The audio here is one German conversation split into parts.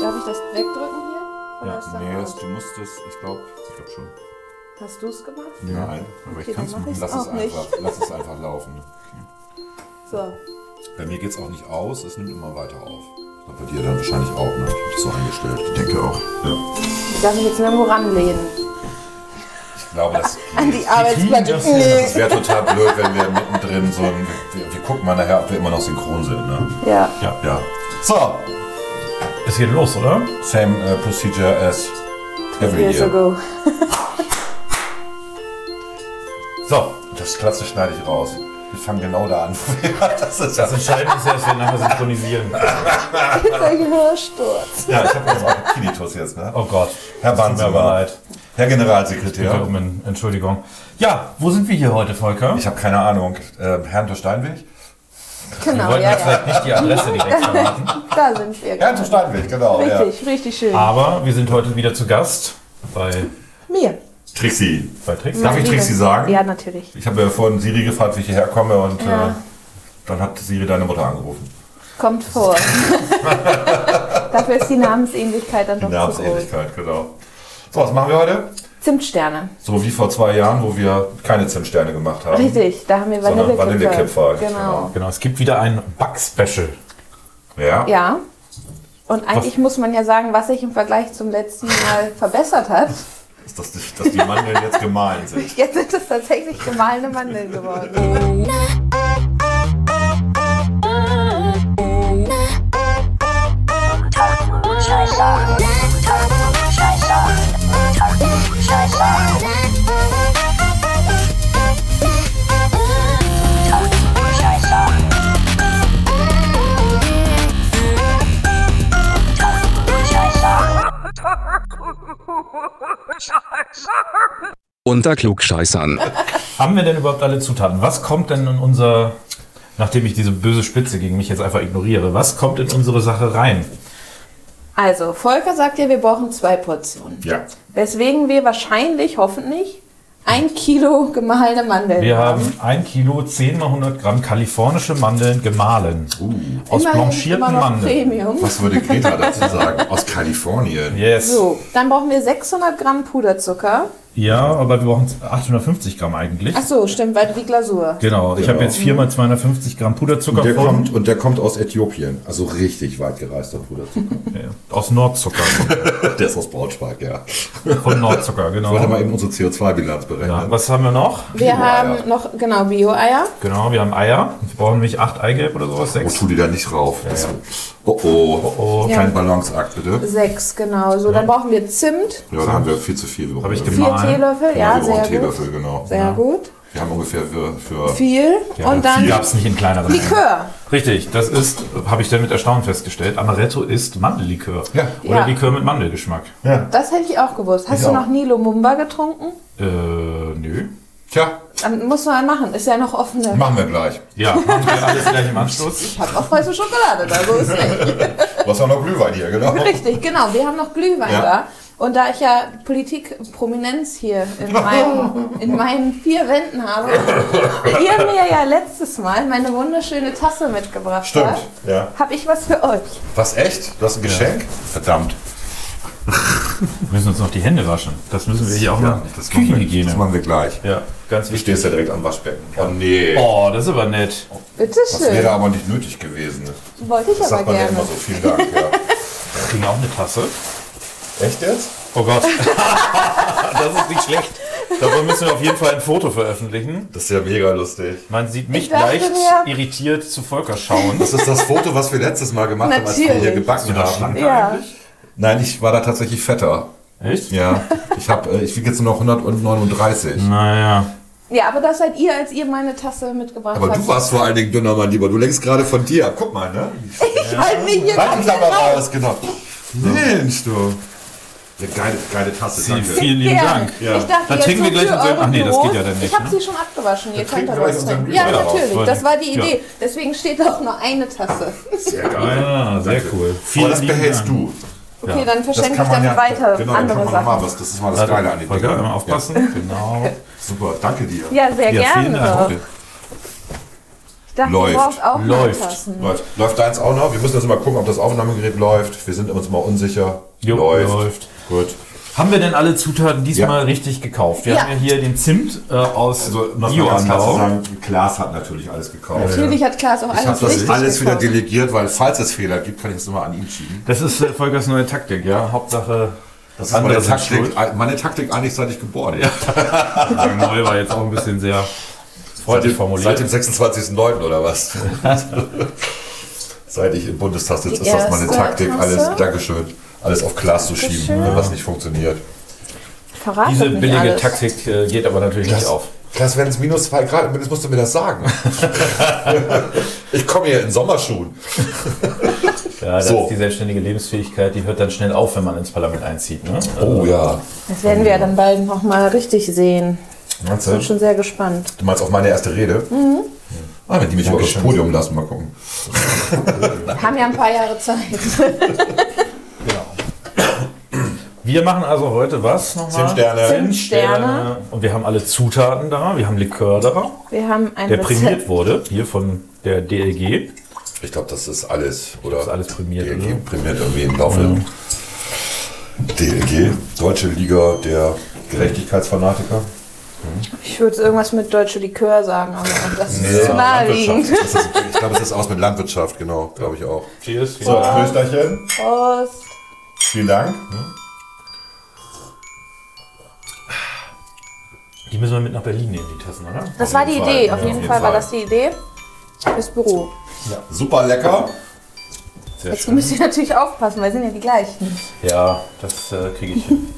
Darf ich das wegdrücken hier? Oder Ja, ist da Nee, noch das, was? du musst es, ich glaube, ich glaube schon. Hast du es gemacht? Ja. Nein, aber Okay, ich kann es dann mach machen. ich's Lass es, auch nicht. einfach, lass es einfach laufen. So. Bei mir geht es auch nicht aus, es nimmt immer weiter auf. Ich glaub, bei dir dann wahrscheinlich auch, ne? Ich hab das so eingestellt. Ich denke auch. Ja. Darf ich jetzt nirgendwo ranlehnen? Ich glaube, das, An die Arbeitsplatte. das- Nee. das wäre total blöd, wenn wir mittendrin so ein. Wir, wir gucken mal nachher, ob wir immer noch synchron sind, ne? Ja. Ja. So, Es geht los, oder? same äh, procedure as every Years year. ago. So, das Klasse schneide ich raus. Wir fangen genau da an. Ja, das ist ja. Das Entscheidende ist ja, dass wir nachher synchronisieren. Der Gehörsturz. Ja, ich habe jetzt auch einen Tinnitus jetzt, ne? Oh Gott. Herr Das tut mir Bansemann. aber leid. Herr Generalsekretär. Willkommen, Entschuldigung. Ja, wo sind wir hier heute, Volker? Ich habe keine Ahnung. Äh, Herrn Steinweg? wir Genau, wollten ja, ja, ja. halt- vielleicht nicht die Adresse direkt verraten, Da sind wir. Herrn Steinweg, genau. Richtig, richtig schön. Ah. aber wir sind heute wieder zu Gast bei, Mir. Ja. Trixi. bei Tricks. Darf ich Trixi sagen? Ja, natürlich. Ich habe ja vorhin Siri gefragt, wie ich hierher komme und Ja. äh, dann hat Siri deine Mutter angerufen. Kommt vor. Dafür ist die Namensähnlichkeit dann Die doch zu groß. Namensähnlichkeit, genau. So, was machen wir heute? Zimtsterne. So wie vor zwei Jahren, wo wir keine Zimtsterne gemacht haben. Richtig, da haben wir Sondern Vanillekipferl. Vanillekipferl, Genau. genau. Genau, es gibt wieder ein Bug-Special. Ja. Ja. Und eigentlich muss man ja sagen, was sich im Vergleich zum letzten Mal verbessert hat. Dass, dass, die- dass die Mandeln jetzt gemahlen sind. Jetzt sind es tatsächlich gemahlene Mandeln geworden. Unter Klugscheißern. Haben wir denn überhaupt alle Zutaten? Was kommt denn in unser, nachdem ich diese böse Spitze gegen mich jetzt einfach ignoriere, was kommt in unsere Sache rein? Also, Volker sagt ja, wir brauchen zwei Portionen. Ja. Weswegen wir wahrscheinlich, hoffentlich, ein Kilo gemahlene Mandeln Wir haben ein Kilo 10 mal 100 Gramm kalifornische Mandeln gemahlen. Uh. aus Immerhin blanchierten immer noch Mandeln. Premium. Was würde Greta dazu sagen? Aus Kalifornien. Yes. So, dann brauchen wir 600 Gramm Puderzucker. Ja, aber wir brauchen 850 Gramm eigentlich. Ach so, stimmt, weil die Glasur. Genau, ich habe Genau. jetzt 4 mal 250 Gramm Puderzucker Der von- kommt, und der kommt aus Äthiopien. Also richtig weit gereister Bruder. Ja, aus Nordzucker. der ist aus Braunschweig, ja. Von Nordzucker, genau. Warte mal eben unsere CO2-Bilanz berechnen. Ja, was haben wir noch? Wir Bio-Eier. haben noch, genau, Bio-Eier. Genau, wir haben Eier. Wir brauchen nämlich 8 Eigelb oder sowas, Oh, 6. tu die da nicht rauf. Das- Oh, oh, oh, oh. Kein Balanceakt, bitte. Sechs, genau. So, dann brauchen wir Zimt. Ja, da haben wir viel zu viel. Hab ich gemacht. gemacht. Vier Mal. Ja, Teelöffel, ja, wir brauchen sehr gut. Teelöffel, genau. Sehr gut. Wir haben ungefähr für, für Viel. Und dann Die gab es nicht in kleineren Mengen. Likör. Richtig, das ist, habe ich dann mit Erstaunen festgestellt, Amaretto ist Mandellikör. Ja. Oder Ja. Likör mit Mandelgeschmack. Das hätte ich auch gewusst. Hast Ich du auch. noch nie Lumumba getrunken? Äh, nö. Tja, Dann muss man ja machen. Ist ja noch offene. machen wir gleich. Ja, machen wir alles gleich im Anschluss. Ich habe auch weiße Schokolade da, so ist nicht. Du hast auch noch Glühwein hier, genau. Richtig, genau. Wir haben noch Glühwein Ja. da. Und da ich ja Politikprominenz hier in, meinem, in meinen vier Wänden habe, und ihr mir ja letztes Mal meine wunderschöne Tasse mitgebracht Stimmt, habt, ja. habe ich was für euch. Was, echt? Du hast ein Geschenk? Verdammt. Wir müssen uns noch die Hände waschen. Das müssen wir hier auch Ja, machen. das, machen wir, das Küchenhygiene. machen wir gleich. Ja, ganz Du wichtig. stehst ja direkt am Waschbecken. Oh, nee. Oh, das ist aber nett. Das wäre Bitteschön. aber nicht nötig gewesen. ne? Wollte ich Das aber sagt man ja immer gerne. so. Vielen Dank. Ja. Wir kriegen auch eine Tasse. Echt jetzt? Oh Gott. das ist nicht schlecht. Davon müssen wir auf jeden Fall ein Foto veröffentlichen. Das ist ja mega lustig. Man sieht mich Ich dachte leicht mir- irritiert zu Volker schauen. Das ist das Foto, was wir letztes Mal gemacht haben, als wir hier Natürlich. gebacken haben. Ja. Nein, ich war da tatsächlich fetter. Echt? Ja, ich habe, ich wiege jetzt nur noch 139. Naja. ja, aber das seid ihr, als ihr meine Tasse mitgebracht Aber habt. du warst vor allen Dingen dünner, mein Lieber. Du lenkst gerade von dir ab. Guck mal, ne? ich halte mich hier ganz Backenklammer raus, genau. Mensch, du. Ja, geile, geile Tasse, Sie- danke. Vielen lieben Gerne. Dank. Ja. Ich dachte, Dann jetzt trinken wir sind gleich für unseren- eure Ach nee, das Büros. geht ja dann nicht, Ich habe ne? sie schon abgewaschen. Ihr könnt trinken aber wir was gleich unseren trinken. Ja, Glühwein daraus. natürlich. Voll Das nett. war die Ja. Idee. Deswegen steht auch nur eine Tasse. Sehr geil. Ah, sehr cool. Aber Vielen das lieben behältst Dank. du. Okay, dann Das verschenke kann ich man dann ja, weiter genau, dann kann andere man noch mal Sachen. was. Das ist mal das Geile an den Volker, Dingern. immer aufpassen. Genau. Ja, super, danke dir. Ja, sehr Ja, vielen gerne. Dank. doch. Danke. Ich dachte, Läuft. du brauchst auch Läuft. mal Tassen. Läuft. Läuft deins auch noch? Wir müssen jetzt mal gucken, ob das Aufnahmegerät läuft. Wir sind uns mal unsicher. Jo, läuft. läuft. Gut. Haben wir denn alle Zutaten diesmal richtig gekauft? Wir Ja. haben ja hier den Zimt äh, aus Also, um das mal ganz klar zu Bioanbau. sagen, Klaas hat natürlich alles gekauft. Natürlich hat Klaas auch Ich alles habe das richtig alles wieder gekauft. delegiert, weil falls es Fehler gibt, kann ich es immer an ihn schieben. Das ist äh, Volkers neue Taktik, ja. Hauptsache Das ist andere meine sind Taktik, schuld. meine Taktik eigentlich seit ich geboren bin. Neu war jetzt auch ein bisschen sehr Ah. Seit freundlich dem, formuliert. seit dem 26.09. oder was? Seit ich im Bundestag sitze, Die ist das meine erste Taktik, Tasse. alles, Dankeschön, alles auf Glas zu schieben, Dankeschön. wenn was nicht funktioniert. Verratet Diese mich billige alles. Taktik äh, geht aber natürlich nicht auf. Klaas, wenn es minus zwei Grad ist, musst du mir das sagen. ich komme hier in Sommerschuhen. Ja, das So. ist die selbstständige Lebensfähigkeit, die hört dann schnell auf, wenn man ins Parlament einzieht. Ne? Oh ja. Das werden wir ja dann bald nochmal richtig sehen. Meinst Bin du? schon sehr gespannt. du meinst auf meine erste Rede? Mhm. Ah, wenn die mich mal aufs Podium lassen, mal gucken. Haben ja ein paar Jahre Zeit. Wir machen also heute was nochmal? Zehn Sterne. Zehn Sterne. Und wir haben alle Zutaten da. Wir haben Likör da, Wir haben ein der Rezept. prämiert wurde, hier von der DLG. Ich glaube, das ist alles, oder? Das ist alles prämiert, DLG, oder? Mhm. prämiert irgendwie im Laufe. DLG, Deutsche Liga der Gerechtigkeitsfanatiker. Ich würde irgendwas mit deutsche Likör sagen, aber das ist Ja, naheliegend. Landwirtschaft. Das ist, ich glaube, es ist aus mit Landwirtschaft, genau, glaube ich auch. Cheers. So, Klösterchen, Prost. vielen Dank. Die müssen wir mit nach Berlin nehmen, die Tassen, oder? Das war die jeden Idee. Fall, Auf jeden Fall war das die Idee fürs Büro. Super lecker. Sehr Jetzt müsst ihr natürlich aufpassen, weil sind ja die gleichen. Ja, das äh, kriege ich hin.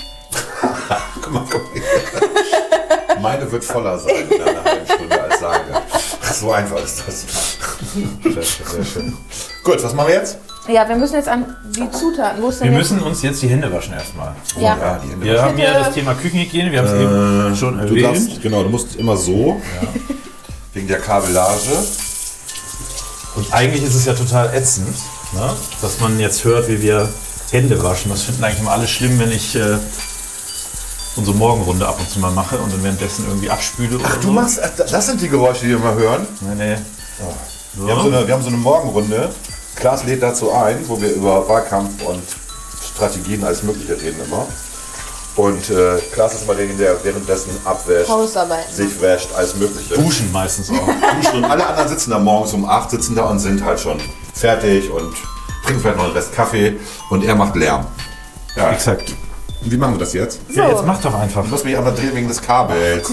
Guck mal, guck mal. Meine wird voller sein in einer halben Stunde als sage. So einfach ist das. Sehr schön, sehr schön. Gut, was machen wir jetzt? Ja, wir müssen jetzt an die Zutaten. Wo ist denn Wir jetzt? müssen uns jetzt die Hände waschen erstmal. Ja. die Hände. Wir haben ja Bitte. das Thema Küchenhygiene, wir haben es eben schon Äh, Du erwähnt. darfst, genau, du musst immer so. Wegen der Kabellage. Und eigentlich ist es ja total ätzend, ne? dass man jetzt hört, wie wir Hände waschen. Das finden eigentlich immer alle schlimm, wenn ich äh, unsere Morgenrunde ab und zu mal mache und dann währenddessen irgendwie abspüle. Ach, Du machst, äh, das sind die Geräusche, die wir mal hören. Nee, nee. So. Wir haben so eine, wir haben so eine Morgenrunde. Klaas lädt dazu ein, wo wir über Wahlkampf und Strategien alles Mögliche reden immer. Und äh, Klaas ist immer derjenige, der währenddessen abwäscht, Hausarbeiten. sich wäscht, alles Mögliche. Duschen meistens auch. Duschen. Und alle anderen sitzen da morgens um 8, sitzen da und sind halt schon fertig und trinken vielleicht noch einen Rest Kaffee und er macht Lärm. Ja. Exakt. Wie machen wir das jetzt? Oh Ja, jetzt mach doch einfach. Ich muss mich einfach drehen wegen des Kabels.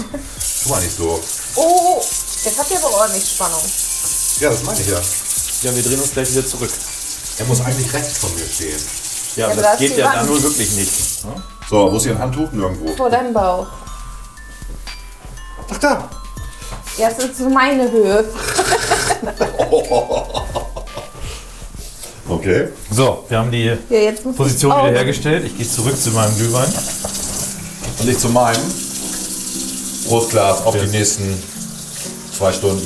Tu mal nicht so. Oh, jetzt habt ihr aber ordentlich Spannung. Ja, das meine ich ja. Ja, wir drehen uns gleich wieder zurück. Er muss eigentlich rechts von mir stehen. Ja, da das ist geht die ja dann Wand. nur wirklich nicht. Ne? So, wo ist hier ein Handtuch? Nirgendwo. Vor deinem Bauch. Ach da. Ja, das ist so meine Höhe. Okay. So, wir haben die Ja, jetzt muss Position Oh. ich auch- wieder hergestellt. Ich gehe zurück zu meinem Glühwein. Und ich zu meinem. Prostglas auf die nächsten zwei Stunden.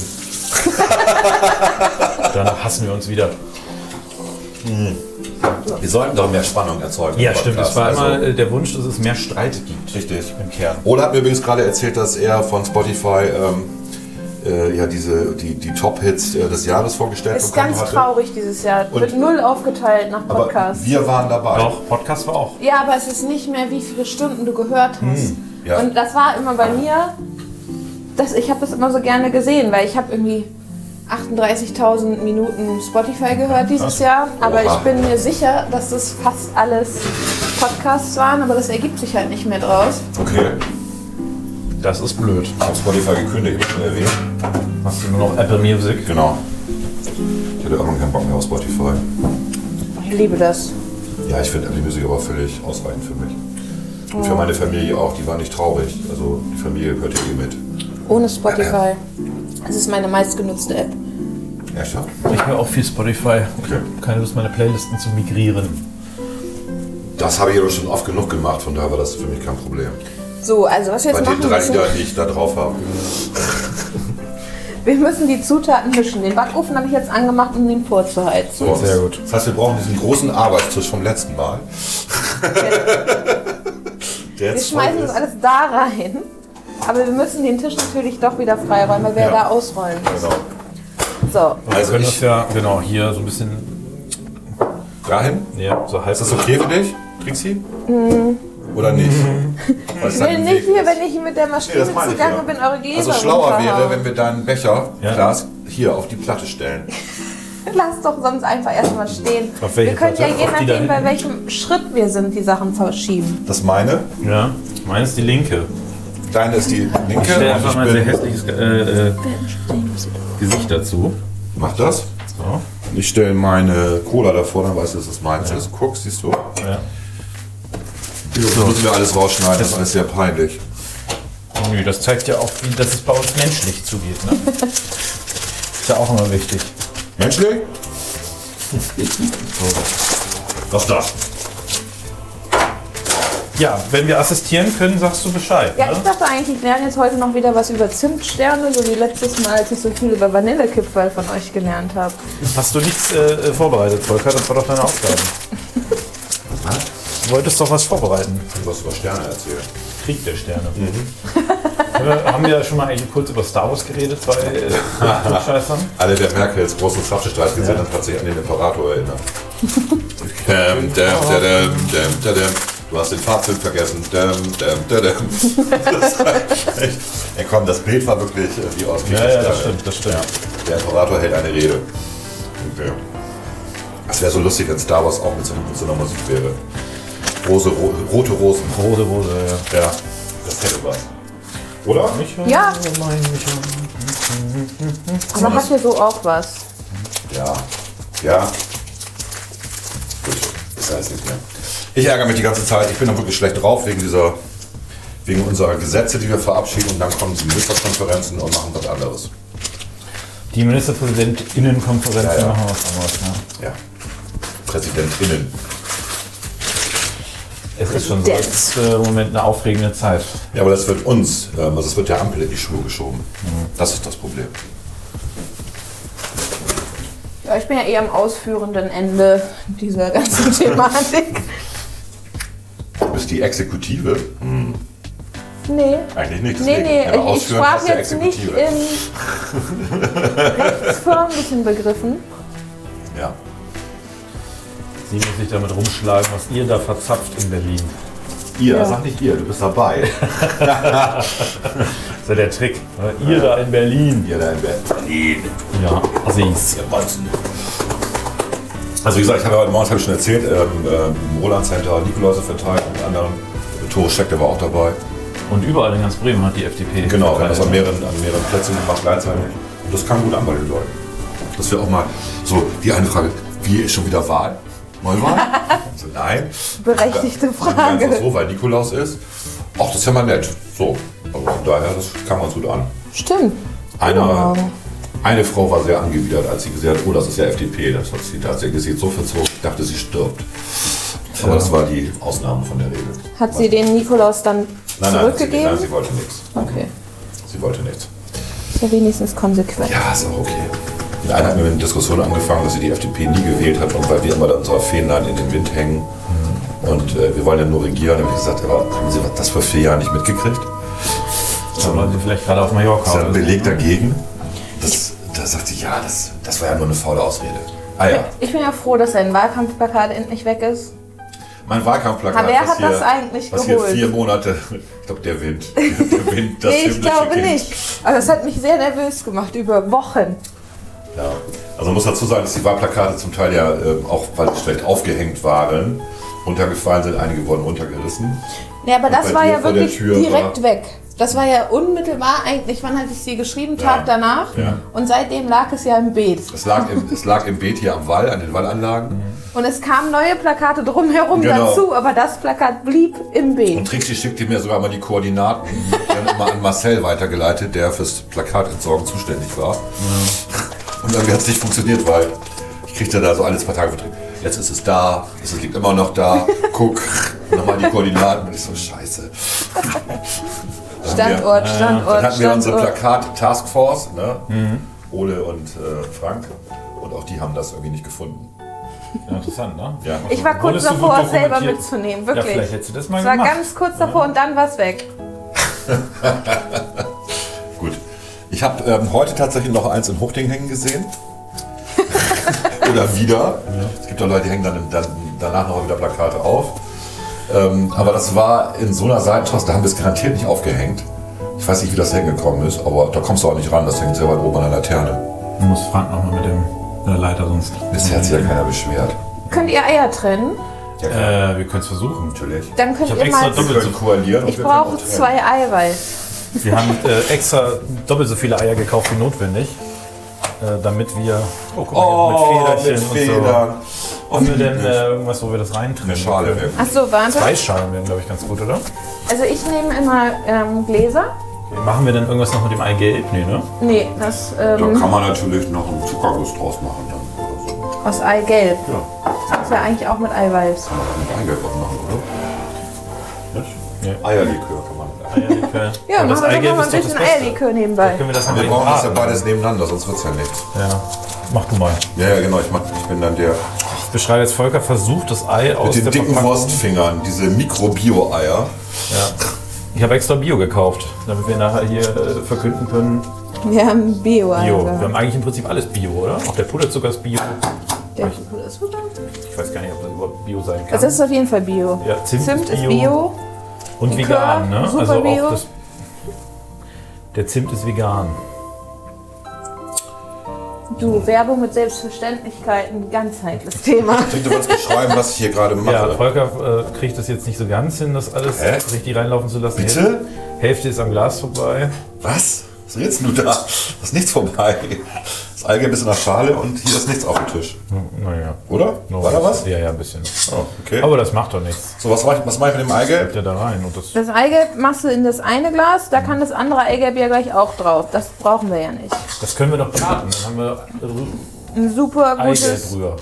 Danach hassen wir uns wieder. Wir sollten doch mehr Spannung erzeugen. Ja, im stimmt. Podcast. Es war Also, immer äh, der Wunsch, dass es mehr Streit gibt. Richtig. Im Kern. Oder hat mir übrigens gerade erzählt, dass er von Spotify ähm, äh, ja, diese, die, die Top-Hits äh, des Jahres vorgestellt Ist ganz hatte. traurig dieses Jahr. Und- Wird null aufgeteilt nach Aber Podcast. wir waren dabei. Doch, Podcast war auch. Ja, aber es ist nicht mehr, wie viele Stunden du gehört hast. Hm, ja. Und das war immer bei mir, dass ich habe das immer so gerne gesehen, weil ich habe irgendwie 38.000 Minuten Spotify gehört dieses Jahr. Aber Oha. ich bin mir sicher, dass das fast alles Podcasts waren, aber das ergibt sich halt nicht mehr draus. Okay. Das ist blöd. Ich habe Spotify gekündigt, hab ich schon erwähnt. Hast du nur noch Apple Music? Genau. Ich hatte irgendwann keinen Bock mehr auf Spotify. Ich liebe das. Ja, ich finde die Musik aber völlig ausreichend für mich. Und Oh. für meine Familie auch, die war nicht traurig. Also die Familie hört hier eh mit. Ohne Spotify. Es ist meine meistgenutzte App. Ja, klar. Ich höre auch viel Spotify. Okay. Keine Lust, meine Playlisten zu migrieren. Das habe ich aber schon oft genug gemacht, von daher war das für mich kein Problem. So, also was wir Bei jetzt den machen drei müssen, Liedern, die ich da drauf habe. wir müssen die Zutaten mischen. Den Backofen habe ich jetzt angemacht, um den vorzuheizen. So, Sehr gut. Das heißt, wir brauchen diesen großen Arbeitstisch vom letzten Mal. Der Wir jetzt schmeißen voll das ist. alles da rein. Aber wir müssen den Tisch natürlich doch wieder freiräumen, weil wir ja. Ja. da ausräumen. Genau. So, Also Also ich ich, das ja, genau, hier so ein bisschen, dahin. ja, so heißt Ist das das okay für dich, Trixi? Oder nicht? Weil es ich Mm. will dein nicht Weg hier, ist. wenn ich mit der Maschine das meine ich zugange ja. bin, eure Gläser Also schlauer wäre, runterhauen. wenn wir deinen Becher, Ja. Glas, hier auf die Platte stellen. Lass doch sonst einfach erstmal stehen. Auf welche Wir können ja Platte? je Auf die nachdem, da bei welchem Schritt wir sind, die Sachen verschieben. Das ist meine, Ja, meine ist die linke. deine ist die Ich stelle linke und einfach ich mal ein sehr bin... hässliches äh, äh, Gesicht dazu. Mach das. So. Ich stelle meine Cola davor, dann weißt du, dass das meins ist. Guck, siehst du? Ja. Das müssen wir alles rausschneiden, das ist alles sehr peinlich. Nö, das zeigt ja auch, wie, dass es bei uns menschlich zugeht. Ne? ist ja auch immer wichtig. Menschlich? Was das? Ja, wenn wir assistieren können, sagst du Bescheid. Ja, ich ne? dachte eigentlich, ich lerne jetzt heute noch wieder was über Zimtsterne, so wie letztes Mal, als ich so viel über Vanillekipferl von euch gelernt habe. Hast du nichts äh, äh, vorbereitet, Volker? Das war doch deine Aufgabe. Du wolltest doch was vorbereiten. Mhm. Du hast über Sterne erzählt. Krieg der Sterne. Haben wir- Haben wir schon mal eigentlich kurz über Star Wars geredet bei äh, Scheißern? Alle, der Merkels großen Kraftestreit gesehen hat, hat sich an den Imperator erinnert. Däm, däm, Oh. däm, däm, däm, däm. Du hast den Fahrzeug vergessen. Däm, däm, däm, däm. Das war echt- Ey, komm, das Bild war wirklich äh, wie aus Ja, ja, Kriegssterne. das stimmt, das stimmt. Der Imperator hält eine Rede. Okay. Das wäre so lustig, wenn Star Wars auch mit so, mit so einer Musik wäre. Rose, ro rote Rosen. Rose, Rose, ja. Ja, das hätte was. Oder? Ja. Oh Aber hat ja so auch was. Ja. Ja. Gut, ist alles nicht mehr. Ich ärgere mich die ganze Zeit. Ich bin auch wirklich schlecht drauf wegen dieser, wegen unserer Gesetze, die wir verabschieden. Und dann kommen die Ministerkonferenzen und machen was anderes. Die Ministerpräsidentinnenkonferenz Ja, ja, ja. machen was anderes. Ne? Ja. Präsidentinnen. Es ist schon so. Es ist äh, im Moment eine aufregende Zeit. Ja, aber das wird uns, ähm, also es wird der Ampel in die Schuhe geschoben. Das ist das Problem. Ja, ich bin ja eher am ausführenden Ende dieser ganzen Thematik. Du bist die Exekutive? Nee. Eigentlich nicht. Nee, deswegen. nee, Aber ich- ich ausführend sprach hast du jetzt nicht in rechtsförmlichen Begriffen. Ja. Sie muss sich damit rumschlagen, was ihr da verzapft in Berlin. Ihr, Ja. sag nicht ihr, du bist dabei. Das ist ja der Trick. ne? Ihr da in Berlin. ihr da in Berlin. Ja, Assis. Ihr Bonzen. Also wie gesagt, ich habe heute Morgen, das habe ich schon erzählt, ähm, ähm, im Roland Center Nikoläuse verteilt und anderen. Tore Scheck, der war auch dabei. Und überall in ganz Bremen hat die FDP. Genau, wir haben verteilt. das an mehreren, an mehreren Plätzen gemacht gleichzeitig. Und das kam gut an bei den Leuten. Das wäre auch mal so die eine Frage, wie ist schon wieder Wahl? Neuwahl? so, nein. Berechtigte Dann Frage. Einfach so, weil Nikolaus ist. Ach, das ist ja mal nett. So, also von daher, das kam ganz gut an. Stimmt. Eine, Morgen. eine Frau war sehr angewidert, als sie gesehen hat, oh, das ist ja FDP. Das hat sie tatsächlich gesehen, so verzogen. Ich dachte, sie stirbt. Aber das war die Ausnahme von der Regel. Hat sie den Nikolaus dann nein, nein, sie, zurückgegeben? nein, sie wollte nichts. okay. Sie wollte nichts. Ist ja wenigstens konsequent. Ja, ist auch okay. Und einer hat mir eine Diskussion angefangen, dass sie die FDP nie gewählt hat und weil wir immer da unsere Fähnlein in den Wind hängen und äh, wir wollen ja nur regieren. Da habe ich gesagt, aber haben Sie das vor vier Jahren nicht mitgekriegt? Da waren sie vielleicht gerade auf Mallorca. Das ist ja ein oder so. Beleg dagegen. Das, da sagt sie, ja, das, das war ja nur eine faule Ausrede. Ah ja, Ich bin ja froh, dass dein Wahlkampfplakat endlich weg ist. mein Wahlkampfplakat. Aber wer was hat hier, das eigentlich was geholt? Hier vier Monate, ich glaube, der Wind. Der Wind, das nee, ich himmlische glaube Kind. nicht. Aber es hat mich sehr nervös gemacht über Wochen. Ja. Also man muss dazu sagen, dass die Wahlplakate zum Teil ja ähm, auch, weil sie schlecht aufgehängt waren, runtergefallen sind. Einige wurden runtergerissen. Nee, aber Und das bei war dir ja vor der wirklich Tür direkt war- weg. Das war ja unmittelbar eigentlich, wann hatte ich sie geschrieben? Tag danach. Ja. Und seitdem lag es ja im Beet. Es lag im, es lag im Beet hier am Wall, an den Wallanlagen. Und es kamen neue Plakate drumherum Genau. dazu, aber das Plakat blieb im Und Beet. Trixie schickte mir sogar mal die Koordinaten, dann immer an Marcel weitergeleitet, der fürs Plakatentsorgen zuständig war. Und irgendwie hat es nicht funktioniert, weil ich kriegte da so alles paar Tage vertrieben. Jetzt ist es da, es liegt immer noch da, guck, nochmal die Koordinaten. Und ich so, scheiße. Standort, Standort, Dann hatten wir unsere Standort. Plakat-Taskforce, ne? Ole und äh, Frank. Und auch die haben das irgendwie nicht gefunden. Ja, interessant, ne? Ja. Ich war kurz Wurdest du davor, gut es selber dokumentiert? mitzunehmen, Ja, wirklich. vielleicht hättest du das mal es war gemacht. ganz kurz davor und dann war es weg. Gut. Ich Ich habe ähm, heute tatsächlich noch eins in Hochding hängen gesehen. Oder wieder. Es gibt ja Leute, die hängen dann, im- dann danach noch wieder Plakate auf. Ähm, aber das war in so einer Seitenstraße, da haben wir es garantiert nicht aufgehängt. Ich weiß nicht, wie das hingekommen ist, aber da kommst du auch nicht ran. Das hängt sehr weit oben an der Laterne. Du musst Frank nochmal mit dem äh, Leiter sonst. Bisher hat sich ja keiner beschwert. Könnt ihr Eier trennen? Äh, wir können es versuchen. Natürlich. Dann könnt Ich hab ihr extra mal. doppelt- Wir können koalieren. und Ich wir können brauche auch trennen. zwei Eiweiß. Wir haben äh, extra doppelt so viele Eier gekauft wie notwendig. Äh, damit wir. Oh, guck Oh, mal, hier mit und Federn. so. Haben wir denn äh, irgendwas, wo wir das reintrennen? Eine Schale können? weg. Achso, Zwei warte. Schalen wären, glaube ich, ganz gut, oder? Also ich nehme immer ähm, Gläser. Machen wir denn irgendwas noch mit dem Eigelb? Nee, ne? Nee, das Da ähm, kann man natürlich noch einen Zuckerguss draus machen. Dann oder so. aus Eigelb. Ja. Das wäre eigentlich auch mit Eiweiß. Kann man auch mit Eigelb was machen, oder? Nicht? Ja. Eierlikör kann man mit Eigelb. Eierlikör. Ja, machen Und wir doch mal ein ist doch das bisschen Beste. Eierlikör Vielleicht nebenbei. Können wir das Ah. Wir mal brauchen das ja eben beides nebeneinander, sonst wird es ja nichts. braten? Ja. Mach du mal. Ja, ja, genau. Ich, mach, ich bin dann der Ich beschreibe jetzt Volker versucht, das Ei aus mit den der dicken Verpackung- Wurstfingern, diese Mikrobio-Eier. Ich habe extra Bio gekauft, damit wir nachher hier äh, verkünden können. Wir haben bio also. Bio. Wir Eier. haben eigentlich im Prinzip alles Bio, oder? Auch der Puderzucker ist Bio. Also Ich weiß gar nicht, ob das überhaupt Bio sein kann. das Also ist auf jeden Fall bio. ja, Zimt, Zimt ist bio. Und Likör, vegan, ne? super also Bio. auch das. Der Zimt ist vegan. Du, Werbung mit Selbstverständlichkeiten, ganz heikles Thema. Ich denke, du wolltest beschreiben, was ich hier gerade mache. Ja, Volker äh, kriegt das jetzt nicht so ganz hin, das alles Hä? richtig reinlaufen zu lassen. Bitte? Hälfte ist am Glas vorbei. Was? Was redest du da? Da ist nichts vorbei. Das Eigelb ist in der Schale und hier ist nichts auf dem Tisch. Hm, Naja. Oder? No, War da was? Ja, ja, ein bisschen. Oh, okay. Aber das macht doch nichts. So, was mache ich, was mach ich mit dem Eigelb? Kommt ja da rein und das. Das Eigelb machst du in das eine Glas, da kann das andere Eigelb ja gleich auch drauf. Das brauchen wir ja nicht. Das können wir doch braten. Dann haben wir Rü- Ein super Eigelb gutes. rüber.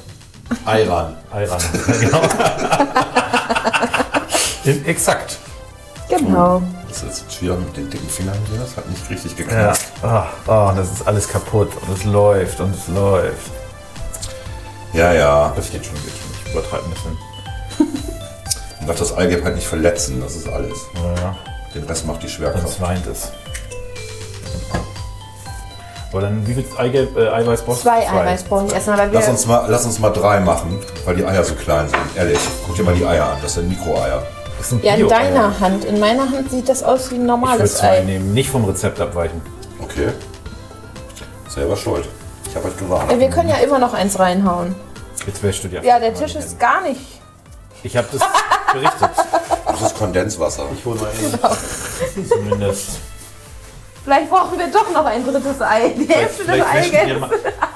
Ei ran. Ei ran. genau. Im- Exakt. Genau. Das ist jetzt schwierig mit den dicken Fingern hier. Das hat nicht richtig Ja. geklappt. Ah, ah, das ist alles kaputt und es läuft und es läuft. Ja, ja. Das geht schon, geht schon. Ich übertreibe ein bisschen. Ich darf das Eigelb halt nicht verletzen. Das ist alles. Naja, Den Rest macht die sonst Schwerkraft. weint Also es. Aber dann, wie viel Eigelb, äh, Eiweiß brauchst du? Zwei Eiweiß brauche ich erstmal, weil Lass wir. uns, mal, lass uns mal drei machen, weil die Eier so klein sind. Ehrlich, guck dir mal die Eier an. Das sind Mikroeier. Das sind Ja, in Bio- deiner Hand. In meiner Hand sieht das aus wie ein Ich würde normales Ei. zwei nehmen, nicht vom Rezept abweichen. Okay. Selber schuld. Ich habe euch Ja, gewarnt. wir können ja immer noch eins reinhauen. Jetzt wäschst du dir. Ja, der Tisch ist gar nicht. Ich habe das berichtet. Das ist Kondenswasser. Ich hole mal eben. Genau. Zumindest. Vielleicht brauchen wir doch noch ein drittes Ei. Die Hälfte des wäschst du dir Eigelbs. mal-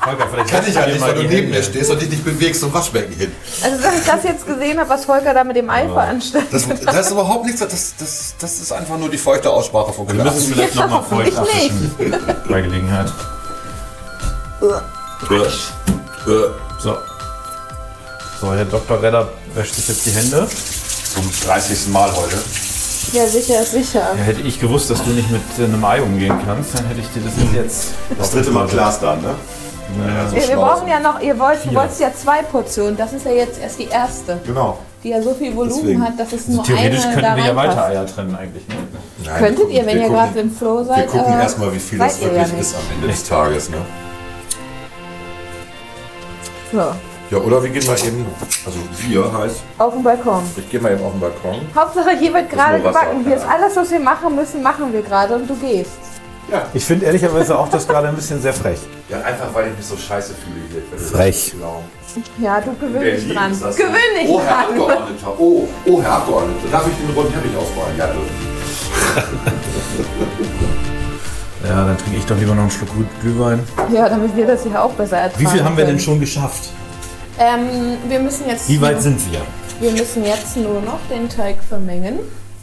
Volker, vielleicht Kann wäschst ich du ja dir nicht, mal weil du die neben mir Hände. stehst und dich nicht bewegst zum Waschbecken hin. Also, dass ich das jetzt gesehen habe, was Volker da mit dem Ei veranstaltet. Das, das ist überhaupt nichts. Das, das, das ist einfach nur die feuchte Aussprache von Wir müssen es Glas. vielleicht nochmal feucht hoffentlich abwischen. Bei Gelegenheit. Äh, äh, So. So, Herr Dr. Redder wäscht sich jetzt die Hände. Zum 30. Mal heute. Ja, sicher ist sicher. Ja, hätte ich gewusst, dass du nicht mit äh, einem Ei umgehen kannst, dann hätte ich dir das jetzt. Hm. Das dritte Mal Glas dann, ne? Ja, so Wir, wir Schnauze. brauchen ja noch, ihr wollt, du Vier. wolltest ja zwei Portionen. Das ist ja jetzt erst die erste, Genau. die ja so viel Volumen Deswegen. hat, dass es nur Also Theoretisch eine da könnten wir ja reinpasst. weiter Eier trennen eigentlich. Ne? Nein, Könntet wir ihr, wenn ihr gucken- gerade im Flow seid. äh, Wir gucken aber erstmal, wie viel seid das ihr wirklich ja nicht. ist am Ende des Tages, ne? So, Ja, oder wir gehen mal eben, also wir heißt, auf dem Balkon. ich gehe mal eben auf den Balkon. Hauptsache, hier wird gerade nur Wasser, gebacken. Hier ist ja. alles, was wir machen müssen, machen wir gerade und du gehst. Ich finde ehrlicherweise auch das gerade ein bisschen sehr frech. Ja, einfach weil ich mich so scheiße fühle hier. Wenn Frech. Ja, du gewöhn dich dran. Gewöhn dich Gewöhnlich. Oh, Herr dran. Abgeordneter. Oh, oh, Herr Abgeordneter. Darf ich den roten Teppich ausbauen? Ja, dürfen. Ja, dann trinke ich doch lieber noch einen Schluck Glüh- Glühwein. Ja, damit wir das hier auch besser ertragen Wie viel haben wir denn können. schon geschafft? Ähm, wir müssen jetzt. Wie weit sind wir? Wir müssen jetzt nur noch den Teig vermengen.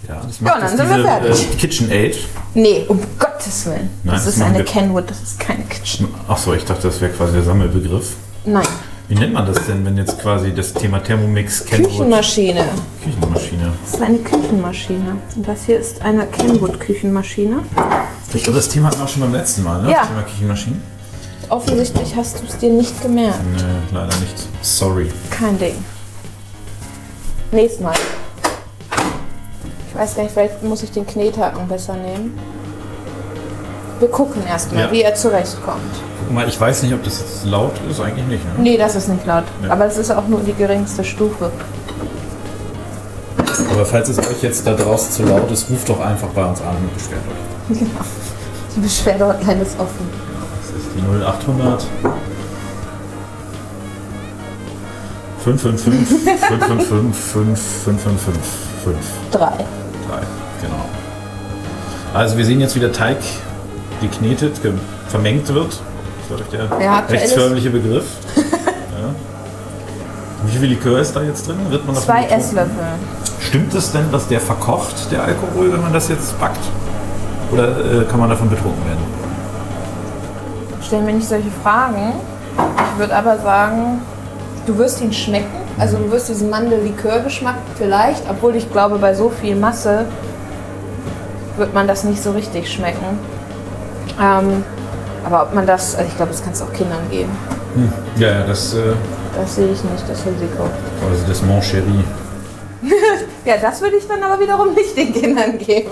Ja, das Ja, dann sind wir fertig. Äh, KitchenAid. Nee, um Gottes Willen. Nein, das das ist machen eine wir- Kenwood, das ist keine Kitchen. Achso, ich dachte, das wäre quasi der Sammelbegriff. Nein, Wie nennt man das denn, wenn jetzt quasi das Thema Thermomix Kenwood Küchenmaschine. Küchenmaschine? Das ist eine Küchenmaschine. Und das hier ist eine Kenwood-Küchenmaschine. Ich glaube, das Thema hatten wir auch schon beim letzten Mal, ne? Ja. Das Thema Küchenmaschinen? Offensichtlich hast du es dir nicht gemerkt. Nee, leider nicht. Sorry. Kein Ding. Nächstes Mal. Ich weiß gar nicht, vielleicht muss ich den Knethaken besser nehmen. Wir gucken erstmal, Ja. wie er zurechtkommt. Guck mal, ich weiß nicht, ob das jetzt laut ist. Eigentlich nicht. Ne? Nee, das ist nicht laut. Ja. Aber es ist auch nur die geringste Stufe. Aber falls es euch jetzt da draußen zu laut ist, ruft doch einfach bei uns an und beschwert euch. Genau. Die Beschwerde-Hotline ist offen. Das ist die 0800 555 555 555 Drei. Teig, genau. Also wir sehen jetzt, wie der Teig geknetet, ge vermengt wird. Das war doch der Ja, aktuell rechtsförmliche Begriff. ja. Wie viel Likör ist da jetzt drin? Wird man davon Zwei betrunken? Esslöffel. Stimmt es denn, dass der verkocht, der Alkohol, wenn man das jetzt backt? Oder äh, kann man davon betrunken werden? Stell mir nicht solche Fragen. Ich würde aber sagen, du wirst ihn schmecken. Also du wirst diesen Mandel-Likör-Geschmack vielleicht, obwohl ich glaube, bei so viel Masse wird man das nicht so richtig schmecken. Ähm, aber ob man das, also ich glaube, das kannst du auch Kindern geben. Ja, ja, das, Das sehe ich nicht, das Risiko. also das Mancherie. Ja, das würde ich dann aber wiederum nicht den Kindern geben.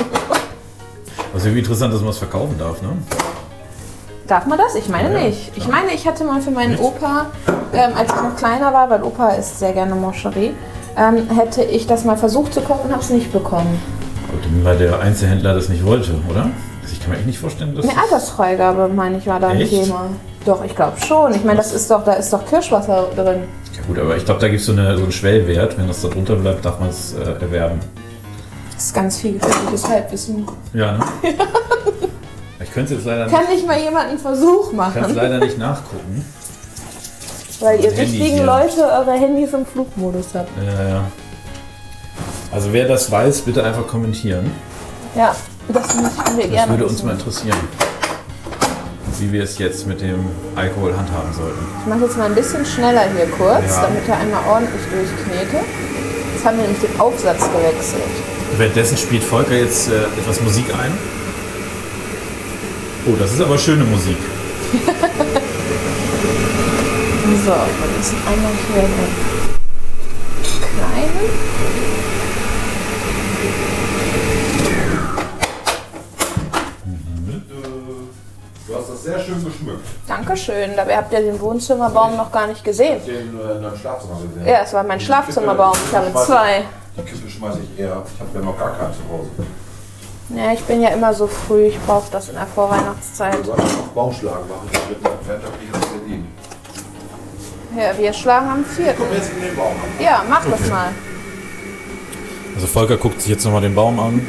Was irgendwie interessant, dass man es verkaufen darf, ne? Darf man das? Ich meine Ja, nicht. Ich meine, ich hatte mal für meinen Nicht? Opa, ähm, als ich noch kleiner war, weil Opa ist sehr gerne Mancherie, ähm, hätte ich das mal versucht zu kochen, habe es nicht bekommen. Und weil der Einzelhändler das nicht wollte, oder? Also ich kann mir echt nicht vorstellen, dass... Eine Altersfreigabe, meine ich, war da ein Echt? Thema. Doch, ich glaube schon. Ich meine, das ist doch, da ist doch Kirschwasser drin. Ja gut, aber ich glaube, da gibt so es eine- so einen Schwellwert. Wenn das da drunter bleibt, darf man es äh, erwerben. Das ist ganz viel gefährliches Halbwissen. Ja, ne? ich könnte es jetzt leider nicht, Kann nicht mal jemand einen Versuch kann's machen, leider nicht nachgucken. weil ihr das Handy wichtigen hier. Leute eure Handys im Flugmodus habt. Äh, also wer das weiß, bitte einfach kommentieren. Ja, das möchten wir Das gerne. würde uns wissen. mal interessieren, wie wir es jetzt mit dem Alkohol handhaben sollten. Ich mache jetzt mal ein bisschen schneller hier kurz, Ja. damit er einmal ordentlich durchknete. Jetzt haben wir nämlich den Aufsatz gewechselt. Währenddessen spielt Volker jetzt äh, etwas Musik ein. Oh, das ist aber schöne Musik. So, wir müssen einmal hier den kleinen. Du hast das sehr schön geschmückt. Dankeschön, dabei habt ihr den Wohnzimmerbaum noch gar nicht gesehen. Den äh, neuen Schlafzimmer gesehen. Ja, es war mein Schlafzimmerbaum. Ich habe zwei. Die Kippe schmeiße ich eher. Ich habe ja noch gar keinen zu Hause. Ja, ich bin ja immer so früh, ich brauche das in der Vorweihnachtszeit. Du solltest noch Baumschlagen machen. Ich bin ein wirtschaftliches Berlin. Ja, wir schlagen am vierten. Komm jetzt in den Baum. Ja, mach das mal. Also Volker guckt sich jetzt nochmal den Baum an.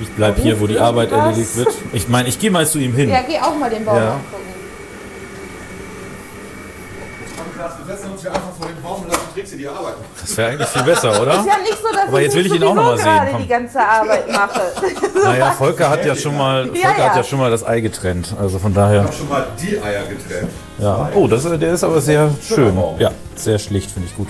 Ich bleib hier, wo die Arbeit Was? erledigt wird. Ich meine, ich gehe mal zu ihm hin. Ja, geh auch mal den Baum Ja. angucken. Wir setzen uns hier einfach vor den Baum und lassen Trixie die Arbeit machen. Das wäre eigentlich viel besser, oder? Ist ja nicht so, dass Aber ich, jetzt nicht will ich ihn auch noch mal sowieso sehen, gerade komm. die ganze Arbeit mache. Naja, Volker hat ja schon mal, Volker Ja, ja. Hat ja schon mal das Ei getrennt. Also von daher. Ich habe schon mal die Eier getrennt. Ja. Oh, das, der ist aber sehr schön. Baum. Ja, sehr schlicht, finde ich gut.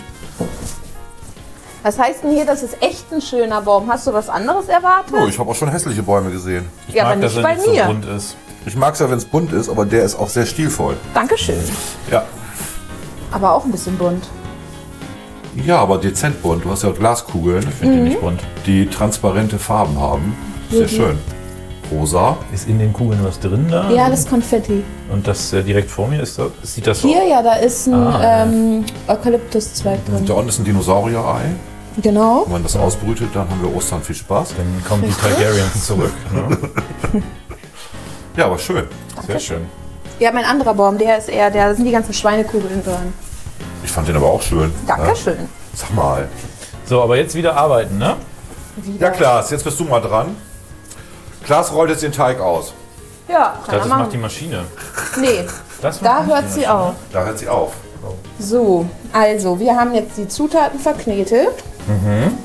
Was heißt denn hier, das ist echt ein schöner Baum? Hast du was anderes erwartet? Oh, Oh, ich habe auch schon hässliche Bäume gesehen. ja, aber nicht bei mir. so rund ist. Ich mag es ja, wenn es bunt ist, aber der ist auch sehr stilvoll. Dankeschön. Ja. Aber auch ein bisschen bunt. Ja, aber dezent bunt. Du hast ja Glaskugeln, Mhm. Finde ich nicht bunt. die transparente Farben haben. Sehr schön. Rosa. Ist in den Kugeln was drin da? Ja, das Konfetti. Und das äh, direkt vor mir ist da, sieht das so Hier, ja, da ist ein Ah. ähm, Eukalyptuszweig drin. Da unten ist ein Dinosaurier-Ei. Genau. Wenn man das ausbrütet, dann haben wir Ostern viel Spaß. Dann kommen die Targaryens zurück. Ne? Ja, aber schön. Sehr schön. Ja, mein anderer Baum, der ist eher, der da sind die ganzen Schweinekugeln drin. Ich fand den aber auch schön. Dankeschön. Ja? Sag mal. So, aber jetzt wieder arbeiten, ne? Ja, Klaas, jetzt bist du mal dran. Klaas rollt jetzt den Teig aus. Ja, kann Das er macht die machen. Maschine. Nee, Das macht da die hört Maschine. sie auf. Da hört sie auf. So, also wir haben jetzt die Zutaten verknetet. Mhm.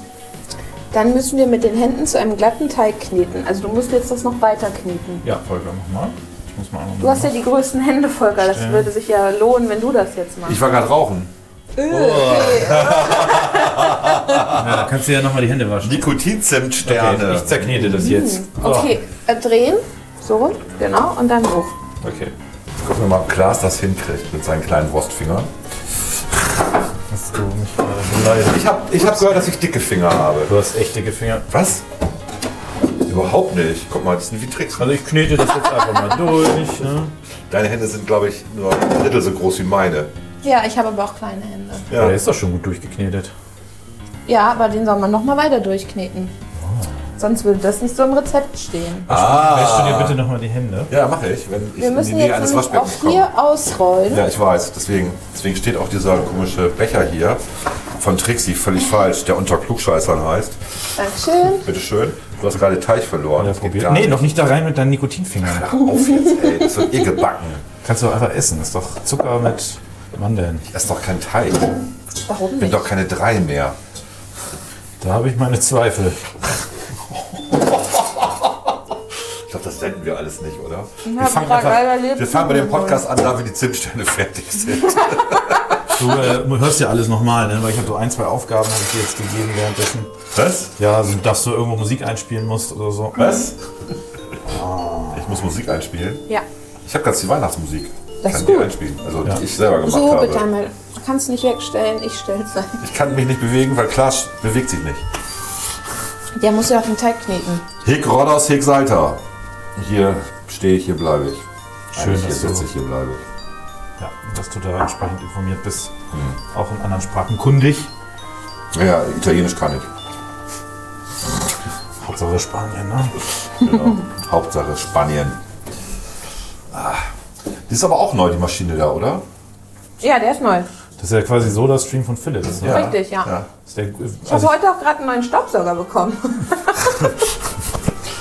Dann müssen wir mit den Händen zu einem glatten Teig kneten. Also du musst jetzt das noch weiter kneten. Ja, Volker, mach mal. Ich muss mal auch noch Du hast ja die größten Hände, Volker. Das würde sich ja lohnen, wenn du das jetzt machst. Ich war gerade rauchen. Da kannst du ja nochmal die Hände waschen. Nikotinzimtsterne. ich zerknete Mhm. das jetzt. Okay, äh, drehen. So rum, genau. Und dann hoch. Okay. Gucken wir mal, ob Klaas das hinkriegt mit seinen kleinen Wurstfingern. Das hast du mich gerade beleidigt. Ich habe ich hab gehört, dass ich dicke Finger habe. Du hast echt dicke Finger. Was? Überhaupt nicht. Guck mal, das sind wie Tricks. Also ich knete das jetzt einfach mal durch. Ne? Deine Hände sind, glaube ich, nur ein Drittel so groß wie meine. Ja, ich habe aber auch kleine Hände. Ja. Der ist doch schon gut durchgeknetet. Ja, aber den soll man nochmal weiter durchkneten. Sonst würde das nicht so im Rezept stehen. Ah. Wäschst du dir bitte nochmal die Hände? Ja, mache ich, wenn ich Wir in die müssen Nähe jetzt eines nämlich auch Waschbeckens komme. hier ausrollen. Ja, ich weiß. Deswegen, deswegen steht auch dieser komische Becher hier von Trixie völlig falsch, der unter Klugscheißern heißt. Dankeschön. Bitteschön. Du hast gerade Teig verloren. Ja, Das geht probier- gar Nee, nicht. noch nicht da rein mit deinen Nikotinfingern. Auf jetzt, ey. Das wird eh gebacken. Kannst du doch einfach essen. Ist doch Zucker mit Mandeln. Das ist doch kein Teig. Warum Bin nicht? doch keine drei mehr. Da habe ich meine Zweifel. Ich glaube, das senden wir alles nicht, oder? Wir hab fangen, gerade leider einfach, lebt wir fangen bei dem niemand. Podcast an, da wir die Zimtstände fertig sind. Du äh, hörst ja alles nochmal, ne? weil ich habe so ein, zwei Aufgaben habe ich dir jetzt gegeben währenddessen. Was? Ja, also, dass du irgendwo Musik einspielen musst oder so. Äh, Was? Ah. Ich muss Musik einspielen. Ja. Ich habe ganz die Weihnachtsmusik. Das kann ist die gut. einspielen. Also die ich selber gemacht So, habe. bitte einmal. Kannst du nicht wegstellen, ich stell's ein. Ich kann mich nicht bewegen, weil Klaas bewegt sich nicht. Der muss ja auf den Teig kneten. Hick Rodders, Hick Salter. Hier stehe ich, hier bleibe ich. Schön, Eigentlich hier dass du- sitze ich, hier bleibe ich. Ja, dass du da entsprechend informiert bist. Auch in anderen Sprachen kundig. Ja, Ja, Italienisch kann ich. Hauptsache Spanien, ne? Genau. Hauptsache Spanien. Ah. Die ist aber auch neu, die Maschine da, oder? Ja, der ist neu. Das ist ja quasi so der Stream von Philips. Ne? Richtig, ja. Ist der, Ich habe also, heute auch gerade einen neuen Staubsauger bekommen.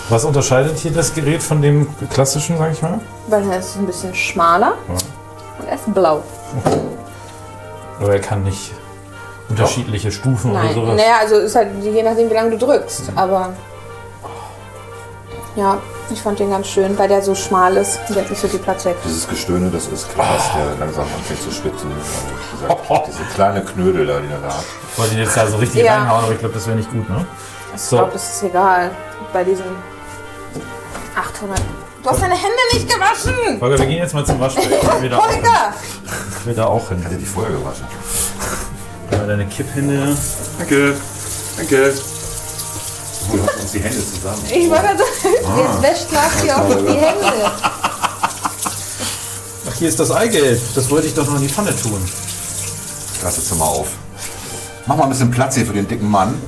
was unterscheidet hier das Gerät von dem klassischen, sag ich mal? Weil er ist ein bisschen schmaler und er ist blau. Oder er kann nicht unterschiedliche Stufen oder Nein. sowas. Naja, also ist halt je nachdem, wie lange du drückst. Aber ja, ich fand den ganz schön, weil der so schmal ist und der hat nicht so die Platte. Dieses Gestöhne, das ist Klaas, der langsam anfängt zu schwitzen. Also, wie gesagt, diese kleine Knödel da, die er da hat. Ich wollte ihn jetzt da so richtig Ja. reinhauen, aber ich glaube, das wäre nicht gut, ne? Ich So, glaube, es ist egal. Bei diesen 800. Du hast deine Hände nicht gewaschen! Volker, wir gehen jetzt mal zum Waschbecken. Ich will da auch hin. Volker! Ich will da auch hin. Hat er die vorher gewaschen? Mal deine Kipphände. Danke. Danke. Oh, du hast uns die Hände zusammen. Ich wollte gerade Ah. sagen, jetzt wäscht Lars hier auch die Hände. Ach, hier ist das Eigelb. Das wollte ich doch noch in die Pfanne tun. Lass das Zimmer auf. Mach mal ein bisschen Platz hier für den dicken Mann.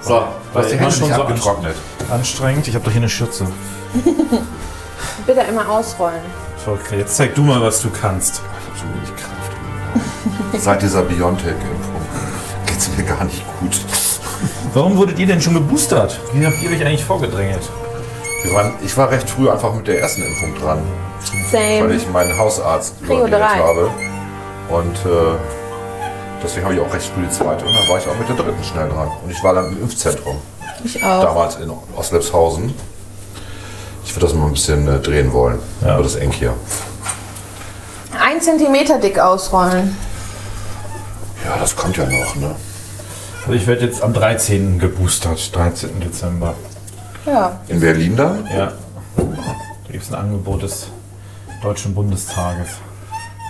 So, Du hast die Hände nicht abgetrocknet. anstrengend. Ich habe doch hier eine Schürze. Bitte einmal ausrollen. Okay, jetzt zeig du mal, was du kannst. So wenig Kraft. Seit dieser Biontech-Impfung geht's mir gar nicht gut. Warum wurdet ihr denn schon geboostert? Wie habt ihr euch eigentlich vorgedrängelt? Wir waren, ich war recht früh einfach mit der ersten Impfung dran, weil Same. ich meinen Hausarzt Prio koordiniert drei. habe. Und äh, deswegen habe ich auch recht früh die zweite und dann war ich auch mit der dritten schnell dran. Und ich war dann im Impfzentrum. Ich auch. damals in Oslepshausen. Ich würde das mal ein bisschen äh, drehen wollen. Ja. Wird das eng hier. Ein Zentimeter dick ausrollen. Ja, das kommt ja noch, ne? Also ich werde jetzt am 13. geboostert, 13. Dezember. Ja. In Berlin dann? Ja. Da gibt es ein Angebot des Deutschen Bundestages.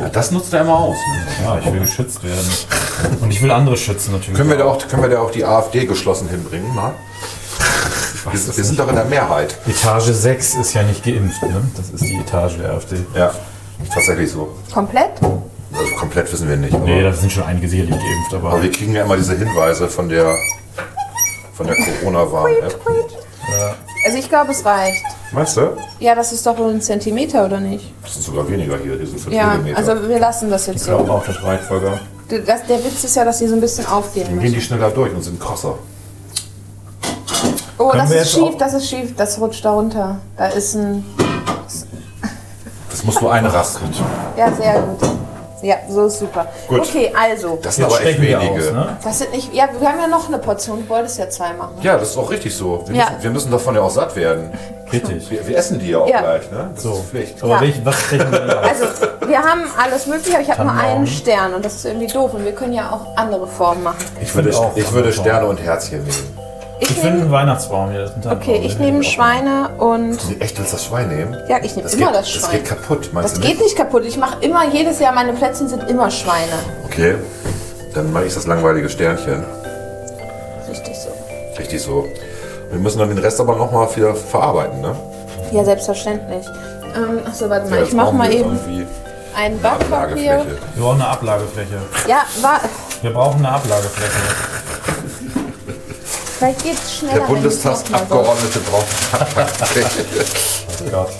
Ja, das nutzt er immer aus. Ne? Ja, ich will geschützt werden. Und ich will andere schützen natürlich. Können, wir da auch, können wir da auch die AfD geschlossen hinbringen, mal? Wir, wir es sind doch in der Mehrheit. Etage 6 ist ja nicht geimpft, ne? Das ist die Etage der AfD. Ja. Tatsächlich so. Komplett? Also komplett wissen wir nicht. Aber, Nee, da sind schon einige sicherlich geimpft, aber aber wir kriegen ja immer diese Hinweise von der, von der Corona-Warn-App. Also ich glaube, es reicht. Meinst du? Ja, das ist doch wohl ein Zentimeter, oder nicht? Das sind sogar weniger hier, die sind 5 Ja, Millimeter. also wir lassen das jetzt ich so. glaube auch das Reitfolger. Das, der Witz ist ja, dass sie so ein bisschen aufgehen Dann gehen müssen. die schneller durch und sind krasser. Oh, Können das wir ist jetzt schief, auch- das ist schief, das rutscht da runter. Da ist ein. Das muss nur eine rasten. Ja, sehr gut. Ja, so ist super. Gut. Okay, also. Das sind Jetzt aber echt stechen wir wenige. aus, ne? Das sind nicht. Ja, wir haben ja noch eine Portion. Du wolltest ja zwei machen. Ja, das ist auch richtig so. Wir, Ja. müssen, wir müssen davon ja auch satt werden. Richtig. Wir, wir essen die ja auch Ja. gleich, ne? Das So. ist Pflicht. Aber welch, was stechen wir denn aus? Also, wir haben alles Mögliche, aber ich habe nur einen Tannenbaum. Stern und das ist irgendwie doof. Und wir können ja auch andere Formen machen. Ich würde, auch. ich würde Sterne und Herzchen nehmen. Ich, Ich finde nehme. einen Weihnachtsbaum hier. das ist ein Okay, Tannenbaum, ich den nehme auch. Schweine und. Nee, echt, willst du das Schwein nehmen? Ja, ich nehme Das immer geht, das Schwein. Das geht kaputt, meinst Das du geht nicht kaputt. Ich mache immer jedes Jahr meine Plätzchen sind immer Schweine. Okay, dann mache ich das langweilige Sternchen. Richtig so. Richtig so. Wir müssen dann den Rest aber nochmal wieder verarbeiten, ne? Ja, selbstverständlich. Ähm, achso, warte mal, Ja, ich jetzt mach brauchen mal wir eben Irgendwie ein eine Backpapier. Ablagefläche. Wir brauchen eine Ablagefläche. Ja, war, Wir brauchen eine Ablagefläche. vielleicht geht's schneller. Der wenn ich's noch mal so- Bundestagsabgeordnete braucht eine Ablagefläche. Oh Gott.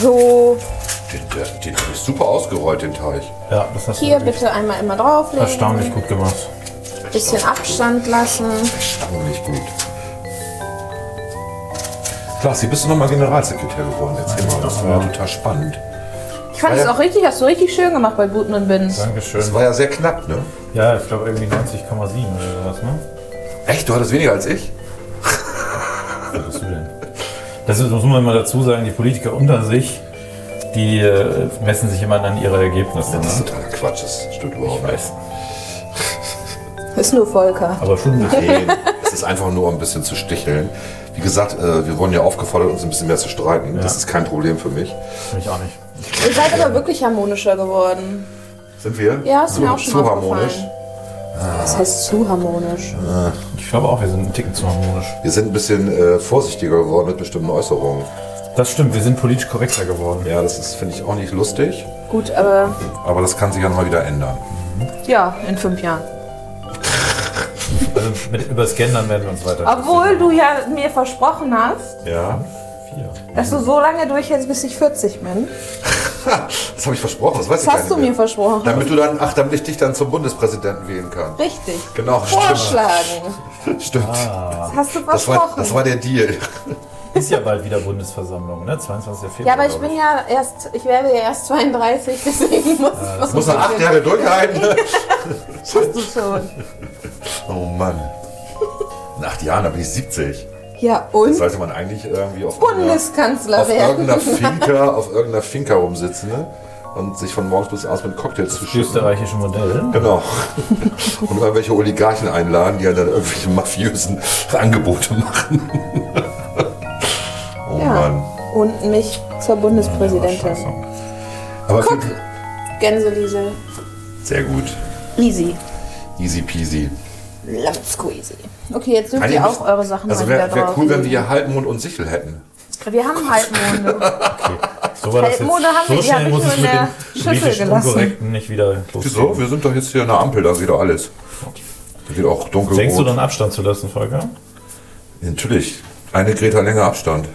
So, Den, der, den habe ich super ausgerollt, den Teig. Ja, das hast hier du wirklich bitte einmal immer drauflegen. erstaunlich gut gemacht. Bisschen Abstand lassen. Erstaunlich gut. Klassi, bist du nochmal Generalsekretär geworden? Erzähl mal, das war ja total spannend. Ich Ah, fand es auch richtig, hast du richtig schön gemacht bei Buten und Bins. Das Dankeschön. war ja sehr knapp, ne? Ja, ich glaube irgendwie 90,7 oder sowas, ne? Echt, du hattest weniger als ich? Was bist du denn? Das, ist, das muss man immer dazu sagen, die Politiker unter sich, die äh, messen sich immer an ihre Ergebnisse. Das ist Ne? totaler Quatsch, das stimmt überhaupt Ich weiß. Ist nur Volker. Aber schon ein bisschen. Nee, es ist einfach nur um ein bisschen zu sticheln. Wie gesagt, äh, wir wurden ja aufgefordert, uns ein bisschen mehr zu streiten. Das Ja. ist kein Problem für mich. Ich auch nicht. Ihr seid aber wirklich harmonischer geworden. Sind wir? Ja, ist so, mir auch schon zu aufgefallen. harmonisch. Das heißt zu harmonisch. Ich glaube auch, wir sind einen Ticken zu harmonisch. Wir sind ein bisschen äh, vorsichtiger geworden mit bestimmten Äußerungen. Das stimmt, wir sind politisch korrekter geworden. Ja, das ist, finde ich, auch nicht lustig. Gut, aber Aber das kann sich ja mal wieder ändern. ja, in fünf Jahren. Also mit, über das Gendern werden wir uns weiter. Obwohl du ja mir versprochen hast, Ja. Vier. dass du so lange durchhältst, bis ich 40 bin. Das habe ich versprochen, das weiß ich gar Das hast nicht du mehr. mir versprochen. Damit du dann, ach, damit ich dich dann zum Bundespräsidenten wählen kann. Richtig. Genau, Vorschlagen. stimmt. Stimmt. Das hast du das, war, versprochen. das war der Deal. Ist ja bald wieder Bundesversammlung, ne? 22. Februar. ja, aber ich glaub bin ja erst, ich werde ja erst 32, deswegen muss ja, das Muss noch acht Jahre durchhalten. Hast du schon. Oh Mann. In acht Jahren, da bin ich 70. Ja, Dann und sollte man eigentlich irgendwie auf Bundeskanzler auf werden. irgendeiner Finca, auf irgendeiner Finca rumsitzen ne? und sich von morgens bis abends mit Cocktails Das österreichische Modell. Genau. Und irgendwelche Oligarchen einladen, die halt dann irgendwelche mafiösen Angebote machen. Oh Mann. Ja. Und mich zur Bundespräsidentin. Aber Gänseliesel. sehr gut. Easy. Easy peasy. Lemon squeezy. Okay, jetzt dürft Kann ihr ich auch nicht- eure Sachen Also mal wäre wieder wär drauf. cool, wenn wir hier Halbmond und Sichel hätten. wir haben halt Halbmonde. So war das jetzt. Halbmonde haben wir- so die hab schnell ich muss nur es in mit der dem Schüssel politisch gelassen. Unkorrekten nicht wieder Wieso? losgehen. Wir sind doch jetzt hier an der Ampel, da geht doch alles. Da geht auch dunkelrot. Denkst du dann Abstand zu lassen, Volker? Natürlich. Eine Greta länger Abstand.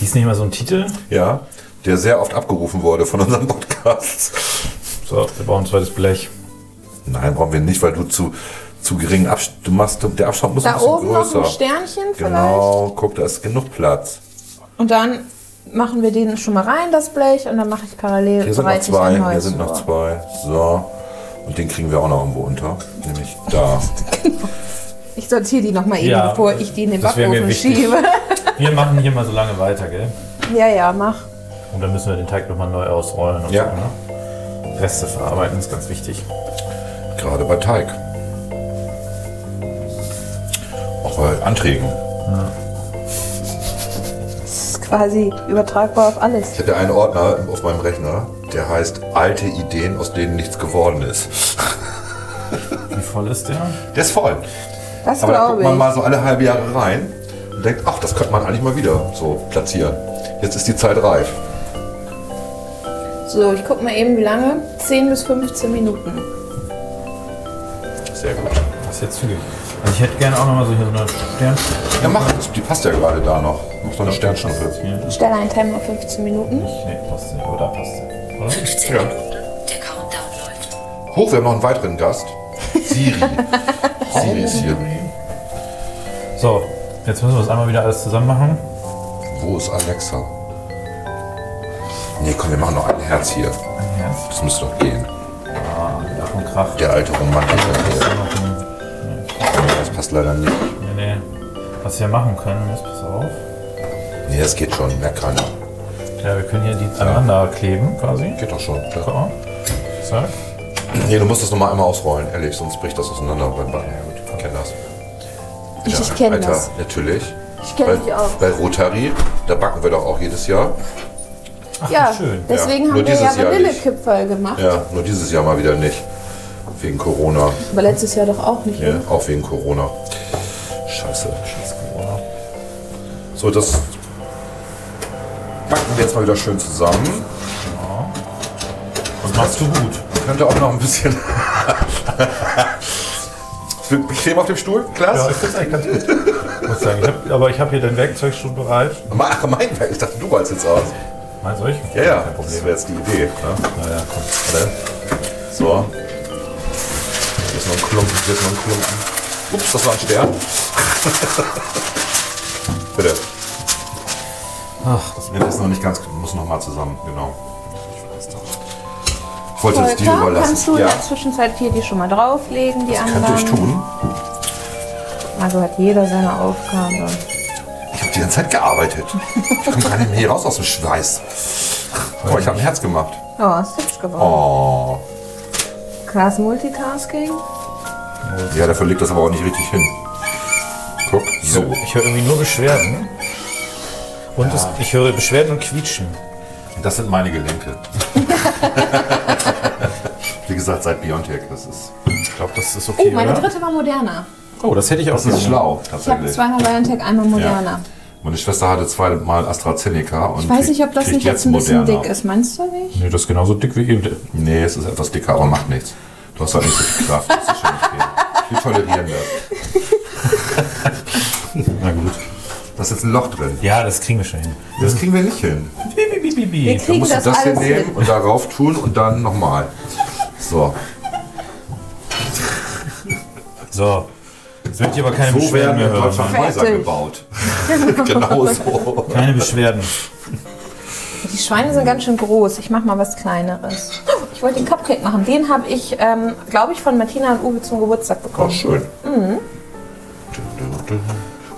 Hieß nicht mal so ein Titel? Ja, der sehr oft abgerufen wurde von unserem Podcast. So, wir brauchen ein zweites Blech. Nein, brauchen wir nicht, weil du zu, zu geringen Abstand, du machst, der Abstand muss ein Da bisschen oben noch größer. ein Sternchen vielleicht. genau, guck, da ist genug Platz. Und dann machen wir den schon mal rein, das Blech, und dann mache ich parallel Hier sind noch bereite ich ein zwei, hier neues sind noch vor. zwei. So. Und den kriegen wir auch noch irgendwo unter. Nämlich da. Ich sortiere die nochmal eben, Ja, bevor ich die in den das wär mir Backofen wichtig. schiebe. Wir machen hier mal so lange weiter, gell? ja, ja, mach. Und dann müssen wir den Teig nochmal neu ausrollen. Und Ja. So, ne? Reste verarbeiten ist ganz wichtig. Gerade bei Teig. Auch bei Anträgen. Das ist quasi übertragbar auf alles. Ich hatte einen Ordner auf meinem Rechner, der heißt alte Ideen, aus denen nichts geworden ist. Wie voll ist der? Der ist voll. Das Aber da glaube guckt ich. man mal so alle halbe Jahre rein und denkt, ach, das könnte man eigentlich mal wieder so platzieren. Jetzt ist die Zeit reif. So, ich guck mal eben, wie lange. 10 bis 15 Minuten. Sehr gut. Das ist jetzt zügig. Also ich hätte gerne auch nochmal so hier so eine Stern. Ja, mach das. Die passt ja gerade da noch. Mach doch eine Sternschnuppe. Hier. Stelle einen Timer auf 15 Minuten. Nee, passt nicht. Oder passt nicht. Oder? 15 Ja. Minuten. Der Countdown läuft. Hoch, wir haben noch einen weiteren Gast. Siri. Siri ist hier. So, jetzt müssen wir das einmal wieder alles zusammen machen. Wo ist Alexa? Nee, komm, wir machen noch ein Herz hier. Ein Herz. Das müsste doch gehen. Lach und Krach. Der alte Romantiker hier. Noch ein- Das passt leider nicht. Nee, nee. Was wir machen können, ist, pass auf. Nee, das geht schon. Merkt keiner. Ja, wir können hier die aneinander kleben quasi. Geht doch schon. Guck mal. Zack. Nee, du musst das nochmal einmal ausrollen, ehrlich, sonst bricht das auseinander. Beim Backen. Ja, gut, ich kenn das. Ich, Ja, ich kenne Alter, das. natürlich. Ich Bei, kenne die auch. bei Rotary, da backen wir doch auch jedes Jahr. ja, schön. Ja, deswegen nur haben wir ja dieses Jahr nicht. Vanillekipferl gemacht. Ja, nur dieses Jahr mal wieder nicht. Wegen Corona. Aber letztes Jahr doch auch nicht. Ja, auch wegen Corona. Scheiße, scheiß Corona. So, das backen wir jetzt mal wieder schön zusammen. Das machst du gut. Könnte auch noch ein bisschen. Bequem auf dem Stuhl, Ja, Klaas? ich finde eigentlich ganz gut. Muss sagen, ich hab, aber ich habe hier dein Werkzeug schon bereit. Ach, mein Werk, ich dachte, du rollst jetzt aus. Meinst du? ich? Ja, ja, Kein das Problem. wäre jetzt die Idee. Ne? Naja, komm. Warte. So. Hier ist noch ein Klumpen, hier ist noch ein Klumpen. Ups, das war ein Stern. Bitte. Ach, das wird jetzt noch nicht ganz, muss noch mal zusammen, genau. Ich weiß doch. Ich wollte es dir Volker, überlassen. kannst du ja, in der Zwischenzeit hier die schon mal drauflegen, die könnte anderen? ich tun. Also hat jeder seine Aufgabe. Ich habe die ganze Zeit gearbeitet. Ich komme gar nicht mehr hier raus aus dem Schweiß. Boah, ich habe ein Herz gemacht. Ja, ist hübsch geworden. Oh. Klaas Multitasking. Oh, Ja, dafür liegt das aber auch nicht richtig hin. Guck, so. Ich höre irgendwie nur Beschwerden. Und es, ich höre Beschwerden und Quietschen. Das sind meine Gelenke. Wie gesagt, seit Biontech, das ist, Ich glaube, das ist Oh, okay, meine oder? dritte war moderner. Oh, das hätte ich auch das ist gerne. schlau, Ich habe tatsächlich. zweimal BioNTech, einmal moderner. Meine Schwester hatte zweimal AstraZeneca und Ich weiß nicht, ob das kriegt nicht jetzt ein bisschen moderner. dick ist. Meinst du nicht? Nee, das ist genauso dick wie eben. Nee, es ist etwas dicker, aber macht nichts. Du hast halt nicht so viel Kraft. Das ist schon okay. Wir tolerieren das. Na gut. Da ist jetzt ein Loch drin. Ja, das kriegen wir schon hin. Das kriegen wir nicht hin. Bi, bi, bi, bi. Wir Dann kriegen musst du das, das hier alles nehmen hin. und darauf tun und dann nochmal. So. So. Jetzt wird hier aber keine So werden Beschwerden mehr in hören. ne? Deutschland Fertig. Häuser gebaut. genau so. Keine Beschwerden. Die Schweine sind ganz schön groß. Ich mache mal was Kleineres. Ich wollte den Cupcake machen. Den habe ich, ähm, glaube ich, von Martina und Uwe zum Geburtstag Auch bekommen. schön. Mhm.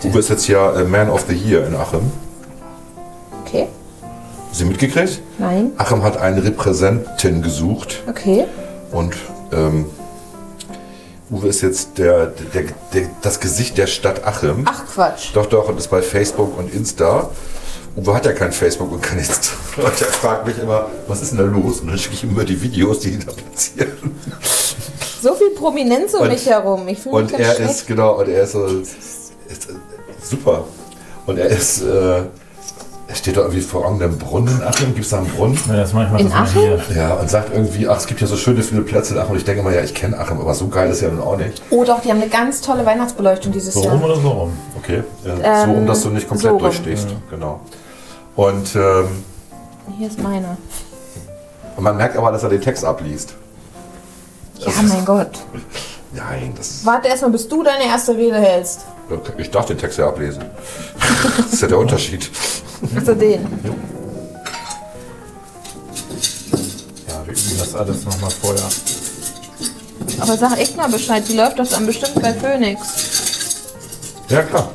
Uwe ist jetzt ja äh, Man of the Year in Achim. Okay. Sie mitgekriegt? Nein. Achim hat eine Repräsentin gesucht Okay. und ähm, Uwe ist jetzt der, der, der, das Gesicht der Stadt Achim. Ach Quatsch. Doch, doch, und ist bei Facebook und Insta. Uwe hat ja kein Facebook und kein Insta. Und er fragt mich immer, was ist denn da los? Und dann schicke ich ihm immer die Videos, die ihn da platzieren. So viel Prominenz um Und- mich herum. Ich fühle mich Und ganz er schlecht. ist, genau, und er ist so. Ist, äh, super. Und er ist. Äh, er steht da irgendwie vor irgendeinem Brunnen in Achim. Gibt es da einen Brunnen? Ja, das manchmal In das man hier- Ja, und sagt irgendwie, ach, es gibt ja so schöne viele Plätze in Achim. Und ich denke mal, ja, ich kenne Achim, aber so geil ist ja nun auch nicht. Oh doch, die haben eine ganz tolle Weihnachtsbeleuchtung dieses So rum Jahr. oder so rum? Okay. Äh, so, um dass du nicht komplett Ähm, so rum. durchstehst. Genau. Und ähm, Hier ist meine. und man merkt aber, dass er den Text abliest. Ja, mein Gott. Nein, das. Warte erstmal, bis du deine erste Rede hältst. Ich darf den Text ja ablesen. Das ist ja der Unterschied. Also den. Ja, wir üben das alles nochmal vorher. Aber sag echt mal Bescheid, die läuft doch dann bestimmt bei Phoenix. Ja, klar.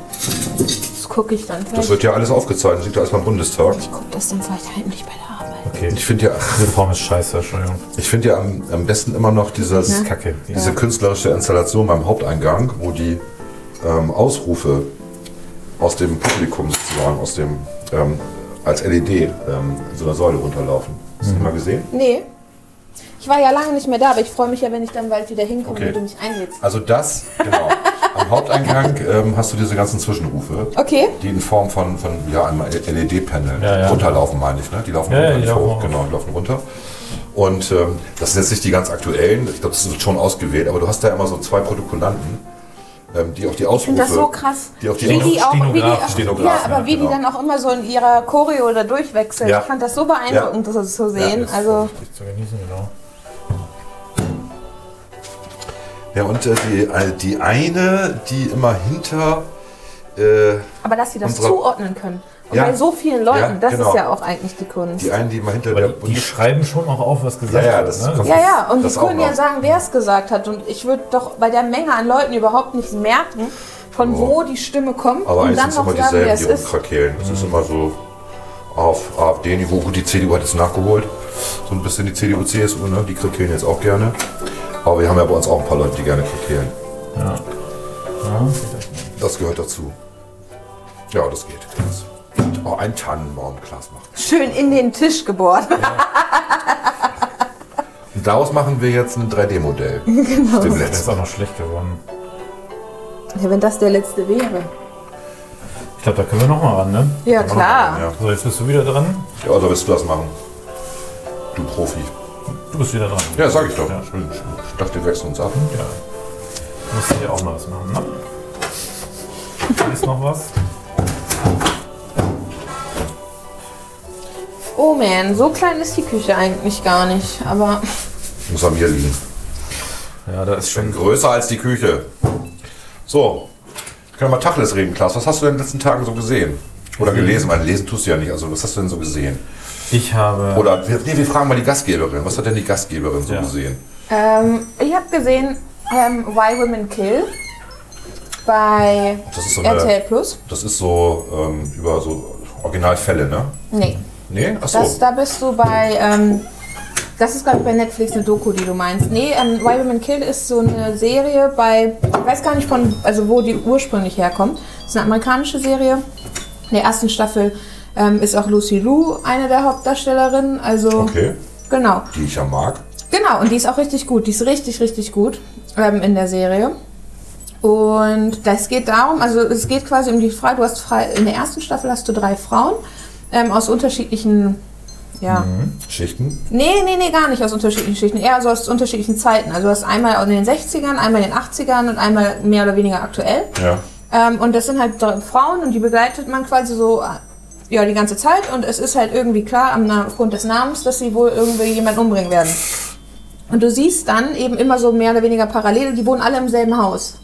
Das gucke ich dann Das vielleicht. wird ja alles aufgezeichnet. Das liegt ja alles beim Bundestag. Ich gucke das dann vielleicht heimlich bei der Arbeit. Okay. Ich finde ja. Diese Form ist scheiße, Entschuldigung. Ich finde ja am, am besten immer noch dieses, Ja. Kacke. diese künstlerische Installation beim Haupteingang, wo die ähm, Ausrufe aus dem Publikum sozusagen, aus dem, ähm, als LED ähm, in so einer Säule runterlaufen. Hast Mhm. du die mal gesehen? Nee. Ich war ja lange nicht mehr da, aber ich freue mich ja, wenn ich dann bald wieder hinkomme Okay. und du mich einlädst. Also das, genau. am Haupteingang ähm, hast du diese ganzen Zwischenrufe. Okay. Die in Form von, von ja, einem LED-Panel Ja, ja. runterlaufen, meine ich. Ne? Die laufen Ja, runter, ja, die nicht laufen hoch. hoch. Genau, die laufen runter. Und ähm, das sind jetzt nicht die ganz aktuellen. Ich glaube, das ist schon ausgewählt. Aber du hast da immer so zwei Protokollanten, ähm, die auch die Ausrufe... Ich finde das so krass. Die auch die wie die Ausrufe- auch, wie die Stenografen. auch, ja, Stenografen, aber ja, wie genau. die dann auch immer so in ihrer Choreo da durchwechseln. Ja. Ich fand das so beeindruckend, Ja. das zu sehen. das- also, Zu genießen, genau. Ja, und äh, die, äh, die eine, die immer hinter... Äh, aber dass sie das unsere- zuordnen können. Und Ja. bei so vielen Leuten, Ja, das genau. ist ja auch eigentlich die Kunst. die eine, die immer hinter Aber der... die, die schreiben schon auch auf, was gesagt Ja, ja, wird. das ne? kommt- Ja, ja, und Das die auch können ja noch. sagen, wer es gesagt hat. Und ich würde doch bei der Menge an Leuten überhaupt nicht merken, von wo die Stimme kommt aber und eigentlich dann sind es noch immer sagen, wer dieselben, es die ist. rumkrakehlen. Es ist immer so auf, ab, den Niveau, gut, die CDU hat jetzt nachgeholt. So ein bisschen die CDU, CSU, ne? die kritkeln jetzt auch gerne. Aber wir haben ja bei uns auch ein paar Leute, die gerne kritkeln. Ja. Das gehört dazu. Ja, das geht. Klaas. Oh, ein Tannenbaum, Klaas macht. Schön in den Tisch gebohrt. Und daraus machen wir jetzt ein 3D-Modell. Genau. Dem Der ist letzten. auch noch schlecht geworden. Ja, wenn das der letzte wäre. Ich glaube, da können wir nochmal ran, ne? Ja, klar. Ja. So, jetzt bist du wieder dran. ja, da wirst du das machen. Du Profi. Du bist wieder dran. Ja, sag ich doch. Ja. Ich dachte, wir wechseln uns ab. Ja. Musst du dir auch mal was machen, ne? Da ist noch was. Oh man, so klein ist die Küche eigentlich gar nicht. Aber Muss an mir liegen. Ja, da ist schon. Größer als die Küche. So, können wir mal Tacheles reden, Klaas. Was hast du denn in den letzten Tagen so gesehen? Oder gelesen? Weil lesen tust du ja nicht. Also, was hast du denn so gesehen? Ich habe. Oder, wir, nee, wir fragen mal die Gastgeberin. Was hat denn die Gastgeberin so Ja. gesehen? ähm, ich habe gesehen, ähm, Why Women Kill bei Das ist so RTL eine, Plus. Das ist so ähm, über so Originalfälle, ne? Nee, Nee? Achso. das, da bist du bei. Ähm, das ist, glaube ich, bei Netflix eine Doku, die du meinst. Nee, ähm, Why Women Kill ist so eine Serie bei. Ich weiß gar nicht von. Also, wo die ursprünglich herkommt. Das ist eine amerikanische Serie. In der ersten Staffel ähm, ist auch Lucy Liu eine der Hauptdarstellerinnen. Also, Okay. genau. Die ich ja mag. Genau, und die ist auch richtig gut. Die ist richtig, richtig gut ähm, in der Serie. Und das geht darum, also es geht quasi um die Frage, du hast frei, in der ersten Staffel hast du drei Frauen ähm, aus unterschiedlichen, ja, Schichten. nee, nee, nee, gar nicht aus unterschiedlichen Schichten, eher so aus unterschiedlichen Zeiten. Also du hast einmal in den 60ern, einmal in den 80ern und einmal mehr oder weniger aktuell. Ja. Ähm, und das sind halt drei Frauen und die begleitet man quasi so äh, ja, die ganze Zeit. Und es ist halt irgendwie klar am Na- aufgrund des Namens, dass sie wohl irgendwie jemanden umbringen werden. Und du siehst dann eben immer so mehr oder weniger parallel, die wohnen alle im selben Haus.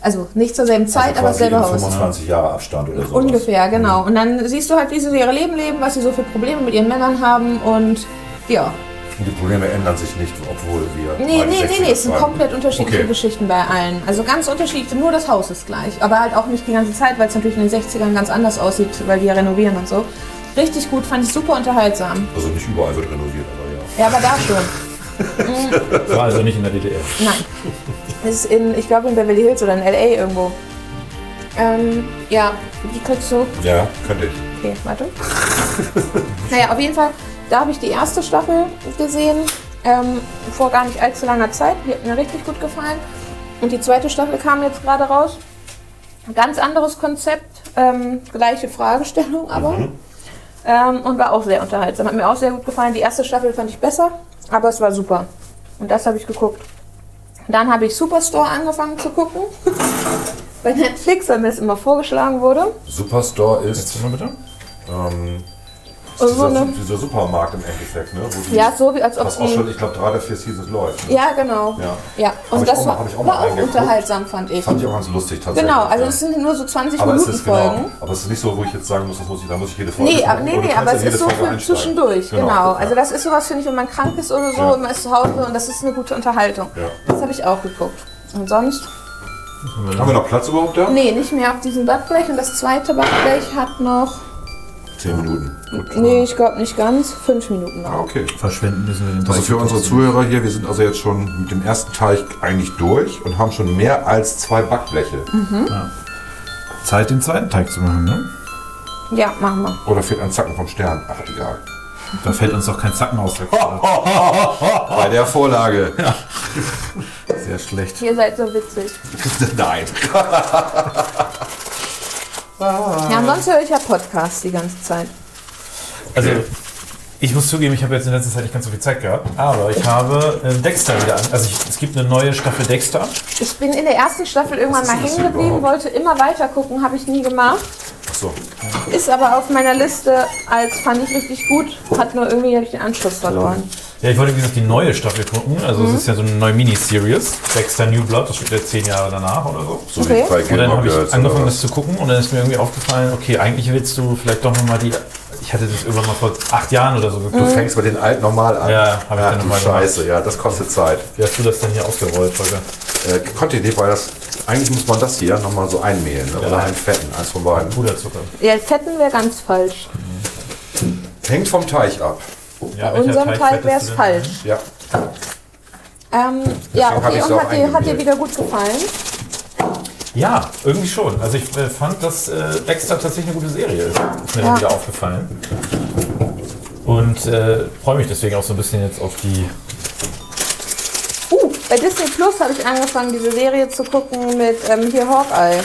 Also nicht zur selben Zeit, aber Quasi selbe in Haus. 25 Jahre Abstand oder so. Ungefähr, genau. Und dann siehst du halt, wie sie so ihre Leben leben, was sie so für Probleme mit ihren Männern haben und ja. Und die Probleme ändern sich nicht, obwohl wir. Nee, mal die nee, nee, 60er nee, es sind waren. komplett unterschiedliche Okay. Geschichten bei allen. Also ganz unterschiedliche, nur das Haus ist gleich. Aber halt auch nicht die ganze Zeit, weil es natürlich in den 60ern ganz anders aussieht, weil die ja renovieren und so. Richtig gut, fand ich super unterhaltsam. Also nicht überall wird renoviert, aber ja. Ja, aber da schon. Oh. War also nicht in der DDR. Nein. Es ist in, ich glaube, in Beverly Hills oder in L.A. irgendwo. Ähm, ja, die kriegst du Ja, könnte ich. Okay, warte. naja, auf jeden Fall, da habe ich die erste Staffel gesehen, ähm, vor gar nicht allzu langer Zeit. Die hat mir richtig gut gefallen. Und die zweite Staffel kam jetzt gerade raus. Ganz anderes Konzept, ähm, gleiche Fragestellung aber. Ähm, und war auch sehr unterhaltsam. Hat mir auch sehr gut gefallen. Die erste Staffel fand ich besser, aber es war super. Und das habe ich geguckt. Dann habe ich Superstore angefangen zu gucken. Bei Netflix, weil mir das immer vorgeschlagen wurde. Superstore ist Jetzt mal bitte. ähm, So dieser, eine- dieser Supermarkt im Endeffekt, ne? Wo die- Ja, so wie als ob was auch sie- schon, ich glaube, drei oder vier Seasons läuft. Ne? Ja, genau. Ja. ja. Hab Und ich auch das mal- war, hab ich auch mal war auch reingeguckt. unterhaltsam, fand ich. Fand ich auch ganz lustig tatsächlich. genau, also ja. es sind nur so 20 aber es Minuten ist genau, Folgen. aber es ist nicht so, wo ich jetzt sagen muss, das muss ich, da muss ich jede Folge. Nee, gucken. aber, nee, Oder du nee, kannst aber ja es jede ist so Folge für einsteigen. zwischendurch, genau. Also ja. das ist sowas, finde ich, wenn man krank ist oder so, Ja. und man ist zu Hause und das ist eine gute Unterhaltung. Ja. Das habe ich auch geguckt. Und sonst? Haben wir noch Platz überhaupt da? Nee, nicht mehr auf diesem Blattblech. Und das zweite Blattblech hat noch, Zehn Minuten. Gut. genau. nee, ich glaube nicht ganz, fünf Minuten Ah, noch. okay. Verschwenden müssen wir den Also für Beitrag unsere trotzdem. Zuhörer hier, wir sind also jetzt schon mit dem ersten Teich eigentlich durch und haben schon mehr als zwei Backbleche. Mhm. Zeit, den zweiten Teig zu machen, ne? Genau. Ja, machen wir. Oder fehlt ein Zacken vom Stern? Ach, egal. Da fällt uns doch kein Zacken aus. Oh, Bei der Vorlage. Sehr schlecht. Ihr seid so witzig. Nein. Ja, ansonsten höre ich ja Podcasts die ganze Zeit. Also, ich muss zugeben, ich habe jetzt in letzter Zeit nicht ganz so viel Zeit gehabt, aber ich habe äh, Dexter wieder an. Also, ich, es gibt eine neue Staffel Dexter. Ich bin in der ersten Staffel irgendwann Was mal ist das hängen hier geblieben, überhaupt? wollte immer weiter gucken, habe ich nie gemacht. So. Ist aber auf meiner Liste als fand ich richtig gut, hat nur irgendwie hab ich den Anschluss verloren. Ja, ich wollte, wie gesagt, die neue Staffel gucken. Also, Mhm. es ist ja so eine neue Miniseries. Dexter New Blood, das spielt ja zehn Jahre danach oder so. So wie bei Und dann Gilmore habe Girls. ich angefangen, oder das zu gucken und dann ist mir irgendwie aufgefallen, okay, eigentlich willst du vielleicht doch nochmal die. Ich hatte das irgendwann mal vor acht Jahren oder so geguckt. was? Du fängst mit den alten normal an. Ja, hab ich dann Ach, du nochmal gemacht. Scheiße, ja, das kostet Zeit. Mhm. Wie hast du das denn hier ausgerollt, Volker? Äh, konnte ich nicht, weil das, eigentlich muss man das hier nochmal so einmehlen. Ne? Oder einen fetten, eins von beiden. Puderzucker. Ja, Fetten wäre ganz falsch. Hängt vom Teich ab. Ja, Bei welcher unserem Teig Teig wäre fettest du es denn falsch. Ja. Ähm, ja, hab okay. ich's Und auch hat dir, hat dir eingebildet. wieder gut gefallen? ein? Ja, irgendwie schon. Also ich äh, fand, dass äh, Dexter tatsächlich eine gute Serie ist. Ist mir dann wieder aufgefallen. Und äh, freue mich deswegen auch so ein bisschen jetzt auf die... Uh, bei Disney Plus habe ich angefangen, diese Serie zu gucken mit ähm, hier Hawkeye.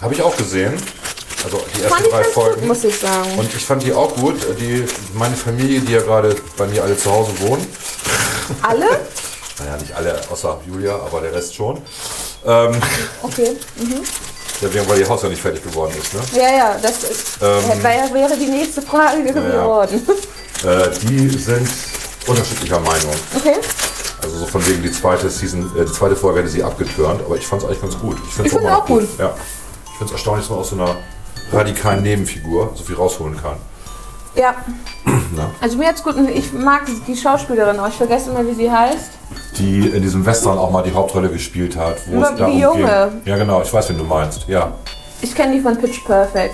Habe ich auch gesehen. Also die ersten Fand ich drei ganz gut, Folgen. muss ich sagen. Und ich fand die auch gut. Die, meine Familie, die ja gerade bei mir alle zu Hause wohnen. Alle? Naja, nicht alle außer Julia, aber der Rest schon. Ähm, Okay. deswegen, weil ihr Haus ja nicht fertig geworden ist. Ne? Ja, ja, das ist, Ähm. wär- wäre die nächste Frage geworden. Äh, die sind unterschiedlicher Meinung. Okay. Also so von wegen die zweite Season, äh, die zweite Folge hätte sie abgetürnt, aber ich fand es eigentlich ganz gut. Ich finde Ich find's auch gut. Ja. Ich finde es erstaunlich, dass man aus so einer radikalen Nebenfigur so viel rausholen kann. Ja. Na? Also mir hat's gut. Ich mag die Schauspielerin auch. Ich vergesse immer, wie sie heißt. Die in diesem Western auch mal die Hauptrolle gespielt hat, wo es Die darum Junge. ging. Ja genau, ich weiß, wen du meinst. Ja, Ich kenne die von Pitch Perfect.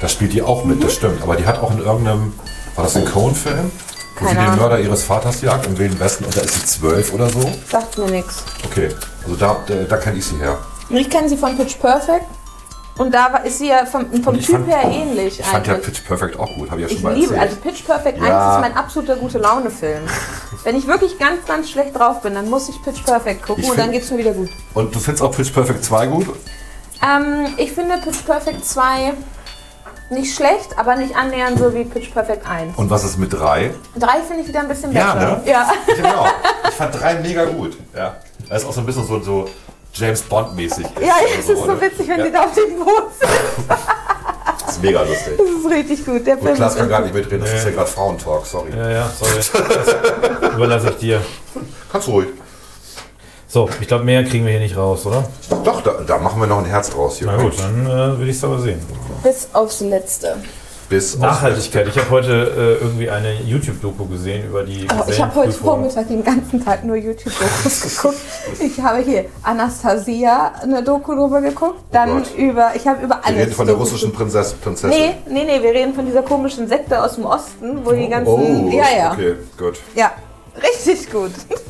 da spielt die auch mit, Mhm. das stimmt. Aber die hat auch in irgendeinem, war das ein Cone-Film? Wo sie Keine den Ahnung. Mörder ihres Vaters jagt im Wilden Westen und da ist sie zwölf oder so. Sagt mir nichts. Okay, also da, da, da kenne ich sie her. Ich kenne sie von Pitch Perfect. Und da war, ist sie ja vom, vom Und ich Typ fand- her ähnlich Ich fand ja eigentlich. Pitch Perfect auch gut, habe ich ja schon Also ich mal liebe, also erzählt. Pitch Perfect 1 Ja. ist mein absoluter gute Laune-Film. Wenn ich wirklich ganz, ganz schlecht drauf bin, dann muss ich Pitch Perfect gucken Ich und dann find- geht's mir wieder gut. Und du findest auch Pitch Perfect 2 gut? Ähm, ich finde Pitch Perfect 2 nicht schlecht, aber nicht annähernd so wie Pitch Perfect 1. Und was ist mit 3? 3 finde ich wieder ein bisschen Ja, besser. ne? ja. Genau. Ich fand 3 mega gut. Ja. Das ist auch so ein bisschen so, so James Bond-mäßig. Ja, es ist ne? so witzig, wenn die da auf dem Boot sind. Das ist mega lustig. Das ist richtig gut. Der Gut, Film Klaas ist kann gar nicht mitreden, das ist ja gerade Frauentalk, sorry. Ja, ja, sorry. Das überlasse ich dir. Kannst ruhig. So, ich glaube, mehr kriegen wir hier nicht raus, oder? Doch, da, da machen wir noch ein Herz draus hier. Na gut, dann äh, will ich es aber sehen. bis aufs Letzte. Bis Nachhaltigkeit. Ich habe heute äh, irgendwie eine YouTube-Doku gesehen über die. Oh, ich habe heute Gesellenprüfung. Vormittag den ganzen Tag nur YouTube-Dokus geguckt. Ich habe hier Anastasia eine Doku drüber geguckt. Dann Oh Gott. über, ich habe über alles. Wir reden von der Dokus russischen geguckt. Prinzessin. Prinzessin. Nee, nee, nee, wir reden von dieser komischen Sekte aus dem Osten, wo die ganzen. Oh, Hm, ja, ja. okay, gut. Ja, richtig gut.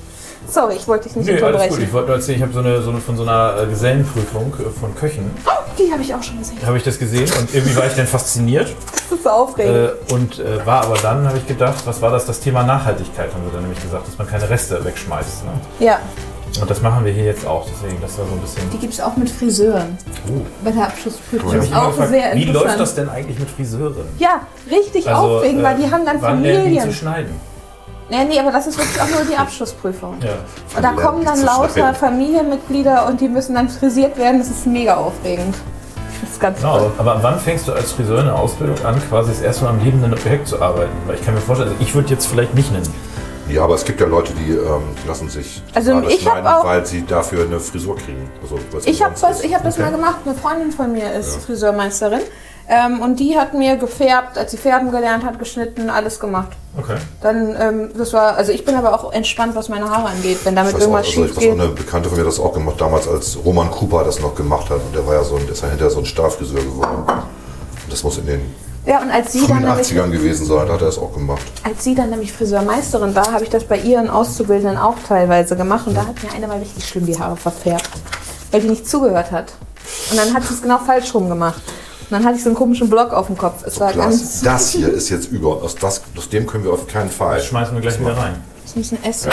Sorry, ich wollte dich nicht Nee, alles gut. unterbrechen. Ich wollte nur erzählen, ich habe so eine, so eine von so einer äh, Gesellenprüfung äh, von Köchen, Die habe ich auch schon gesehen. habe ich das gesehen und irgendwie war ich dann fasziniert. Das ist so aufregend. Äh, und äh, war aber dann, habe ich gedacht, was war das? Das Thema Nachhaltigkeit haben wir dann nämlich gesagt, dass man keine Reste wegschmeißt. Ne? ja, Und das machen wir hier jetzt auch, deswegen, das war so ein bisschen. Die gibt's auch mit Friseuren. Oh. Bei der Abschlussprüfung. Ich hab mich Das ist immer auch gefragt, sehr wie läuft das interessant. denn eigentlich mit Friseuren? ja, richtig Also, aufregend, weil die äh, haben dann wann lernen die zu Familien. schneiden. Nee, nee, aber das ist wirklich auch nur die Abschlussprüfung. Ja. Und da Ja, kommen dann zu lauter schneiden. Familienmitglieder und die müssen dann frisiert werden. Das ist mega aufregend. Das ist ganz Genau, toll. aber wann fängst du als Friseur eine Ausbildung an, quasi das erste Mal am lebenden Objekt zu arbeiten? Weil ich kann mir vorstellen, also ich würde jetzt vielleicht nicht nennen. Ja, aber es gibt ja Leute, die, ähm, die lassen sich Also gerade ich hab schneiden, auch- weil sie dafür eine Frisur kriegen. Also, weil's Ich habe umsonst das, ist. ich hab das mal gemacht. Eine Freundin von mir ist Friseurmeisterin. Ähm, und die hat mir gefärbt, als sie färben gelernt hat, geschnitten, alles gemacht. Okay. Dann, ähm, das war, also ich bin aber auch entspannt, was meine Haare angeht, wenn damit Ich weiß, auch, irgendwas also schief ich weiß auch, geht. eine Bekannte von mir hat das auch gemacht, damals als Roman Cooper das noch gemacht hat. Und der war ja so ein, ist ja hinterher so ein Starfriseur geworden. Und das muss in den Ja, und als sie, dann frühen nämlich, 80ern gewesen sein, hat er es auch gemacht. als sie dann nämlich Friseurmeisterin war, habe ich das bei ihren Auszubildenden auch teilweise gemacht. Und da hat mir eine mal richtig schlimm die Haare verfärbt, weil die nicht zugehört hat. Und dann hat sie es genau falsch rum gemacht. Und dann hatte ich so einen komischen Block auf dem Kopf. Es war Klaas, ganz. das hier ist jetzt über. Aus, das, aus dem können wir auf keinen Fall. Das schmeißen wir gleich wieder rein. Das müssen Essen.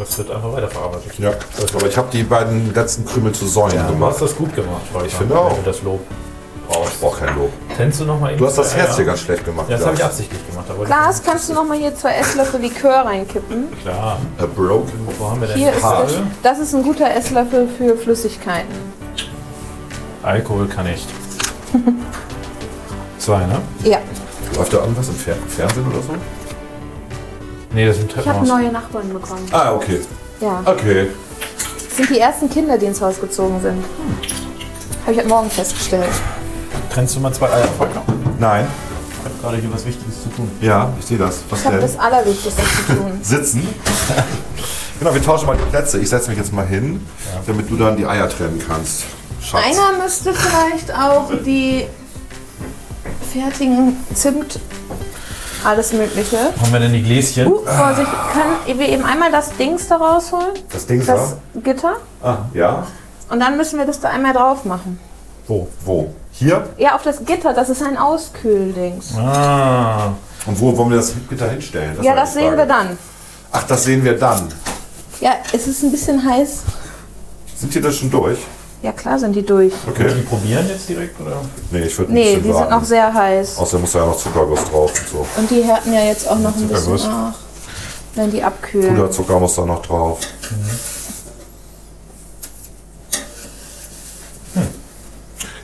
Das wird einfach weiterverarbeitet. Ja, aber ich habe die beiden letzten Krümel zu Säulen Du hast gemacht. das gut gemacht, Volker, ich finde Wenn auch. du das Lob Ich brauchst. brauche kein Lob. Tänzt du nochmal Du hast das Herz hier ganz schlecht gemacht. Ja, das habe ich Klaas. absichtlich gemacht. Da wollte Glas, kannst du noch mal hier zwei Esslöffel Likör reinkippen? ich klar. A broken Wo haben wir denn Hier ist das, Farbe? das ist ein guter Esslöffel für Flüssigkeiten. Alkohol kann ich. Zwei, ne? Ja, Läuft da irgendwas im Fer Fernsehen oder so? Nee, das sind ich habe Treppenhaus. neue Nachbarn bekommen. Ah, okay. Ja. Okay. Das sind die ersten Kinder, die ins Haus gezogen sind. Habe ich heute Morgen festgestellt. Trennst du mal zwei Eier, Volker? Nein. Ich habe gerade hier was Wichtiges zu tun. Ja, ich sehe das. Was Ich habe das Allerwichtigste zu tun. Sitzen. genau, wir tauschen mal die Plätze. Ich setze mich jetzt mal hin, damit du dann die Eier trennen kannst. Schatz. Einer müsste vielleicht auch die fertigen Zimt Alles Mögliche. Haben wir denn die Gläschen? Uh, Ah. Vorsicht, können wir eben einmal das Dings da rausholen? Das Ding Das da? Gitter? Ah, ja. Und dann müssen wir das da einmal drauf machen. Wo? Wo? Hier? Ja, auf das Gitter, das ist ein Auskühldings. Ah, Und wo wollen wir das Gitter hinstellen? ja, war das die sehen wir Frage. dann. Ach, das sehen wir dann. Ja, es ist ein bisschen heiß. Sind die das schon durch? Ja, klar sind die durch. wollen wir die Okay. probieren jetzt direkt? Oder? Nee, ich würde Nee, die sind noch sehr heiß. Außerdem muss da ja noch Zuckerguss drauf und so. Und die härten ja jetzt auch noch ein bisschen Zuckerguss. nach, wenn die abkühlen. Puderzucker muss da noch drauf. Mhm.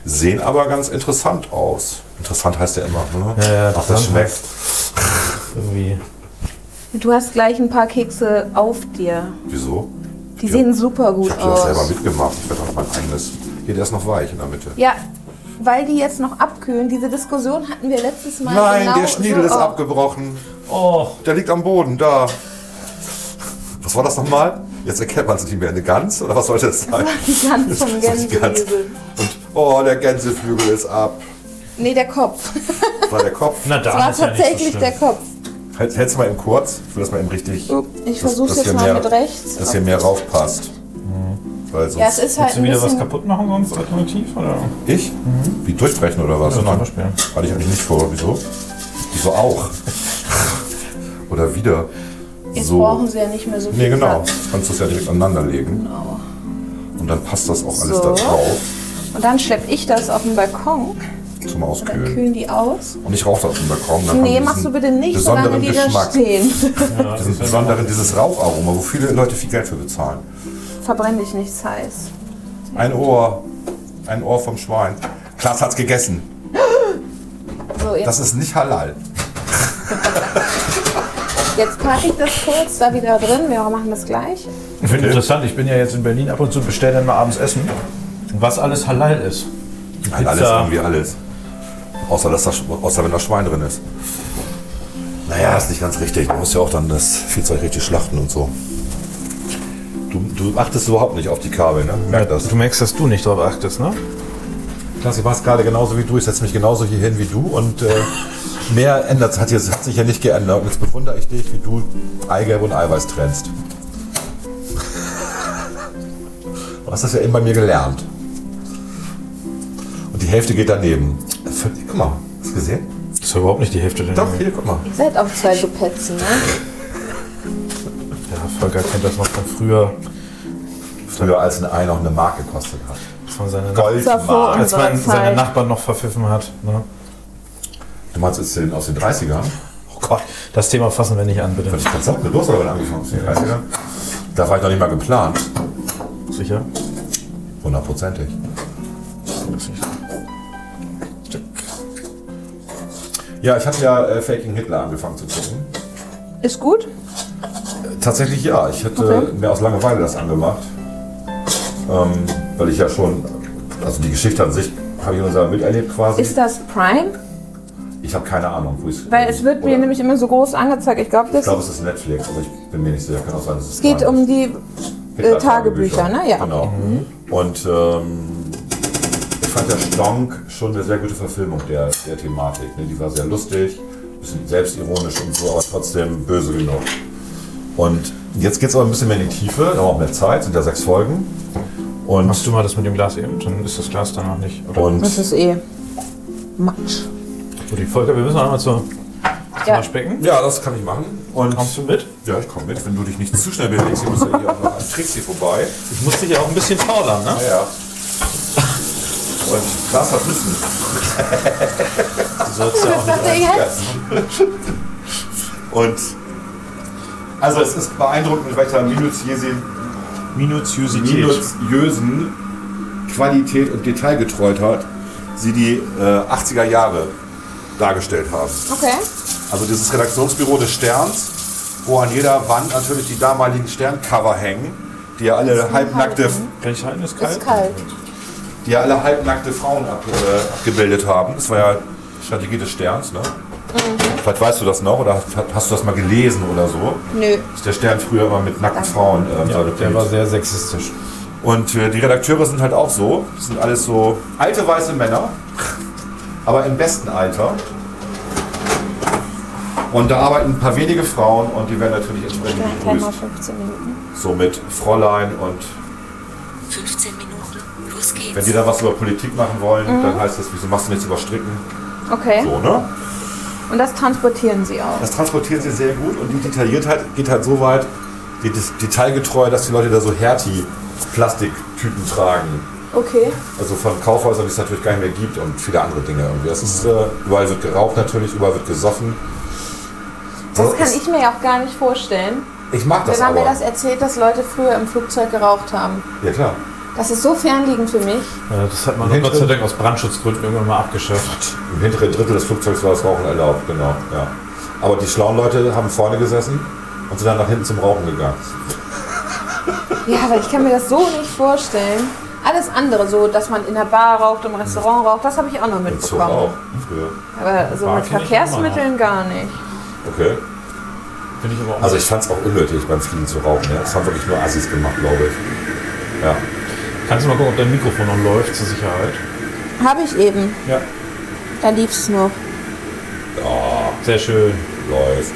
Sehen aber ganz interessant aus. Interessant heißt der immer, ne? Ja, ja, Ach, das interessant. schmeckt. Irgendwie. Du hast gleich ein paar Kekse auf dir. Wieso? Die sehen super Ich gut habe die auch selber aus. mitgemacht. Ich werde auch mein eigenes. Hier, der ist noch weich in der Mitte. Ja, weil die jetzt noch abkühlen. Diese Diskussion hatten wir letztes Mal. Nein, genau der Schniedel so ist auch. abgebrochen. Oh, Der liegt am Boden, da. Was war das nochmal? Jetzt erkennt man es nicht mehr. Eine Gans oder was sollte es sein? Die Gans vom Das ist die Gans. Gänseflügel. Und oh, der Gänseflügel ist ab. Nee, der Kopf. Das war der Kopf. na da. Das war ist ja nicht so tatsächlich schlimm. der Kopf. Hält- Hältst du mal eben kurz? Ich will das mal eben richtig. Oh, Ich dass- versuche dass jetzt hier mal mehr- mit rechts. Dass hier mehr raufpasst. Also, Weil sonst Ja, es ist halt Willst du ein wieder was bisschen. kaputt machen sonst alternativ? Oder? ich? Wie durchbrechen oder was? Ja, noch mal spielen. Hatte ich eigentlich nicht vor. Wieso? Wieso auch? oder wieder? Jetzt so. brauchen sie ja nicht mehr so viel. Nee, genau. Platz. Jetzt kannst du es ja direkt aneinanderlegen. Genau. Und dann passt das auch alles So. da drauf Und dann schleppe ich das auf den Balkon. zum Dann Auskühlen. kühlen die aus. Und ich rauche das auf dem Balkon. Dann haben Nee, wir machst diesen du bitte nicht, solange besonderen die da Geschmack. stehen. Ja, das Diesen ist ja besonderen, dieses Raucharoma, wo viele Leute viel Geld für bezahlen. Verbrenne dich nicht heiß. Ein Ohr. Ein Ohr vom Schwein. Klaas hat's gegessen. So, jetzt, Das ist nicht halal. jetzt packe ich das kurz da wieder drin. Wir machen das gleich. Ich finde interessant, ich bin ja jetzt in Berlin ab und zu bestelle dann mal abends Essen, was alles halal ist. Halal ist Pizza. irgendwie alles. Außer, dass das, außer wenn da Schwein drin ist. Naja, ist nicht ganz richtig. Man muss ja auch dann das Viehzeug richtig schlachten und so. Du, du achtest überhaupt nicht auf die Kabel, ne? Merk das. merkst, dass du nicht drauf achtest, ne? Klaas, ich war es gerade genauso wie du. Ich setze mich genauso hier hin wie du und äh, mehr ändert hat, jetzt- hat sich ja nicht geändert. Und jetzt bewundere ich dich, wie du Eigelb und Eiweiß trennst. Du hast das ja eben bei mir gelernt. Und die Hälfte geht daneben. Völlig- Guck mal, hast du gesehen? Das ist ja überhaupt nicht die Hälfte. denn- Doch, hier, guck mal. Ihr seid auch zwei so Petzen, ne? Ja, Volker kennt das noch von früher, Früher als ein Ei noch eine Mark gekostet hat. als man seine, war vor Goldmark. als unserer man Zeit. seine Nachbarn noch verpfiffen hat. Ne? Du meinst jetzt den aus den 30ern? Oh Gott, das Thema fassen wir nicht an, bitte. Ich kann sagen, du hast aber angefangen aus den 30ern. Da war ich noch nicht mal geplant. Sicher? Hundertprozentig. Ja, ich habe ja äh, Faking Hitler angefangen zu gucken. Ist gut? Tatsächlich ja, ich hätte mir aus Langeweile das angemacht. Ähm, weil ich ja schon, also die Geschichte an sich habe ich in unserer miterlebt quasi. Ist das Prime? ich habe keine Ahnung, wo ich es. Weil es wird mir oder- nämlich immer so groß angezeigt. Ich glaube, Ich das glaube, es ist Netflix, aber ich bin mir nicht sicher. Kann auch sein, dass es es geht Prime ist. um die äh, Tagebücher, ne? Ja. Genau. Und ähm, ich fand ja Stonk schon eine sehr gute Verfilmung der, der Thematik. Ne? Die war sehr lustig, ein bisschen selbstironisch und so, aber trotzdem böse genug. Und jetzt geht es aber ein bisschen mehr in die Tiefe, wir haben auch mehr Zeit, sind ja sechs Folgen. Und, Machst du mal das mit dem Glas eben, dann ist das Glas danach nicht. Oder? und Das ist eh Matsch. So, die Volker, wir müssen noch einmal zum Ja, Waschbecken. ja, das kann ich machen. Und Kommst du mit? ja, ich komme mit, wenn du dich nicht zu schnell bewegst. Ich muss ja hier auch noch an Trixi vorbei. Ich muss dich ja auch ein bisschen fordern, ne? Naja. Und Glas hat Mützen. Du sollst ja auch was sagt ihr jetzt? Und also es ist beeindruckend, mit welcher minutiösen, Minutiosität. minutiösen Qualität und Detailgetreuheit sie die äh, 80er Jahre dargestellt haben. Okay. Also dieses Redaktionsbüro des Sterns, wo an jeder Wand natürlich die damaligen Sterncover hängen, die ja alle halbnackte, Kann ich halten? Ist kalt? Ist kalt. die ja alle halbnackte Frauen ab, äh, abgebildet haben. Das war ja Strategie des Sterns, ne? Vielleicht weißt du das noch oder hast, hast du das mal gelesen oder so? Nö. Ist der Stern früher immer mit nackten Frauen ähm, Ja, salutiert. der war sehr sexistisch. Und äh, die Redakteure sind halt auch so. Das sind alles so alte weiße Männer, aber im besten Alter. Und da arbeiten ein paar wenige Frauen und die werden natürlich entsprechend Timer begrüßt. 15 Minuten. So mit Fräulein und 15 Minuten. Los geht's. wenn die da was über Politik machen wollen, dann heißt das, wieso machst du nichts über Stricken? Okay. So, ne? Und das transportieren sie auch. Das transportieren sie sehr gut und die Detailliertheit geht halt so weit, die, das detailgetreu, dass die Leute da so Hertie-Plastiktüten tragen. Okay. Also von Kaufhäusern, die es natürlich gar nicht mehr gibt und viele andere Dinge irgendwie. Das Mhm. ist, äh, überall wird geraucht natürlich, überall wird gesoffen. Das kann ich mir ja auch gar nicht vorstellen. Ich mag das Wer haben aber. mir das erzählt, dass Leute früher im Flugzeug geraucht haben? ja klar. Das ist so fernliegend für mich. Äh, Das hat man doch Gott sei Dank aus Brandschutzgründen irgendwann mal abgeschafft. Im hinteren Drittel des Flugzeugs war das Rauchen erlaubt, genau. Ja. Aber die schlauen Leute haben vorne gesessen und sind dann nach hinten zum Rauchen gegangen. Ja, aber ich kann mir das so nicht vorstellen. Alles andere, so dass man in der Bar raucht, im Restaurant raucht, das habe ich auch noch Im Zug auch. mitbekommen. Früher. Aber so Bar mit kenn ich Verkehrsmitteln gar nicht. Okay. Finde ich aber auch. Also ich fand es auch unnötig, beim Fliegen zu rauchen. Ja. Das haben wirklich nur Assis gemacht, glaube ich. Ja. Kannst du mal gucken, ob dein Mikrofon noch läuft zur Sicherheit? Habe ich eben. Ja. Da lief es noch. Oh, Sehr schön. Läuft.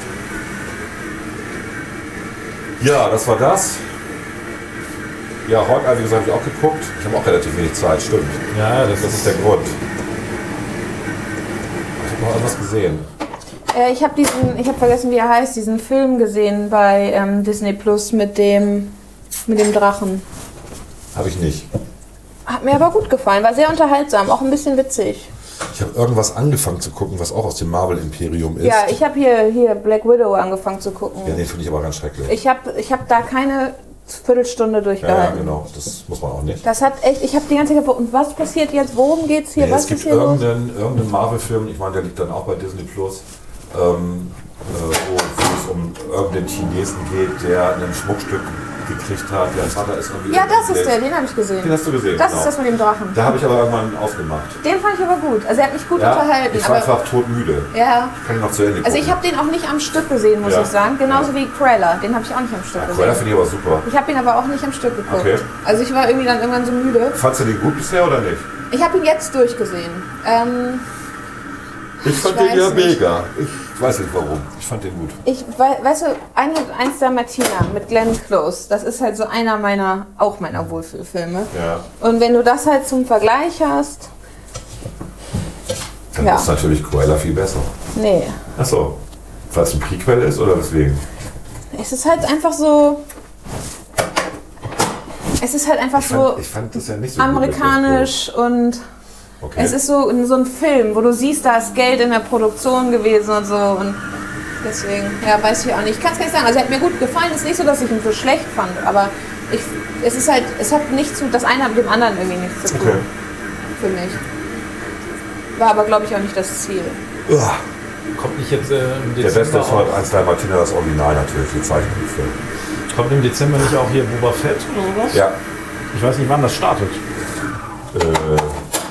Ja, das war das. Ja, Hawkeye, wie gesagt, habe ich auch geguckt. Ich habe auch relativ wenig Zeit, stimmt. Ja, das, Das ist der Grund. Ich habe noch irgendwas gesehen. Äh, ich habe diesen, ich habe vergessen, wie er heißt, diesen Film gesehen bei ähm, Disney Plus mit dem, mit dem Drachen. Habe ich nicht. Hat mir aber gut gefallen, war sehr unterhaltsam, auch ein bisschen witzig. Ich habe irgendwas angefangen zu gucken, was auch aus dem Marvel-Imperium ist. Ja, ich habe hier, hier Black Widow angefangen zu gucken. Ja, den finde ich aber ganz schrecklich. Ich habe ich hab da keine ja, Viertelstunde ja, durchgehalten. genau. Das muss man auch nicht. Das hat echt, ich habe die ganze Zeit gefragt, und was passiert jetzt, worum geht's hier, Nee, was es gibt ist hier los? irgendeinen, irgendeinen Marvel-Film, ich meine, der liegt dann auch bei Disney Plus, ähm, äh, wo wo es um irgendeinen Chinesen geht, der ein Schmuckstück gekriegt hat. Der Vater ist irgendwie. Ja, das ist der, irgendwie- den habe ich gesehen. Den hast du gesehen. das genau. ist das mit dem Drachen. da habe ich aber irgendwann aufgemacht. Den fand ich aber gut. Also er hat mich gut unterhalten. ich war aber, einfach todmüde. ja. Ich kann ihn noch zu Ende Also gucken. ich habe den auch nicht am Stück gesehen, muss Ja. ich sagen. Genauso wie Cruella. Den habe ich auch nicht am Stück ja, Cruella gesehen. finde ich aber super. Ich habe ihn aber auch nicht am Stück geguckt. Okay. Also ich war irgendwie dann irgendwann so müde. Fandst du den gut bisher oder nicht? Ich habe ihn jetzt durchgesehen. Ähm, Ich fand Ich den ja weiß nicht. mega. Ich weiß nicht warum. Ich fand den gut. ich wei- weißt du, 101 der Martina mit Glenn Close, das ist halt so einer meiner, auch meiner Wohlfühlfilme. Ja. Und wenn du das halt zum Vergleich hast, Dann Ja. ist natürlich Cruella viel besser. nee. Achso. Weil es ein Prequel ist oder weswegen? Es ist halt einfach so. Es ist halt einfach Ich fand, so ich fand das ja nicht so gut mit dem Close. amerikanisch und Okay. es ist so, so ein Film, wo du siehst, da ist Geld in der Produktion gewesen und so. Und deswegen, ja, weiß ich auch nicht. Ich kann es gar nicht sagen. Also, er hat mir gut gefallen. Es ist nicht so, dass ich ihn so schlecht fand, aber ich, es ist halt, es hat nichts zu, das eine hat mit dem anderen irgendwie nichts zu tun. Okay. Für mich. War aber, glaube ich, auch nicht das Ziel. Uah. Kommt nicht jetzt äh, im Der beste Dezember ist auch, 101 Dalmatiner Martina, das Original natürlich, die Zeichentrickfilm. Kommt im Dezember nicht auch hier Boba Fett oder sowas? Ja, Ich weiß nicht, wann das startet. äh,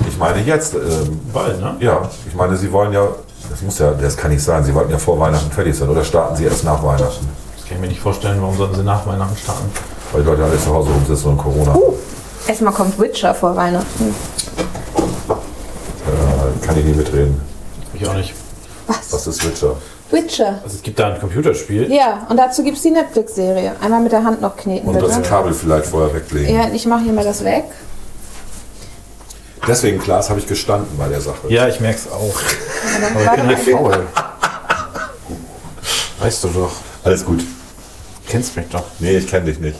ich meine jetzt, ähm, Bald, ne? ja, ich meine, Sie wollen ja, das muss ja, das kann nicht sein, Sie wollten ja vor Weihnachten fertig sein oder starten Sie erst nach Weihnachten, Das kann ich mir nicht vorstellen, warum sollten sie nach Weihnachten starten. weil die Leute alle zu Hause rumsitzen und Corona. Uh. Erstmal kommt Witcher vor Weihnachten. Äh, kann ich nicht mitreden. Ich auch nicht. Was ist Witcher? Witcher. Also es gibt da ein Computerspiel. Ja, und dazu gibt es die Netflix-Serie. Einmal mit der Hand noch kneten, Und das bitte. Kabel vielleicht vorher weglegen. Ja, ich mache hier mal das weg. Deswegen, Klaas, habe ich gestanden bei der Sache. Ja, ich merk's auch. Dann war halt doch- Faul. Weißt du doch. Alles gut. Kennst mich doch. Nee, ich kenne dich nicht.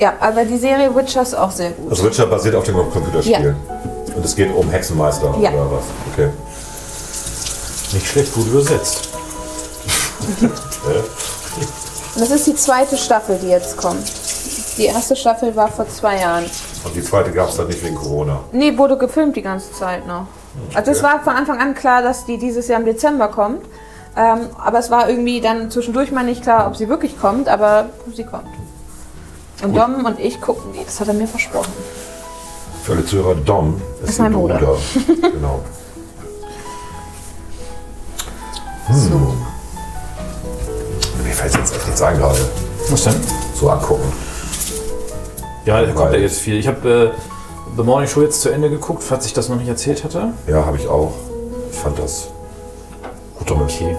Ja, aber die Serie Witcher ist auch sehr gut. Also Witcher basiert auf dem Computerspiel. Und es geht um Hexenmeister Ja. oder was? Okay. Nicht schlecht, gut übersetzt. Und das ist die zweite Staffel, die jetzt kommt. Die erste Staffel war vor zwei Jahren. Und die zweite gab es dann nicht wegen Corona. Nee, wurde gefilmt die ganze Zeit noch. Also es war von Anfang an klar, dass die dieses Jahr im Dezember kommt. Ähm, aber es war irgendwie dann zwischendurch mal nicht klar, ob sie wirklich kommt, aber sie kommt. Und Dom und ich gucken die, das hat er mir versprochen. Für alle Zuhörer, Dom ist, Ist ihr mein Bruder. genau. Hm. Mir fällt jetzt echt nichts ein gerade. Was denn? So angucken. Ja, da kommt ja Weil- jetzt viel. Ich habe äh, The Morning Show jetzt zu Ende geguckt, falls ich das noch nicht erzählt hatte. Ja, habe ich auch. Ich fand das. Gut doch okay.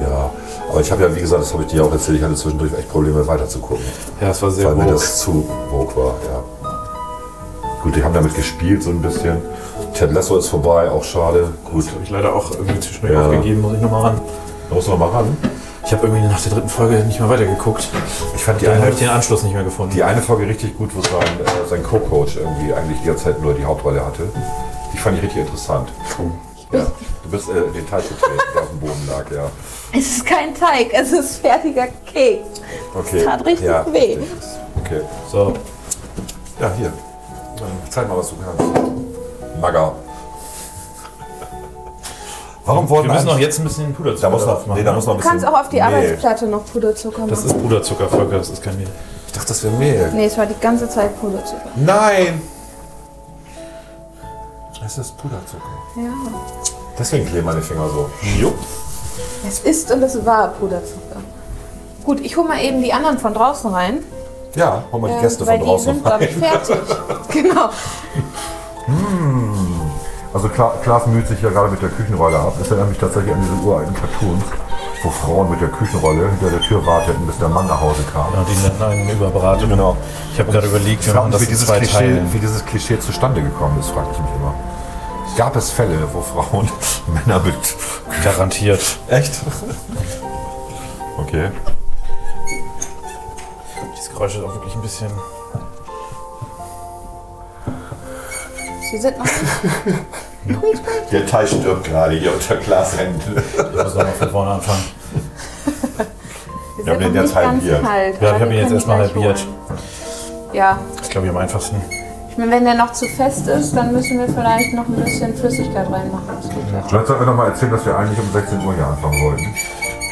Ja, aber ich habe ja, wie gesagt, das habe ich dir auch erzählt, ich hatte zwischendurch echt Probleme weiterzugucken, Ja, es war sehr weil mir woke. das zu vogue war, ja. Gut, die haben damit gespielt so ein bisschen. Ted Lasso ist vorbei, auch schade. Gut, Habe ich leider auch irgendwie zwischendurch Ja. aufgegeben, muss ich nochmal ran. da muss man mal ran. Ich habe irgendwie nach der dritten Folge nicht mehr weitergeguckt. Ich fand die Dann habe eine, ich den Anschluss nicht mehr gefunden. die eine Folge richtig gut, wo sein, äh, sein Co-Coach irgendwie eigentlich die ganze Zeit nur die Hauptrolle hatte. Die fand ich richtig interessant. Ja, du bist äh, in den Teig getreten, der auf dem Boden lag, ja. Es ist kein Teig, es ist fertiger Keks. Okay. tat richtig ja, weh. richtig. Okay. So, Ja, hier. Dann Zeig mal, was du kannst. Maga. Warum wollten wir müssen noch eigentlich- jetzt ein bisschen den Puderzucker Da muss drauf noch, machen. nee, da muss noch ein Du bisschen. kannst auch auf die Mehl. Arbeitsplatte noch Puderzucker Das machen. ist Puderzucker, Volker, das ist kein Mehl. Ich dachte, das wäre Mehl. Nee, es war die ganze Zeit Puderzucker. Nein! Es ist Puderzucker. Ja. Deswegen kleben meine Finger so. Jo. Es ist und es war Puderzucker. Gut, ich hole mal eben die anderen von draußen rein. Ja, hol mal die äh, Gäste weil von draußen Die sind, glaube ich, fertig. genau. Also Kla Klaas müht sich ja gerade mit der Küchenrolle ab. Das erinnert mich tatsächlich an diese uralten Cartoons, wo Frauen mit der Küchenrolle hinter der Tür warteten, bis der Mann nach Hause kam. Ja, die nennen einen überbraten. Genau. Ich habe gerade überlegt, Ich wir frage mich, machen das wie in dieses, zwei Klischee, Teilen. wie dieses Klischee zustande gekommen ist, frage ich mich immer. Gab es Fälle, wo Frauen Männer mit... Garantiert. Echt? Okay. Dieses Geräusch ist auch wirklich ein bisschen... Sie sind noch nicht. Der Teil stirbt gerade hier unter Glashänden. Ich muss nochmal von vorne anfangen. Sie Wir haben den sind noch jetzt nicht ganz halbiert. kalt. Ja, aber ich habe wir ihn jetzt erstmal können gleich holen. halbiert. Ja, Das ist, glaube ich, am einfachsten. ich meine, wenn der noch zu fest ist, dann müssen wir vielleicht noch ein bisschen Flüssigkeit reinmachen. Das geht ja. Vielleicht sollten wir noch mal erzählen, dass wir eigentlich um 16 Uhr hier anfangen wollten.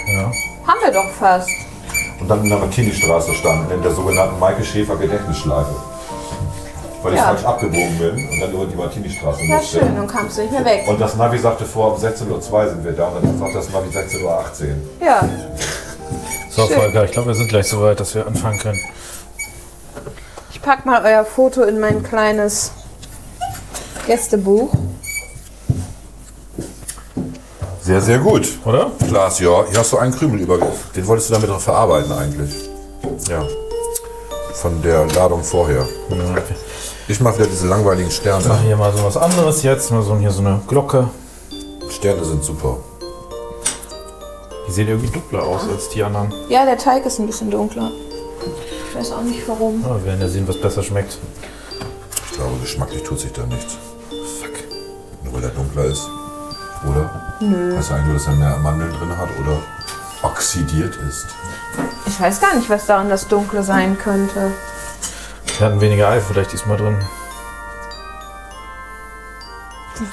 Ja. Haben wir doch fast. Und dann in der Martini-Straße standen, in der sogenannten Maike Schäfer Gedächtnisschleife. Weil ich Ja. falsch abgebogen bin und dann über die Martini-Straße Ja, musste. schön, und kamst nicht mehr weg. Und das Navi sagte vor, um 16.02 Uhr sind wir da. Und dann sagt das Navi 16.18 Uhr. Ja, So, Schön. Volker, ich glaube, wir sind gleich so weit, dass wir anfangen können. ich pack mal euer Foto in mein kleines Gästebuch. Sehr, sehr gut. Oder? Klaas, ja, hier hast du einen Krümel übergriff. Den wolltest du damit noch verarbeiten eigentlich. Ja. Von der Ladung vorher. Ich mache wieder diese langweiligen Sterne. Hier mal so was anderes jetzt. Mal so, hier so eine Glocke. Sterne sind super. Die sehen irgendwie dunkler aus als die anderen. Ja, der Teig ist ein bisschen dunkler. Ich weiß auch nicht warum. Ja, wir werden ja sehen, was besser schmeckt. Ich glaube, geschmacklich tut sich da nichts. Fuck. Nur weil er dunkler ist. Oder? Nö. Weißt du eigentlich, nur, dass er mehr Mandeln drin hat oder oxidiert ist? Ich weiß gar nicht, was daran das Dunkle sein könnte. Wir hatten weniger Ei vielleicht diesmal drin.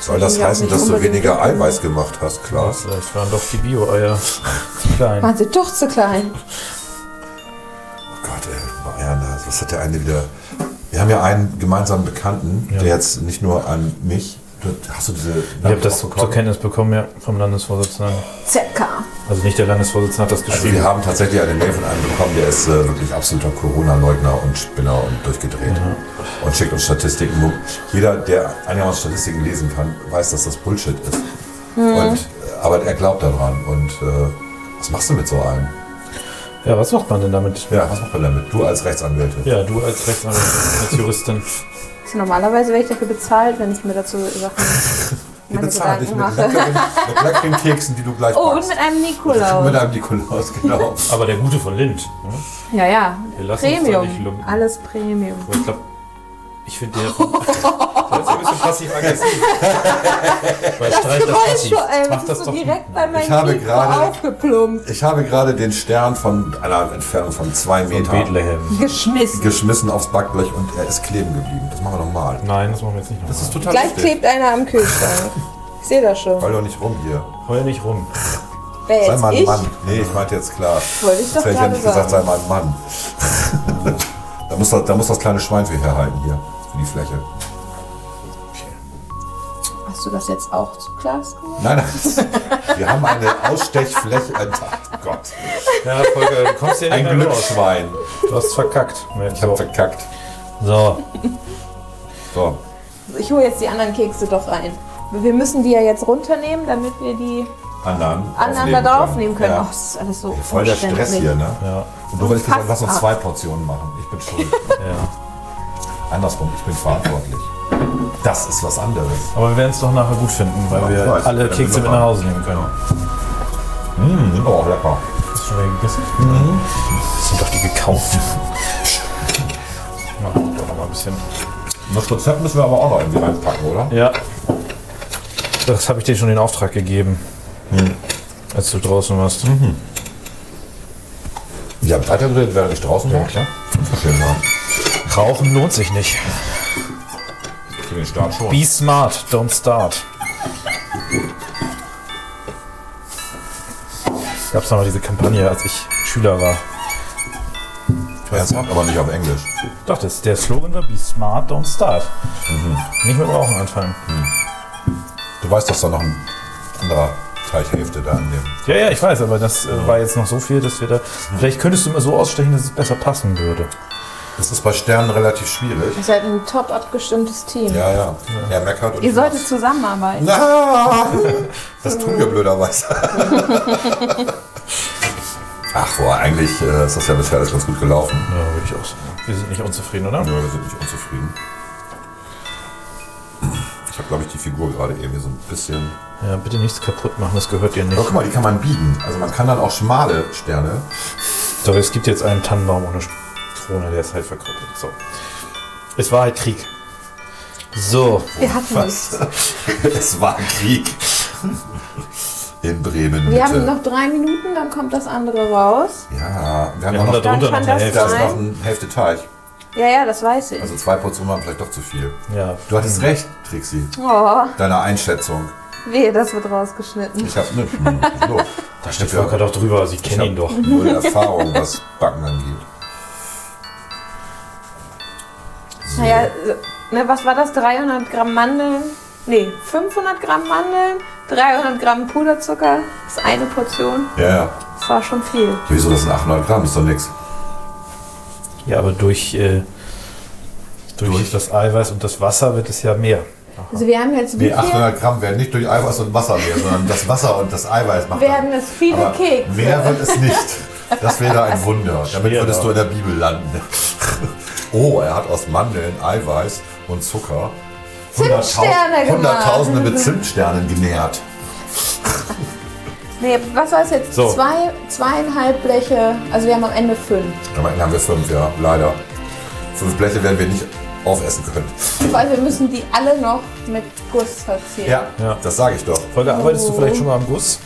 Soll das Ja, heißen, nicht dass du unbedingt. weniger Eiweiß gemacht hast, Klaas? Vielleicht waren doch die Bio-Eier zu klein. Waren sie doch zu klein. Oh Gott, ey, Marianne, was hat der eine wieder... Wir haben ja einen gemeinsamen Bekannten, der jetzt nicht nur an mich... Du, hast du diese... Ich habe das zur Kenntnis bekommen, ja, vom Landesvorsitzenden. ZK. Also nicht der Landesvorsitzende hat das Also geschrieben. wir haben tatsächlich eine Mail von einem bekommen, der ist äh, wirklich absoluter Corona-Leugner und Spinner und durchgedreht. Mhm. Und schickt uns Statistiken. Wo jeder, der einigermaßen Statistiken lesen kann, weiß, dass das Bullshit ist. Mhm. Und, äh, aber er glaubt daran. Und äh, was machst du mit so einem? Ja, was macht man denn damit? Ja, was macht man damit? Du als Rechtsanwältin. Ja, du als Rechtsanwalt, als Juristin. Also normalerweise werde ich dafür bezahlt, wenn ich mir dazu Sachen Wir meine bezahlen dich Gedanken mit mache. leckeren, mit leckeren Keksen, die du gleich Oh, und backst. mit einem mit Nikolaus. einem Nikolaus, genau. Aber der gute von Lind. Ne? Ja, ja. Wir lassen uns da nicht Premium. lumpen. Alles Premium. Aber Ich glaube, ich finde der. Der ist ein bisschen passiv-aggressiv. Weil streicht das Weißt passiv. du, äh, ey, Mach das das ist so doch. direkt bei meinem Ich habe Mikro gerade- aufgeplumpt. Ich habe gerade den Stern von einer Entfernung von zwei Metern Bethlehem. Geschmissen. geschmissen aufs Backblech und er ist kleben geblieben. Das machen wir nochmal. Nein, das machen wir jetzt nicht nochmal. total Gleich klebt einer am Kühlschrank. Ich sehe das schon. Heul doch nicht rum hier. Heul nicht rum. Wer Sei jetzt mal ein ich? Mann. Nee, ich meinte jetzt klar. Wollte ich Jetzt doch hätte ich ja gerade nicht gesagt, sei sagen. mal ein Mann. da, muss das, da muss das kleine Schwein für herhalten hier. Für die Fläche. Hast du das jetzt auch zu Klaas gemacht? Nein, nein. Wir haben eine Ausstechfläche. Ein, ach Gott. Ja, Volker, du kommst hier Ein nicht mehr raus. Glücksschwein. Du hast verkackt. Ja, Ich habe so. verkackt. so, So. Ich hole jetzt die anderen Kekse doch rein. Wir müssen die ja jetzt runternehmen, damit wir die anderen, anderen da aufnehmen drauf nehmen können. Ja. Ach, das ist alles so Voll der Stress umständlich. hier, ne? Ja, Und du wolltest gesagt, lass uns Unfassbar. zwei Portionen machen. Ich bin schuld. ja. Andersrum, ich bin verantwortlich. Das ist was anderes. Aber wir werden es doch nachher gut finden, weil Ja, wir ich weiß. alle Dann Kekse sind mit wir nach dran. Hause nehmen können. Die sind aber auch Mhm. Oh, lecker. Hast du schon wieder gegessen? Das sind doch die gekauften. Mach doch noch mal ein bisschen. Und das Rezept müssen wir aber auch noch irgendwie reinpacken, oder? Ja. Das habe ich dir schon den Auftrag gegeben. Als du draußen warst. Ja, am Freitag drin, während ich draußen war. klar. Schön war. Rauchen lohnt sich nicht. Für den Start schon. Be smart, don't start. Gab es mal diese Kampagne, als ich Schüler war. Ernsthaft, aber nicht auf Englisch. Doch, das, der Slogan war Be smart, don't start. Nicht mit Rauchen anfangen. Du weißt, dass da noch ein anderer Teichhälfte da in dem. Ja, ja, ich weiß, aber das äh, war jetzt noch so viel, dass wir da. Vielleicht könntest du mal so ausstechen, dass es besser passen würde. Das ist bei Sternen relativ schwierig. Ihr seid ein top abgestimmtes Team. Ja, ja. Er meckert und. Ihr solltet zusammenarbeiten. Na, das tun wir blöderweise. Ach, boah, eigentlich äh, ist das ja bisher alles ganz gut gelaufen. Ja, würde ich auch sagen. Wir sind nicht unzufrieden, oder? Nö, wir sind nicht unzufrieden. Ich habe, glaube ich, die Figur gerade eben hier so ein bisschen. Ja, bitte nichts kaputt machen, das gehört dir Aber nicht. guck mal, die kann man biegen. Also man kann dann auch schmale Sterne. Doch, es gibt jetzt einen Tannenbaum ohne Krone, der ist halt verkrüppelt. So. Es war halt Krieg. So. Wir hatten nichts. es war Krieg. In Bremen. Wir haben Mitte. noch drei Minuten, dann kommt das andere raus. ja, wir haben, Wir haben da noch, Dann drunter noch kann eine das Hälfte. da ist noch sein. eine Hälfte Teich. Ja, ja, das weiß ich. Also zwei Portionen waren vielleicht doch zu viel. Ja. Hm. Du hattest recht, Trixie. Oh, Deine Einschätzung. wehe, das wird rausgeschnitten. Ich habe ne, hm, so. Da steht Volker doch drüber, sie Ich kennen ihn doch. habe null Erfahrung, was Backen angeht. Naja, äh, ne, was war das? 300 Gramm Mandeln? Nee, 500 Gramm Mandeln, 300 Gramm Puderzucker. Das ist eine Portion. Ja, ja. Das war schon viel. Wieso, das sind 800 Gramm, ist doch nix. Ja, aber durch, äh, durch, das Eiweiß und das Wasser wird es ja mehr. Also wir haben jetzt wie Nee, viel? 800 Gramm werden nicht durch Eiweiß und Wasser mehr, sondern das Wasser und das Eiweiß machen. Werden es viele Aber Kekse. Mehr wird es nicht. Das wäre ein Wunder. Damit Schwer, würdest ja. du in der Bibel landen. Oh, er hat aus Mandeln, Eiweiß und Zucker Zimtsterne gemacht. Hunderttausende mit Zimtsternen genährt. Nee, was war es jetzt? So. Zwei, zweieinhalb Bleche. Also wir haben am Ende fünf. Am Ende haben wir fünf, ja, leider. Fünf Bleche werden wir nicht aufessen können. Weil wir müssen die alle noch mit Guss verzieren. Ja, Ja. das sage ich doch. Volker, arbeitest du vielleicht schon mal am Guss?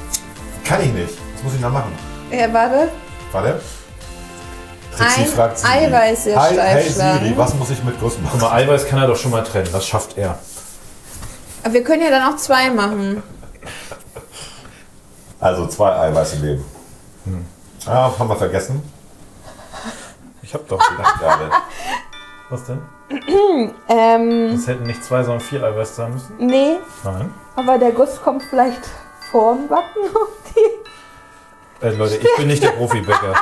Kann ich nicht. Was muss ich da machen? Ja, warte. Warte. Trixi Ein fragt Siri. Eiweiß sehr hey, steif hey Siri, schlagen. was muss ich mit Guss machen? Mal Eiweiß kann er doch schon mal trennen, das schafft er. Aber wir können ja dann auch zwei machen. Also zwei Eiweiße nehmen. Ah, haben wir vergessen. Ich hab doch gedacht. Schade. Was denn? Ähm, Es hätten nicht zwei, sondern vier Eiweiß sein müssen. nee, Nein. aber der Guss kommt vielleicht vorm Backen auf die. Äh, Leute, ich bin nicht der Profibäcker.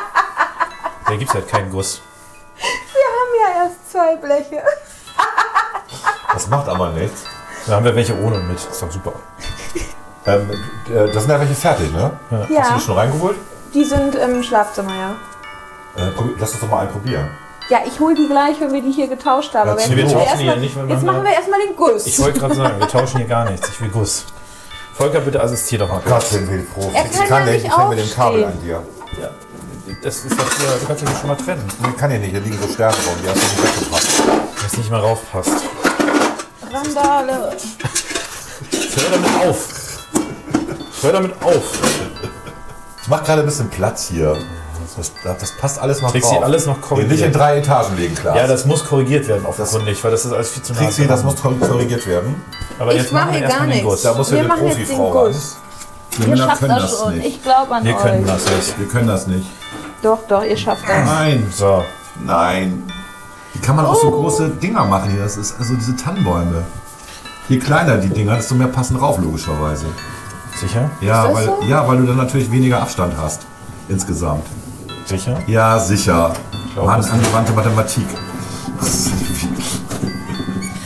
Da gibt's halt keinen Guss. Wir haben ja erst zwei Bleche. Das macht aber nichts. Da haben wir welche ohne mit. Ist doch super. Ähm, äh, das sind ja welche fertig, ne? Hast du Ja, die schon reingeholt? die sind im Schlafzimmer, ja. Äh, probi- lass uns doch mal einen probieren. Ja, ich hole die gleich, wenn wir die hier getauscht haben. Ja, Aber jetzt, nee, wir müssen tauschen die Also erstmal, ja nicht, weil jetzt man- machen wir erstmal den Guss. Ich wollte gerade sagen, wir tauschen hier gar nichts. Ich will Guss. Volker, bitte assistier doch mal. Gott, sind wir froh. Er Ich kann kann ja nicht, nicht ich hänge mit dem Kabel an aufstehen. dir. Ja. Das ist doch hier, du kannst ja schon mal trennen. Nee, kann ja nicht, hier liegen so Sterne rum, die hast du nicht weggepackt. Wenn es nicht mal raufpasst. Randale. Hör damit auf. Hör damit auf. Ich mach gerade ein bisschen Platz hier. Das, das passt alles noch Trixi, drauf. alles noch Hier korrigiert. nicht in drei Etagen liegen, klar. ja, das muss korrigiert werden offenkundig, weil das ist alles viel zu nah. Trixi, das muss korrigiert werden. Aber Ich jetzt machen mache wir gar erstmal den nichts. Guss. Da muss Wir ja eine machen jetzt den Profifrau ran. Guss. Ihr schafft das schon. Ich glaube an Wir euch. können das nicht. Wir können das nicht. Doch, doch, ihr schafft das. Nein, So. nein. Wie kann man auch Oh. so große Dinger machen hier? Das ist also diese Tannenbäume. Je kleiner die Dinger, desto mehr passen rauf, logischerweise. Sicher? Ja, das weil, so? ja weil du dann natürlich weniger Abstand hast. Insgesamt. Sicher? Ja, sicher. glaub, Mann, das- angewandte Mathematik.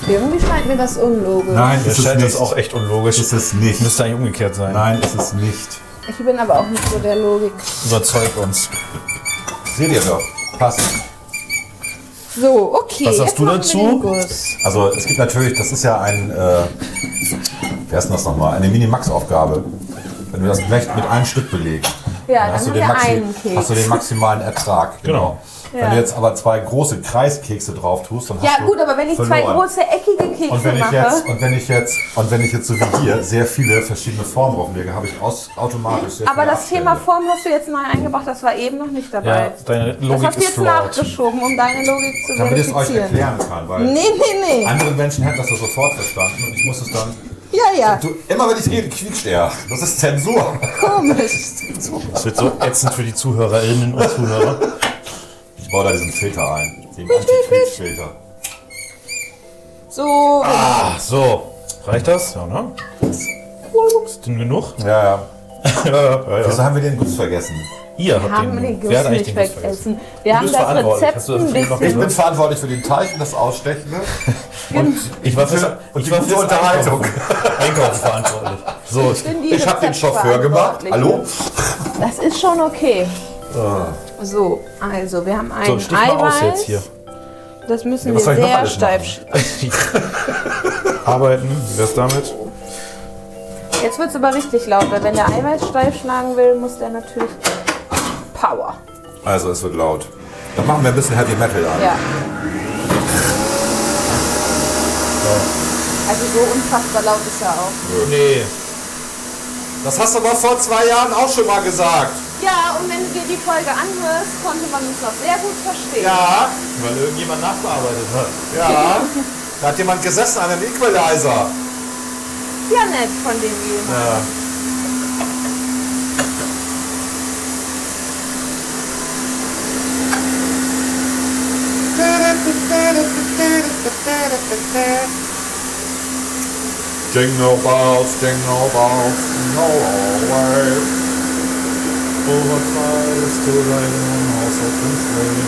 Irgendwie scheint mir das unlogisch. Nein, Das ist es scheint nicht. das auch echt unlogisch. ist es nicht. Müsste eigentlich umgekehrt sein. Nein, ist es nicht. Ich bin aber auch nicht so der Logik. Überzeug uns. Seht ihr doch. Passt. So, okay. Was sagst jetzt du machen wir dazu? den Guss. Also es gibt natürlich, das ist ja ein, äh, wer ist denn das nochmal? Eine Minimax-Aufgabe. Wenn du das Blech mit einem Stück belegst, Ja, dann hast, du haben den wir Maxi- einen Keks. hast du den maximalen Ertrag. Genau. Wenn du jetzt aber zwei große Kreiskekse drauf tust, dann hast Ja, du gut, aber wenn ich zwei verloren. große eckige Kekse und wenn ich mache. jetzt und wenn ich jetzt und wenn ich jetzt so wie hier sehr viele verschiedene Formen drauflege, habe ich aus, automatisch sehr aber viele das Thema Abstände. Form hast du jetzt neu eingebracht, das war eben noch nicht dabei. Ja, deine das Logik hast du ist jetzt flawed. nachgeschoben, um deine Logik zu damit ich es euch verifizieren. erklären kann, weil Nee, nee, nee. andere Menschen hätten das doch sofort verstanden und ich muss es dann Ja, ja, Du, immer wenn ich rede, quietscht er. Das ist Zensur. komisch. Das wird so ätzend für die Zuhörerinnen und Zuhörer. Ich baue da diesen Filter ein. Den Anti-Quietsch-Filter. So, Ach so, reicht das? Ja, ne? Ist dünn genug? Ja, ja. Ja, ja, Wieso haben wir den Guss vergessen? Ihr wir habt haben den, den wer hat Guss eigentlich nicht den Guss vergessen? wegessen. Wir haben bist das verantwortlich. Rezept Hast du das ein nicht noch bisschen. Ich bin verantwortlich für den Teig und das Ausstechende Ich war für, und ich die war gute für Unterhaltung. Einkaufen verantwortlich. So, ich, bin die Ich habe den Chauffeur gemacht. Rezeptverantwortliche. Hallo? Das ist schon okay. So, also wir haben einen so stich mal Eiweiß. aus jetzt hier. Das müssen Ja, wir was soll ich noch sehr alles steif. machen? Arbeiten, wie wär's damit? sch- Jetzt wird es aber richtig laut, weil wenn der Eiweiß steif schlagen will, muss der natürlich Power. Also, es wird laut. Dann machen wir ein bisschen Heavy Metal an. Ja. Also so unfassbar laut ist er auch. Nee. Das hast du aber vor zwei Jahren auch schon mal gesagt. Ja, und wenn du dir die Folge anhörst, konnte man uns noch sehr gut verstehen. Ja, Weil irgendjemand nachbearbeitet hat. ja. Da hat jemand gesessen an einem Equalizer. Ja, nett von dem jemand. Jingle bells, jingle bells, no way. Oh,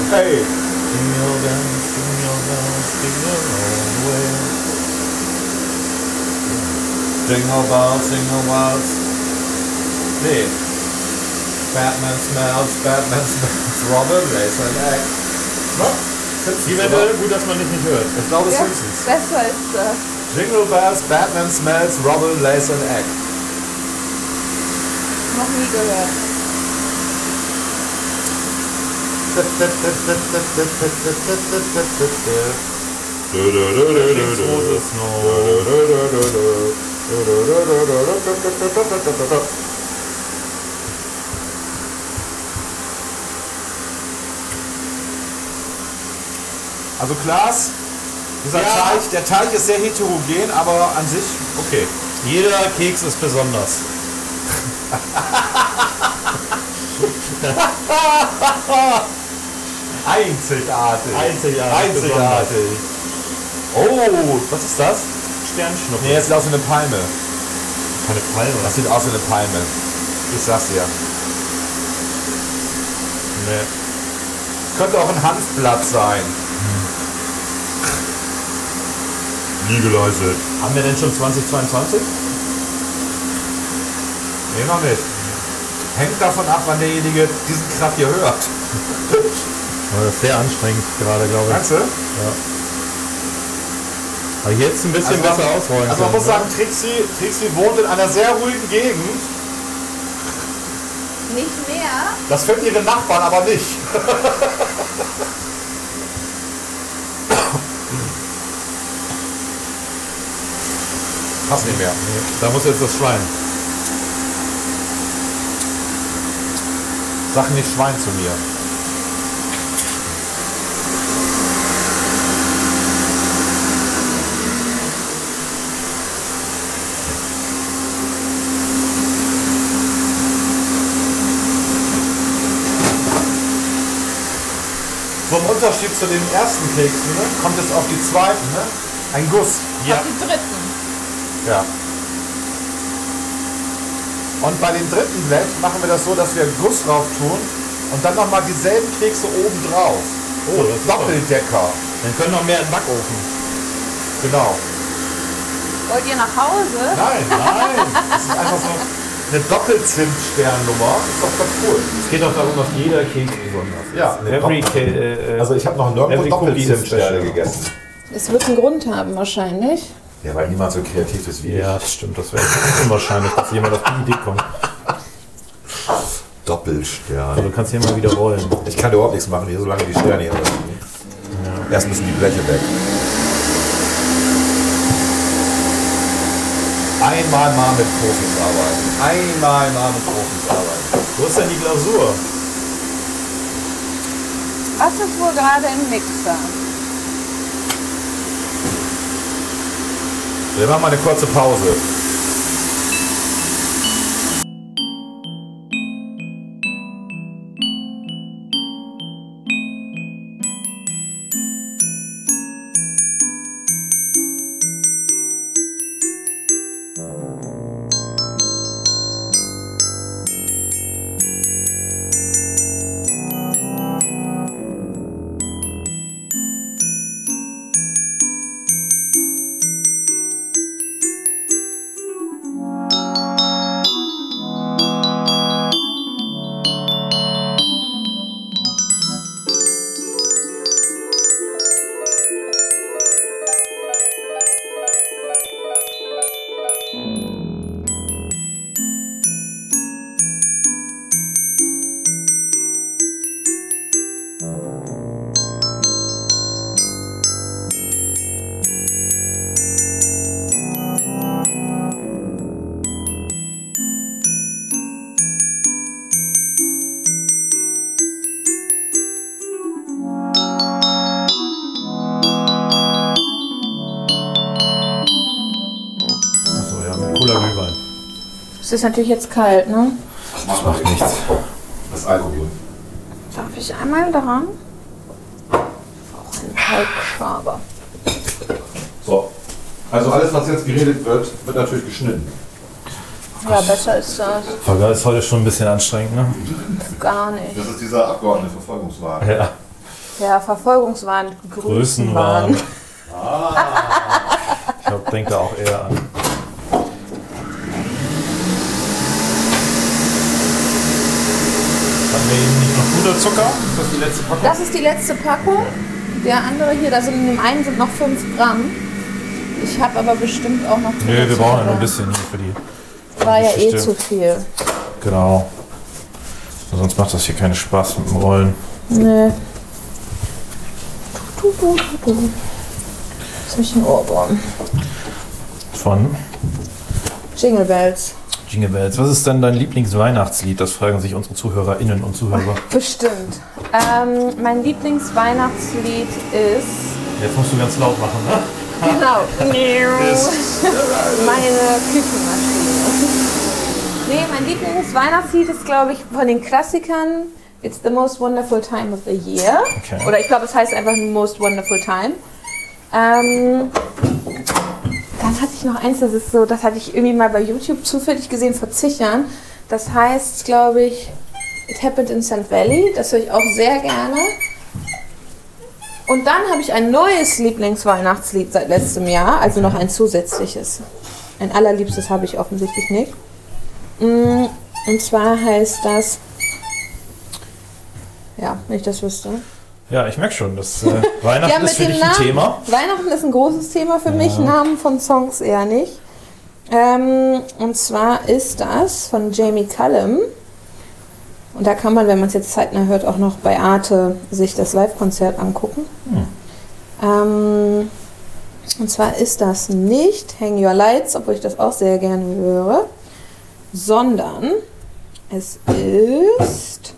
Hey, jingle bells, jingle bells. Nee. Batman smells, Batman smells, Robin lays an egg. Die Wette, gut, dass man dich nicht hört. Ich glaube, Ja, äh, Simpsons. besser ist das. Jingle bells, Batman smells, Robin lays an egg. Noch nie gehört. eh? Also Klaas, dieser Teich, der Teich ist sehr heterogen, aber an sich okay. Jeder Keks ist besonders. Einzigartig. Einzigartig. Einzigartig. Oh, was ist das? Sternschnuppe. Nee, das sieht aus wie eine Palme. keine Palme. Das sieht aus wie eine Palme. Ich sag's dir. Nee. Könnte auch ein Hanfblatt sein. Legalized. Haben wir denn schon 2022? Nee, noch nicht. Hängt davon ab, wann derjenige diesen Krab hier hört. Das ist sehr anstrengend gerade, glaube Meinst du? ich. Aber jetzt ein Also, bisschen besser ausrollen ne? Also man muss sagen, Trixie, Trixie wohnt in einer sehr ruhigen Gegend. Nicht mehr. Das finden ihre Nachbarn aber nicht. Passt nicht mehr. da muss jetzt das Schwein. Sag nicht Schwein zu mir. Vom Unterschied zu den ersten Keksen ne, kommt jetzt auf die zweiten, ne? Ein Guss. Auf die dritten. Ja. Und bei dem dritten Blech machen wir das so, dass wir einen Guss drauf tun und dann nochmal dieselben Kekse oben drauf. Oh, das ist Doppeldecker. Dann können noch mehr in den Backofen. Genau. Wollt ihr nach Hause? Nein, nein. Das ist einfach so eine Doppelzimt-Sternnummer. Ist doch ganz cool. Es geht auch darum, dass jeder Keks besonders ist. Ja, eine Every Doppel- Ke äh, äh, Also ich habe noch Every nirgendwo cookie is Doppelzimt-Sterne special. gegessen. Es wird einen Grund haben wahrscheinlich. Ja, weil niemand so kreativ ist wie ja, das stimmt, das wäre unwahrscheinlich, dass jemand auf die Idee kommt. ich. Doppelstern. Also du kannst hier mal wieder rollen. Ich kann überhaupt nichts machen, hier, solange die Sterne hier sind. Erst müssen die Bleche weg. Einmal mal mit Profis arbeiten. Einmal mal mit Profis arbeiten. Wo ist denn die Glasur? Was ist wohl gerade im Mixer? Wir machen mal eine kurze Pause. Achso, ja, mit cooler Glühwein. Es ist natürlich jetzt kalt, ne? Das macht nichts. Das Alkohol. Darf ich einmal daran? Auch ein Kalkschaber. So. Also alles, was jetzt geredet wird, wird natürlich geschnitten. Ja, besser ist das Vergal ist heute schon ein bisschen anstrengend, ne? gar nicht. Das ist dieser Abgeordnete Verfolgungswagen. Ja. Ja, Verfolgungswahn, Größenwahn. Größenwahn. Ich glaub, denk da auch eher an. Hatten wir eben nicht noch Puderzucker? Ist das die letzte Packung? Das ist die letzte Packung. Der andere hier, da sind in dem einen sind noch 5 Gramm. Ich habe aber bestimmt auch noch. Nö, wir brauchen ja nur ein bisschen hier für die. War ja eh Geschichte. zu viel. Genau. Sonst macht das hier keinen Spaß mit dem Rollen. Nee. Du, du, du, du. Das ist mich ein Ohrwurm. Von Jingle Bells. Jingle Bells. Was ist denn dein Lieblingsweihnachtslied? Das fragen sich unsere ZuhörerInnen und Zuhörer. Bestimmt. Ähm, mein Lieblingsweihnachtslied ist. Jetzt musst du ganz laut machen, ne? Genau. Meine Küchenmaschine. Nee, mein Lieblingsweihnachtslied ist, glaube ich, von den Klassikern It's the most wonderful time of the year. Okay. Oder ich glaube, es heißt einfach nur most wonderful time. Ähm, dann hatte ich noch eins, das ist so, das hatte ich irgendwie mal bei YouTube zufällig gesehen vor zig Jahren. Das heißt, glaube ich, It Happened in St. Valley. Das höre ich auch sehr gerne. Und dann habe ich ein neues Lieblingsweihnachtslied seit letztem Jahr, also noch ein zusätzliches. Ein allerliebstes habe ich offensichtlich nicht. Mm, Und zwar heißt das. Ja, wenn ich das wüsste. Ja, ich merke schon, das äh, Weihnachten Ja, ist mit für dem dich ein Namen. Thema. Weihnachten ist ein großes Thema für mich, Namen von Songs eher nicht. Ähm, und zwar ist das von Jamie Cullum. Und da kann man, wenn man es jetzt zeitnah hört, auch noch bei Arte sich das Live-Konzert angucken. Ähm, und zwar ist das nicht Hang Your Lights, obwohl ich das auch sehr gerne höre, sondern es ist.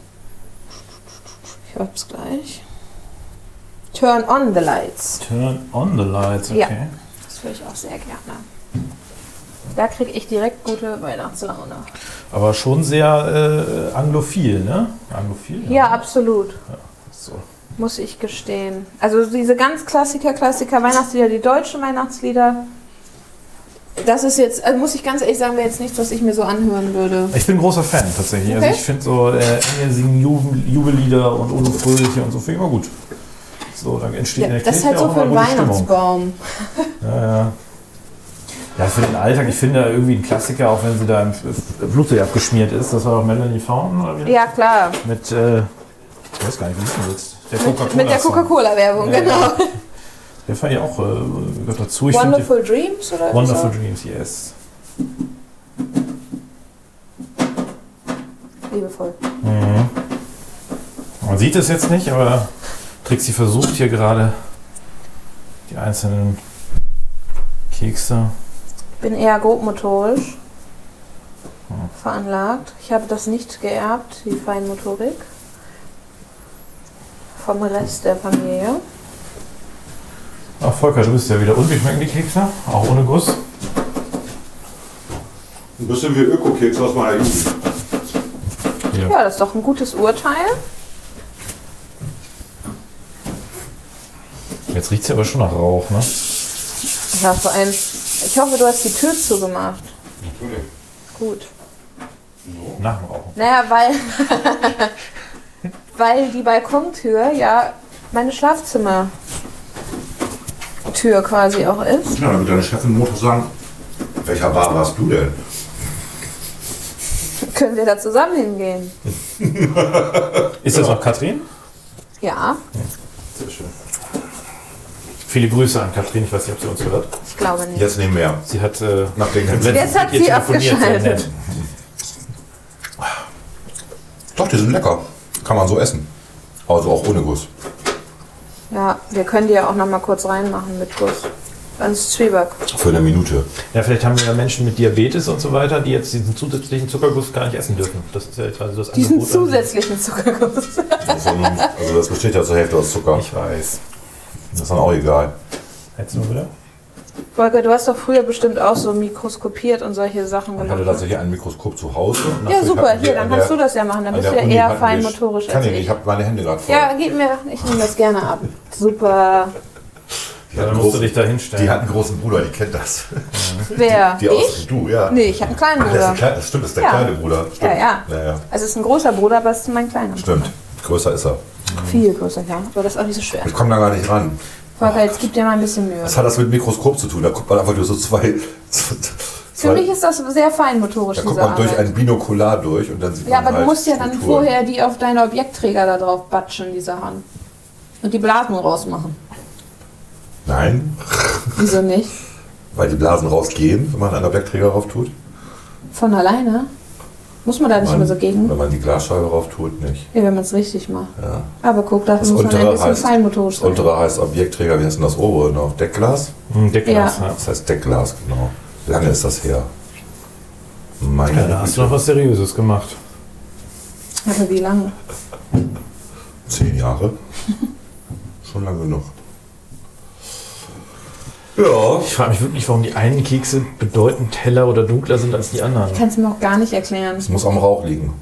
Ich hab's gleich. Turn on the Lights. Turn on the lights, okay. Ja. Das höre ich auch sehr gerne. Da kriege ich direkt gute Weihnachtslaune. Aber schon sehr äh, anglophil, ne? Anglophil? Ja, absolut. So. Muss ich gestehen. Also diese ganz Klassiker, Klassiker, Weihnachtslieder, die deutschen Weihnachtslieder. Das ist jetzt, also muss ich ganz ehrlich sagen, wäre jetzt nichts, was ich mir so anhören würde. Ich bin großer Fan tatsächlich. Okay. Also ich finde so äh, Engel singen Jubel, Jubellieder und Udo Fröhliche und so finde ich immer gut. So, dann entsteht in Ja, der das ist Kirche halt so auch für immer einen gute Stimmung. Weihnachtsbaum. Ja, ja, für den Alltag, ich finde da irgendwie ein Klassiker, auch wenn sie da im Blut abgeschmiert ist. Das war doch Melanie Fountain oder wie? Ja, klar. Mit, äh, Ich weiß gar nicht, wie du denn sitzt. der Coca-Cola. Mit der Song. Coca-Cola-Werbung, Ja, genau. Der fand ich auch, äh, gehört dazu. Ich finde die- Wonderful Dreams oder Wonderful Dreams, yes. so? Liebevoll. Mhm. Man sieht es jetzt nicht, aber Trixie versucht hier gerade die einzelnen Kekse. bin eher grobmotorisch veranlagt. Ich habe das nicht geerbt, die Feinmotorik, vom Rest der Familie. Ach, Volker, du bist ja wieder. Und wie schmecken die Kekse? Auch ohne Guss? Ein bisschen wie Öko-Keks aus meiner Jugend. Ja, das ist doch ein gutes Urteil. Jetzt riecht es aber schon nach Rauch, ne? Ich habe so ein. Ich hoffe, du hast die Tür zugemacht. Gut. Nach dem Rauchen. Naja, weil, weil die Balkontür ja meine Schlafzimmertür quasi auch ist. Ja, dann wird deine Chefin Motor sagen, welcher Bar warst du denn? Können wir da zusammen hingehen? Ist das noch Katrin? Ja, Sehr schön. Viele Grüße an Katrin, ich weiß nicht, ob sie uns hört. ich glaube nicht. Jetzt nicht mehr. Sie hat äh, Nach den ganzen- Jetzt hat mit ihr sie telefoniert, abgeschaltet. sehr nett. Doch, die sind lecker. Kann man so essen. Also auch ohne Guss. Ja, wir können die ja auch noch mal kurz reinmachen mit Guss. Ans Zwieback. Für eine Minute. Ja, vielleicht haben wir ja Menschen mit Diabetes und so weiter, die jetzt diesen zusätzlichen Zuckerguss gar nicht essen dürfen. Das ist ja quasi das Diesen Angebot. an- zusätzlichen Zuckerguss. Also, also das besteht ja zur Hälfte aus Zucker. Ich weiß. Das ist dann auch egal. Jetzt nur wieder? Volker, du hast doch früher bestimmt auch so mikroskopiert und solche Sachen Ich hatte gemacht. tatsächlich ein Mikroskop zu Hause. Ja, super. Hier, dann kannst du das ja machen. Dann bist du ja eher feinmotorisch Kann als ich nicht, ich ich. habe meine Hände gerade voll. Ja, gib mir. Ich nehme das gerne ab. Super. die Ja, hat dann einen musst du großen, dich da hinstellen. die hat einen großen Bruder, die kennt das. Wer? Die ich? aus du, ja. Nee, ich habe einen kleinen Das, ist ein Bruder. klein, das stimmt, das ist der Ja. kleine Bruder. Stimmt. Ja, ja. ja, ja. Also es ist ein großer Bruder, aber es ist mein kleiner. Stimmt. Größer ist er. Viel größer, ja. Aber das ist auch nicht so schwer. Ich komme da gar nicht ran. Volker, jetzt gib dir mal ein bisschen Mühe. Was hat das mit Mikroskop zu tun? Da guckt man einfach durch so zwei. Für mich zwei ist das sehr feinmotorisch, da diese guckt man durch Arbeit. ein Binokular durch und dann sieht Ja, man aber du halt musst ja dann Strukturen. vorher die auf deine Objektträger da drauf batschen, die Sachen. Und die Blasen rausmachen. Nein, Wieso nicht? weil die Blasen rausgehen, wenn man einen Objektträger drauf tut. Von alleine? Muss man da nicht Wenn mehr man- so gegen? Wenn man die Glasscheibe drauf tut, nicht. Ja, wenn man es richtig macht. Ja. Aber guck, dafür Das muss man ein untere bisschen heißt, feinmotorisch das sein. untere heißt Objektträger, wie heißt denn das obere noch? Deckglas? Ein Deckglas, Ja. Hm, ja. Das heißt Deckglas, genau. Lange ist das her. ja. Meine Da hast du noch was Seriöses gemacht. Aber wie lange? Zehn Jahre. Schon lange genug. Ja. Ich frage mich wirklich, warum die einen Kekse bedeutend heller oder dunkler sind als die anderen. Kannst du mir auch gar nicht erklären. Muss am Rauch liegen.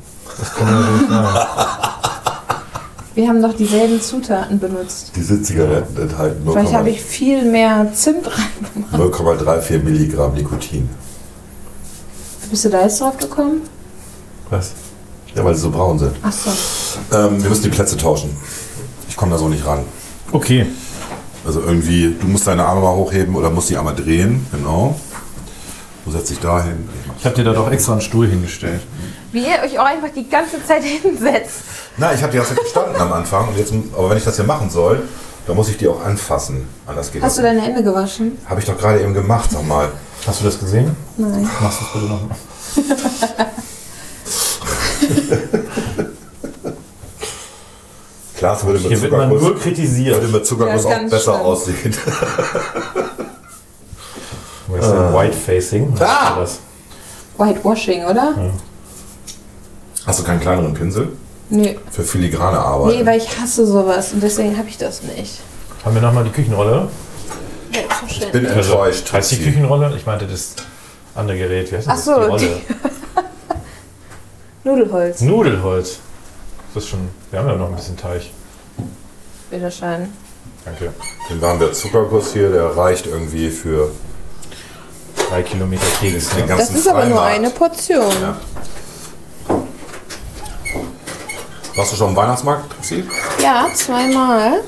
Wir haben doch dieselben Zutaten benutzt. Diese Zigaretten enthalten Vielleicht habe 0,3 ich viel mehr Zimt rein. 0,34 Milligramm Nikotin. Bist du da jetzt drauf gekommen? Was? Ja, weil sie so braun sind. Ach so. Ähm, wir müssen die Plätze tauschen. Ich komme da so nicht ran. Okay. Also irgendwie, du musst deine Arme mal hochheben oder musst die einmal drehen. Genau. Du setzt dich da hin. Ich habe dir da doch extra einen Stuhl hingestellt. Wie ihr euch auch einfach die ganze Zeit hinsetzt. Na, ich habe die ganze Zeit gestanden am Anfang. Und jetzt, aber wenn ich das hier machen soll, dann muss ich die auch anfassen. Anders geht Hast du das deine Hände gewaschen? Habe ich doch gerade eben gemacht, sag mal. Hast du das gesehen? Nein. Machst du das bitte nochmal? Klar, es würde mit Hier wird man Zuckerguss, nur kritisiert. würde mit Zuckerguss Ja, ist auch ganz besser schlimm. aussehen. Jetzt äh. Whitefacing. Was Ah! ist das? Whitewashing, oder? Hast du keinen kleineren Pinsel? Nee. Für filigrane Arbeit. Nee, weil ich hasse sowas und deswegen habe ich das nicht. Haben wir nochmal die Küchenrolle? ich bin Also enttäuscht. heißt die Trixi. Küchenrolle? Ich meinte das andere Gerät. Wie heißt denn Ach das? so, die Rolle. die- Nudelholz. Nudelholz. Das ist schon. Wir haben ja noch ein bisschen Teig. Widerschein. Danke. Dann haben wir Zuckerguss hier, der reicht irgendwie für Drei Kilometer Keks. den Ne? Das ganzen ist aber nur Freimarkt. eine Portion. Ja. Warst du schon am Weihnachtsmarkt, Trixi? Ja, zweimal.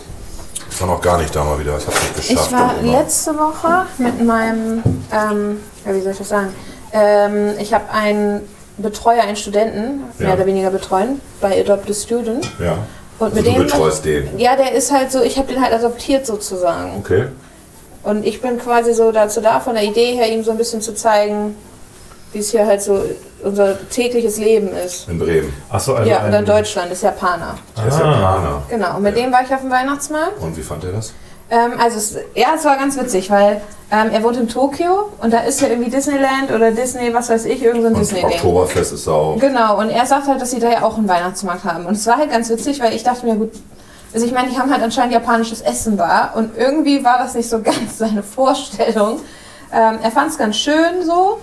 Ich war noch gar nicht da mal wieder. Ich hab's nicht geschafft. Ich war Immer. letzte Woche mit meinem, ähm, ja, wie soll ich das sagen? Ähm, ich habe einen Betreuer, einen Studenten, mehr Ja. oder weniger betreuen, bei Adopt a Student. Ja. Und mit Also du dem. betreust den. Ja, der ist halt so, ich habe den halt adoptiert sozusagen. Okay. Und ich bin quasi so dazu da, von der Idee her, ihm so ein bisschen zu zeigen, wie es hier halt so unser tägliches Leben ist. In Bremen. Achso, also Ja, ein- oder Deutschland, ist Japaner. Der ist ja Planer. Genau, und mit dem war ich auf dem Weihnachtsmarkt. Und wie fand er das? Ähm, also, es, ja, es war ganz witzig, weil ähm, er wohnt in Tokio und da ist ja irgendwie Disneyland oder Disney, was weiß ich, irgendein Und Disney-Ding. Oktoberfest ist er auch. Genau, und er sagt halt, dass sie da ja auch einen Weihnachtsmarkt haben. Und es war halt ganz witzig, weil ich dachte mir, gut, also ich meine, die haben halt anscheinend japanisches Essen da und irgendwie war das nicht so ganz seine Vorstellung. Ähm, er fand es ganz schön so,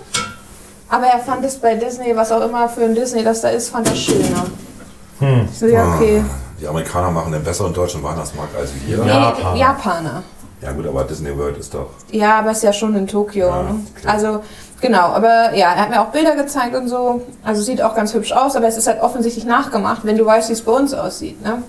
aber er fand es bei Disney, was auch immer für ein Disney das da ist, fand er schöner. Ich so, ja, okay. Ah, Die Amerikaner machen den besseren deutschen Weihnachtsmarkt als wir. Nee, Ja. Japaner. Japaner. ja gut, aber Disney World ist doch. Ja, aber ist ja schon in Tokio. Ja, ne? klar. Also, genau, aber ja, er hat mir auch Bilder gezeigt und so. Also sieht auch ganz hübsch aus, aber es ist halt offensichtlich nachgemacht, wenn du weißt, wie es bei uns aussieht. Ne?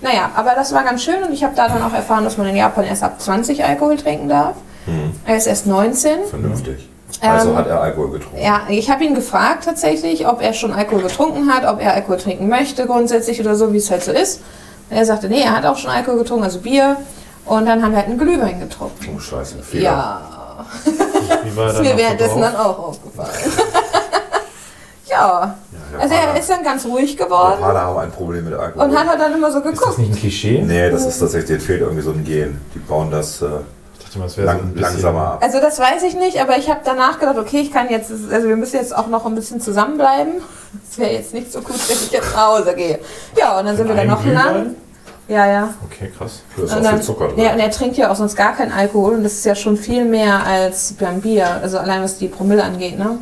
Naja, aber das war ganz schön und ich habe da dann auch erfahren, dass man in Japan erst ab 20 Alkohol trinken darf. Hm. Er ist erst 19. Vernünftig. Also Ähm, hat er Alkohol getrunken. Ja, ich habe ihn gefragt tatsächlich, ob er schon Alkohol getrunken hat, ob er Alkohol trinken möchte grundsätzlich oder so, wie es halt so ist. Und er sagte, nee, er hat auch schon Alkohol getrunken, also Bier. Und dann haben wir halt einen Glühwein getrunken. Oh, scheiße. Fehler. Ja. Wie war er Ist dann mir noch währenddessen verbraucht? dann auch aufgefallen. ja. Ja, Also er Japaner- ist dann ganz ruhig geworden Japaner haben ein Problem mit Alkohol. und hat halt dann immer so Ist das geguckt. nicht ein Klischee? nee, das ist tatsächlich, denen fehlt irgendwie so ein Gen. Die bauen das äh, Ich dachte mal, es wäre so ein lang, bisschen- langsamer ab. Also das weiß ich nicht, aber ich habe danach gedacht, okay, ich kann jetzt, also wir müssen jetzt auch noch ein bisschen zusammenbleiben. Es wäre jetzt nicht so gut, wenn ich jetzt nach Hause gehe. Ja, und dann sind wir dann Ein noch lang. Glühwein? Ja, ja. Okay, krass. Da ist Und auch dann, viel Zucker drin. ja, und er trinkt ja auch sonst gar keinen Alkohol und das ist ja schon viel mehr als beim Bier, also allein was die Promille angeht, ne?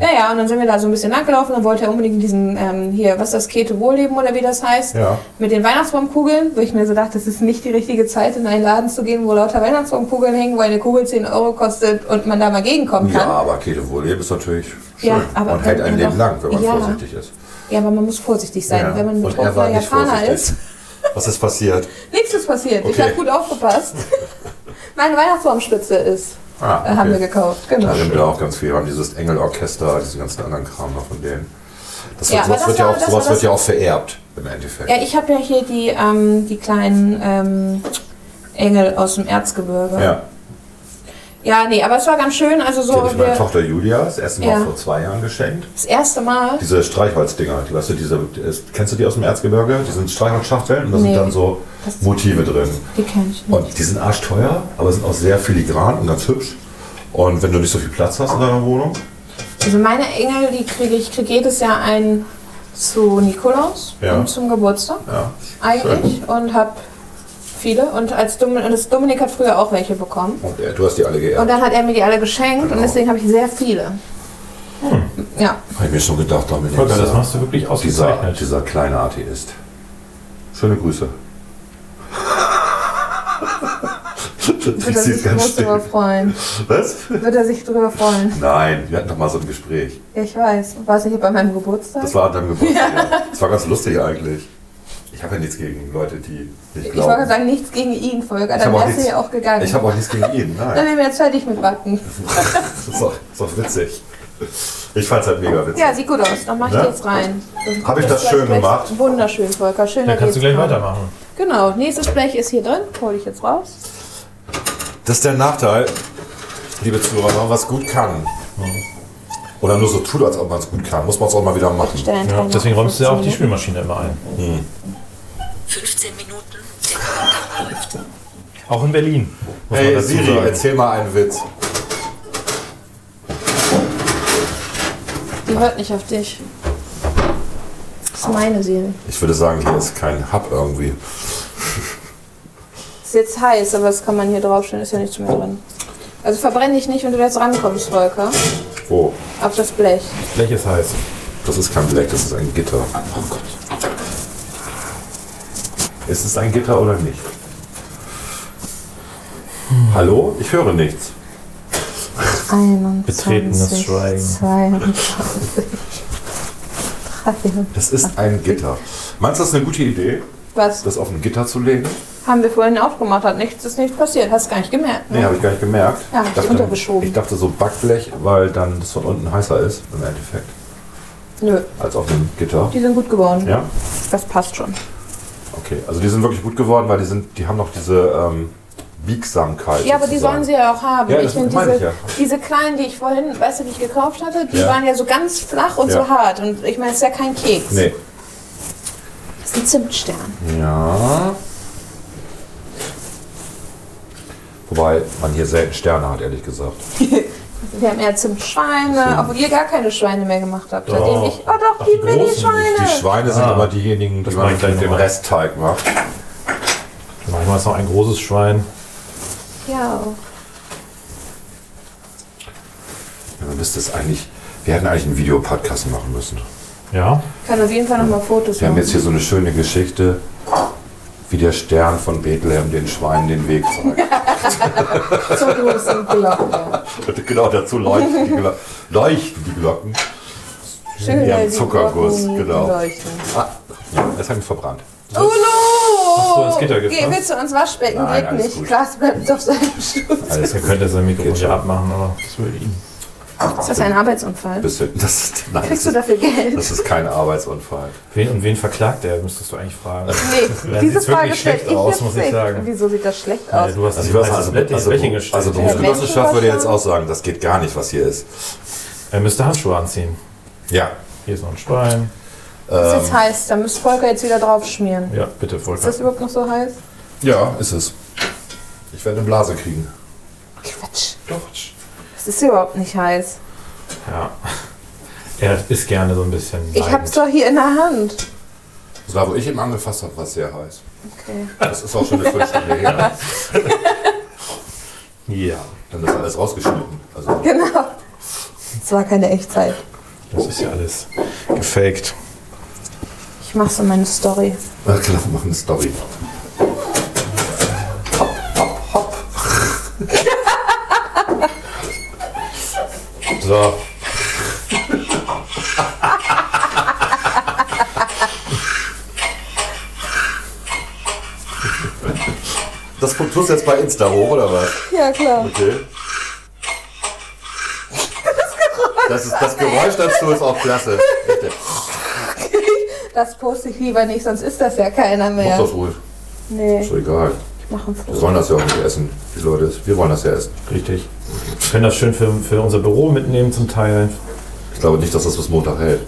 Ja, ja, und dann sind wir da so ein bisschen langgelaufen, dann wollte er unbedingt diesen, ähm, hier, was ist das, Kete Wohlleben oder wie das heißt, Ja. mit den Weihnachtsbaumkugeln, wo ich mir so dachte, das ist nicht die richtige Zeit, in einen Laden zu gehen, wo lauter Weihnachtsbaumkugeln hängen, wo eine Kugel 10 Euro kostet und man da mal gegenkommen Ja, kann. aber Keto Wohlleben ist natürlich schön. Ja, aber man hält ein wenn- Leben lang, wenn man ja. vorsichtig ist. Ja, aber man muss vorsichtig sein, Ja. wenn man ein Und er war betrunkener nicht Japaner vorsichtig. ist. Was ist passiert? Nichts ist passiert, ich Okay. habe gut aufgepasst. Meine Weihnachtsbaumspitze ist, Ah, äh, haben wir okay. gekauft, genau. Da sind wir auch ganz viel. Wir haben dieses Engelorchester, diese ganzen anderen Kram noch von denen. Das Ja, wird, aber sowas das wird, ja war- auch, das war sowas wird das- ja auch vererbt im Endeffekt. Ja, ich habe ja hier die, ähm, die kleinen ähm, Engel aus dem Erzgebirge. Ja. Ja, nee, aber es war ganz schön. Also Die so habe ich meiner wir, Tochter Julia das erste Mal Ja. vor zwei Jahren geschenkt. das erste Mal. Diese Streichholzdinger, die- weißt du, diese, ist- kennst du die aus dem Erzgebirge? Die sind Streichholzschachteln und da sind Nee. dann so Motive drin. Die kenn ich nicht. Und die sind arschteuer, aber sind auch sehr filigran und ganz hübsch. Und wenn du nicht so viel Platz hast in deiner Wohnung, Also meine Engel, die kriege ich, kriege jedes Jahr einen zu Nikolaus Ja. und zum Geburtstag ja, eigentlich und habe viele. Und als Domin und das Dominik hat früher auch welche bekommen. und äh, du hast die alle Und geerbt. dann hat er mir die alle geschenkt und Genau. Hm. deswegen habe ich sehr viele. Ja, Habe ich mir schon gedacht, damit Volker, das machst du wirklich dieser, ausgezeichnet. dieser kleine Atheist. Schöne Grüße. wird er sich groß drüber freuen. Was? Wird er sich drüber freuen. Nein, wir hatten doch mal so ein Gespräch. Ja, ich weiß. War es nicht bei meinem Geburtstag? Das war an deinem Geburtstag. ja. Das war ganz lustig eigentlich. Ich habe ja nichts gegen Leute, die nicht Ich wollte glauben. sagen, nichts gegen ihn, Volker. Ich Dann hab auch wärst du nichts- ja auch gegangen. Ich habe auch nichts gegen ihn, dann nein. wären wir jetzt fertig mit Backen. Das ist doch, ist doch witzig. Ich fand's halt mega witzig. Ja, sieht gut aus. Dann mach ich Ne? die jetzt rein. Hab ich das Blech schön wächst. gemacht? Wunderschön, Volker. Schön, Dann kannst du gleich weitermachen. Genau. Nächstes Blech ist hier drin. Hol ich jetzt raus. Das ist der Nachteil, liebe Zuhörer, wenn man was gut kann. Mhm. Oder nur so tut, als ob man es gut kann. Muss man es auch mal wieder machen. Stellen Ja, deswegen räumst du ja auch die Spülmaschine immer ein. 15 Minuten, der Countdown läuft. Auch in Berlin. Muss Hey man dazu Siri, sagen. erzähl mal einen Witz. Die hört nicht auf dich. Das ist meine Seele. Ich würde sagen, hier ist kein Hub irgendwie. Ist jetzt heiß, aber das kann man hier draufstellen. Ist ja nichts mehr drin. Also verbrenne dich nicht, wenn du da jetzt rankommst, Volker. Oh, Auf das Blech. Blech ist heiß. das ist kein Blech, das ist ein Gitter. Oh Gott. Ist es ein Gitter oder nicht? Hm. Hallo? Ich höre nichts. 21, Betretenes Schweigen. 22, 23. Das ist ein Gitter. Meinst du, das ist eine gute Idee? Was das auf ein Gitter zu legen. haben wir vorhin auch gemacht? Hat nichts, ist nichts passiert. Hast gar nicht gemerkt. Ne? Nee, habe ich gar nicht gemerkt. Ja, hab ich untergeschoben. ich dachte so Backblech, weil dann das von unten heißer ist im Endeffekt Nö, als auf dem Gitter. die sind gut geworden. Ja, Das passt schon. okay. Also die sind wirklich gut geworden, weil die sind, die haben noch diese ähm, Biegsamkeit. Ja, aber die sozusagen. sollen sie ja auch haben. Ja, ich das finde meine diese, ich ja. diese kleinen, die ich vorhin, weißt du, die ich gekauft hatte, die Ja. waren ja so ganz flach und Ja. so hart. Und ich meine, es ist ja kein Keks. Nee. Das ist ein Zimtstern. Ja. Wobei man hier selten Sterne hat, ehrlich gesagt. Wir haben eher Zimtschweine, obwohl ihr gar keine Schweine mehr gemacht habt. Seitdem Doch. ich, oh doch, Ach, die die großen Die Mini-Schweine. Schweine sind immer diejenigen, die Ah. das man meine ich mit gleich dem nochmal. Restteig macht. Dann machen wir jetzt noch ein großes Schwein. Ja. Ja, man müsste es eigentlich. Wir hätten eigentlich einen Videopodcast machen müssen. Ja. Kann auf jeden Fall nochmal Fotos Wir haben machen. jetzt hier so eine schöne Geschichte, wie der Stern von Bethlehem den Schweinen den Weg zeigt. so groß und Glocken. ja. Und genau dazu leuchten die Glocken. Leuchten die Glocken. Schön, Ja, weil die Zuckerguss, Glocken genau. leuchten. Ah, ja, das hat mich verbrannt. Ulo! Oh, so, ins Gitter Geh, ne? gefasst? willst du uns Waschbecken? Nein, Geht alles nicht. gut. Glas bleibt auf seinem Stuhl. Alles Er könnte sein Mikrofon Geht schon. hier abmachen, aber das will ihn. Ist das ein Arbeitsunfall? bisschen. Das ist, nein, Kriegst du das, ist, dafür Geld? das ist kein Arbeitsunfall. Wen und wen verklagt er, müsstest du eigentlich fragen. Nee, Ja, diese sieht's wirklich Frage stelle schlecht ich aus, jetzt muss ich nicht. sagen. Wieso sieht das schlecht Ja, aus? du hast Also, also, ich weiß nicht, das also, Blatt also, also, Blättchen also, gestellt. Berufsgenossenschaft würde jetzt auch sagen, das geht gar nicht, was hier ist. er müsste Handschuhe anziehen. Ja, Hier ist noch ein Schwein. Das ist jetzt heiß, da muss Volker jetzt wieder drauf schmieren. Ja, bitte, Ist Volker. das überhaupt noch so heiß? ja, ist es. Ich werde eine Blase kriegen. Quatsch, Doch. das ist überhaupt nicht heiß. Ja. Er ist gerne so ein bisschen. Ich hab's doch hier in der Hand. Das war, wo ich eben angefasst habe, was sehr heiß. Okay. Das ist auch schon eine Viertelstunde her. Ja. Dann ist alles rausgeschnitten. Also, Genau. Es war keine Echtzeit. Das ist ja alles gefaked. Ich mach's in meine Story. na klar, wir machen eine Story. So. Das tust du jetzt bei Insta hoch, oder was? Ja, klar. Okay. Das, ist, das Geräusch dazu ist auch klasse. Das poste ich lieber nicht, sonst ist das ja keiner Muss mehr. das ruhig. Nee, Ist doch egal. ich mach ein Wir Foto. sollen das ja auch nicht essen, die Leute. Wir wollen das ja essen. Richtig. Wir können das schön für, für unser Büro mitnehmen zum Teil. Ich glaube nicht, dass das bis Montag hält.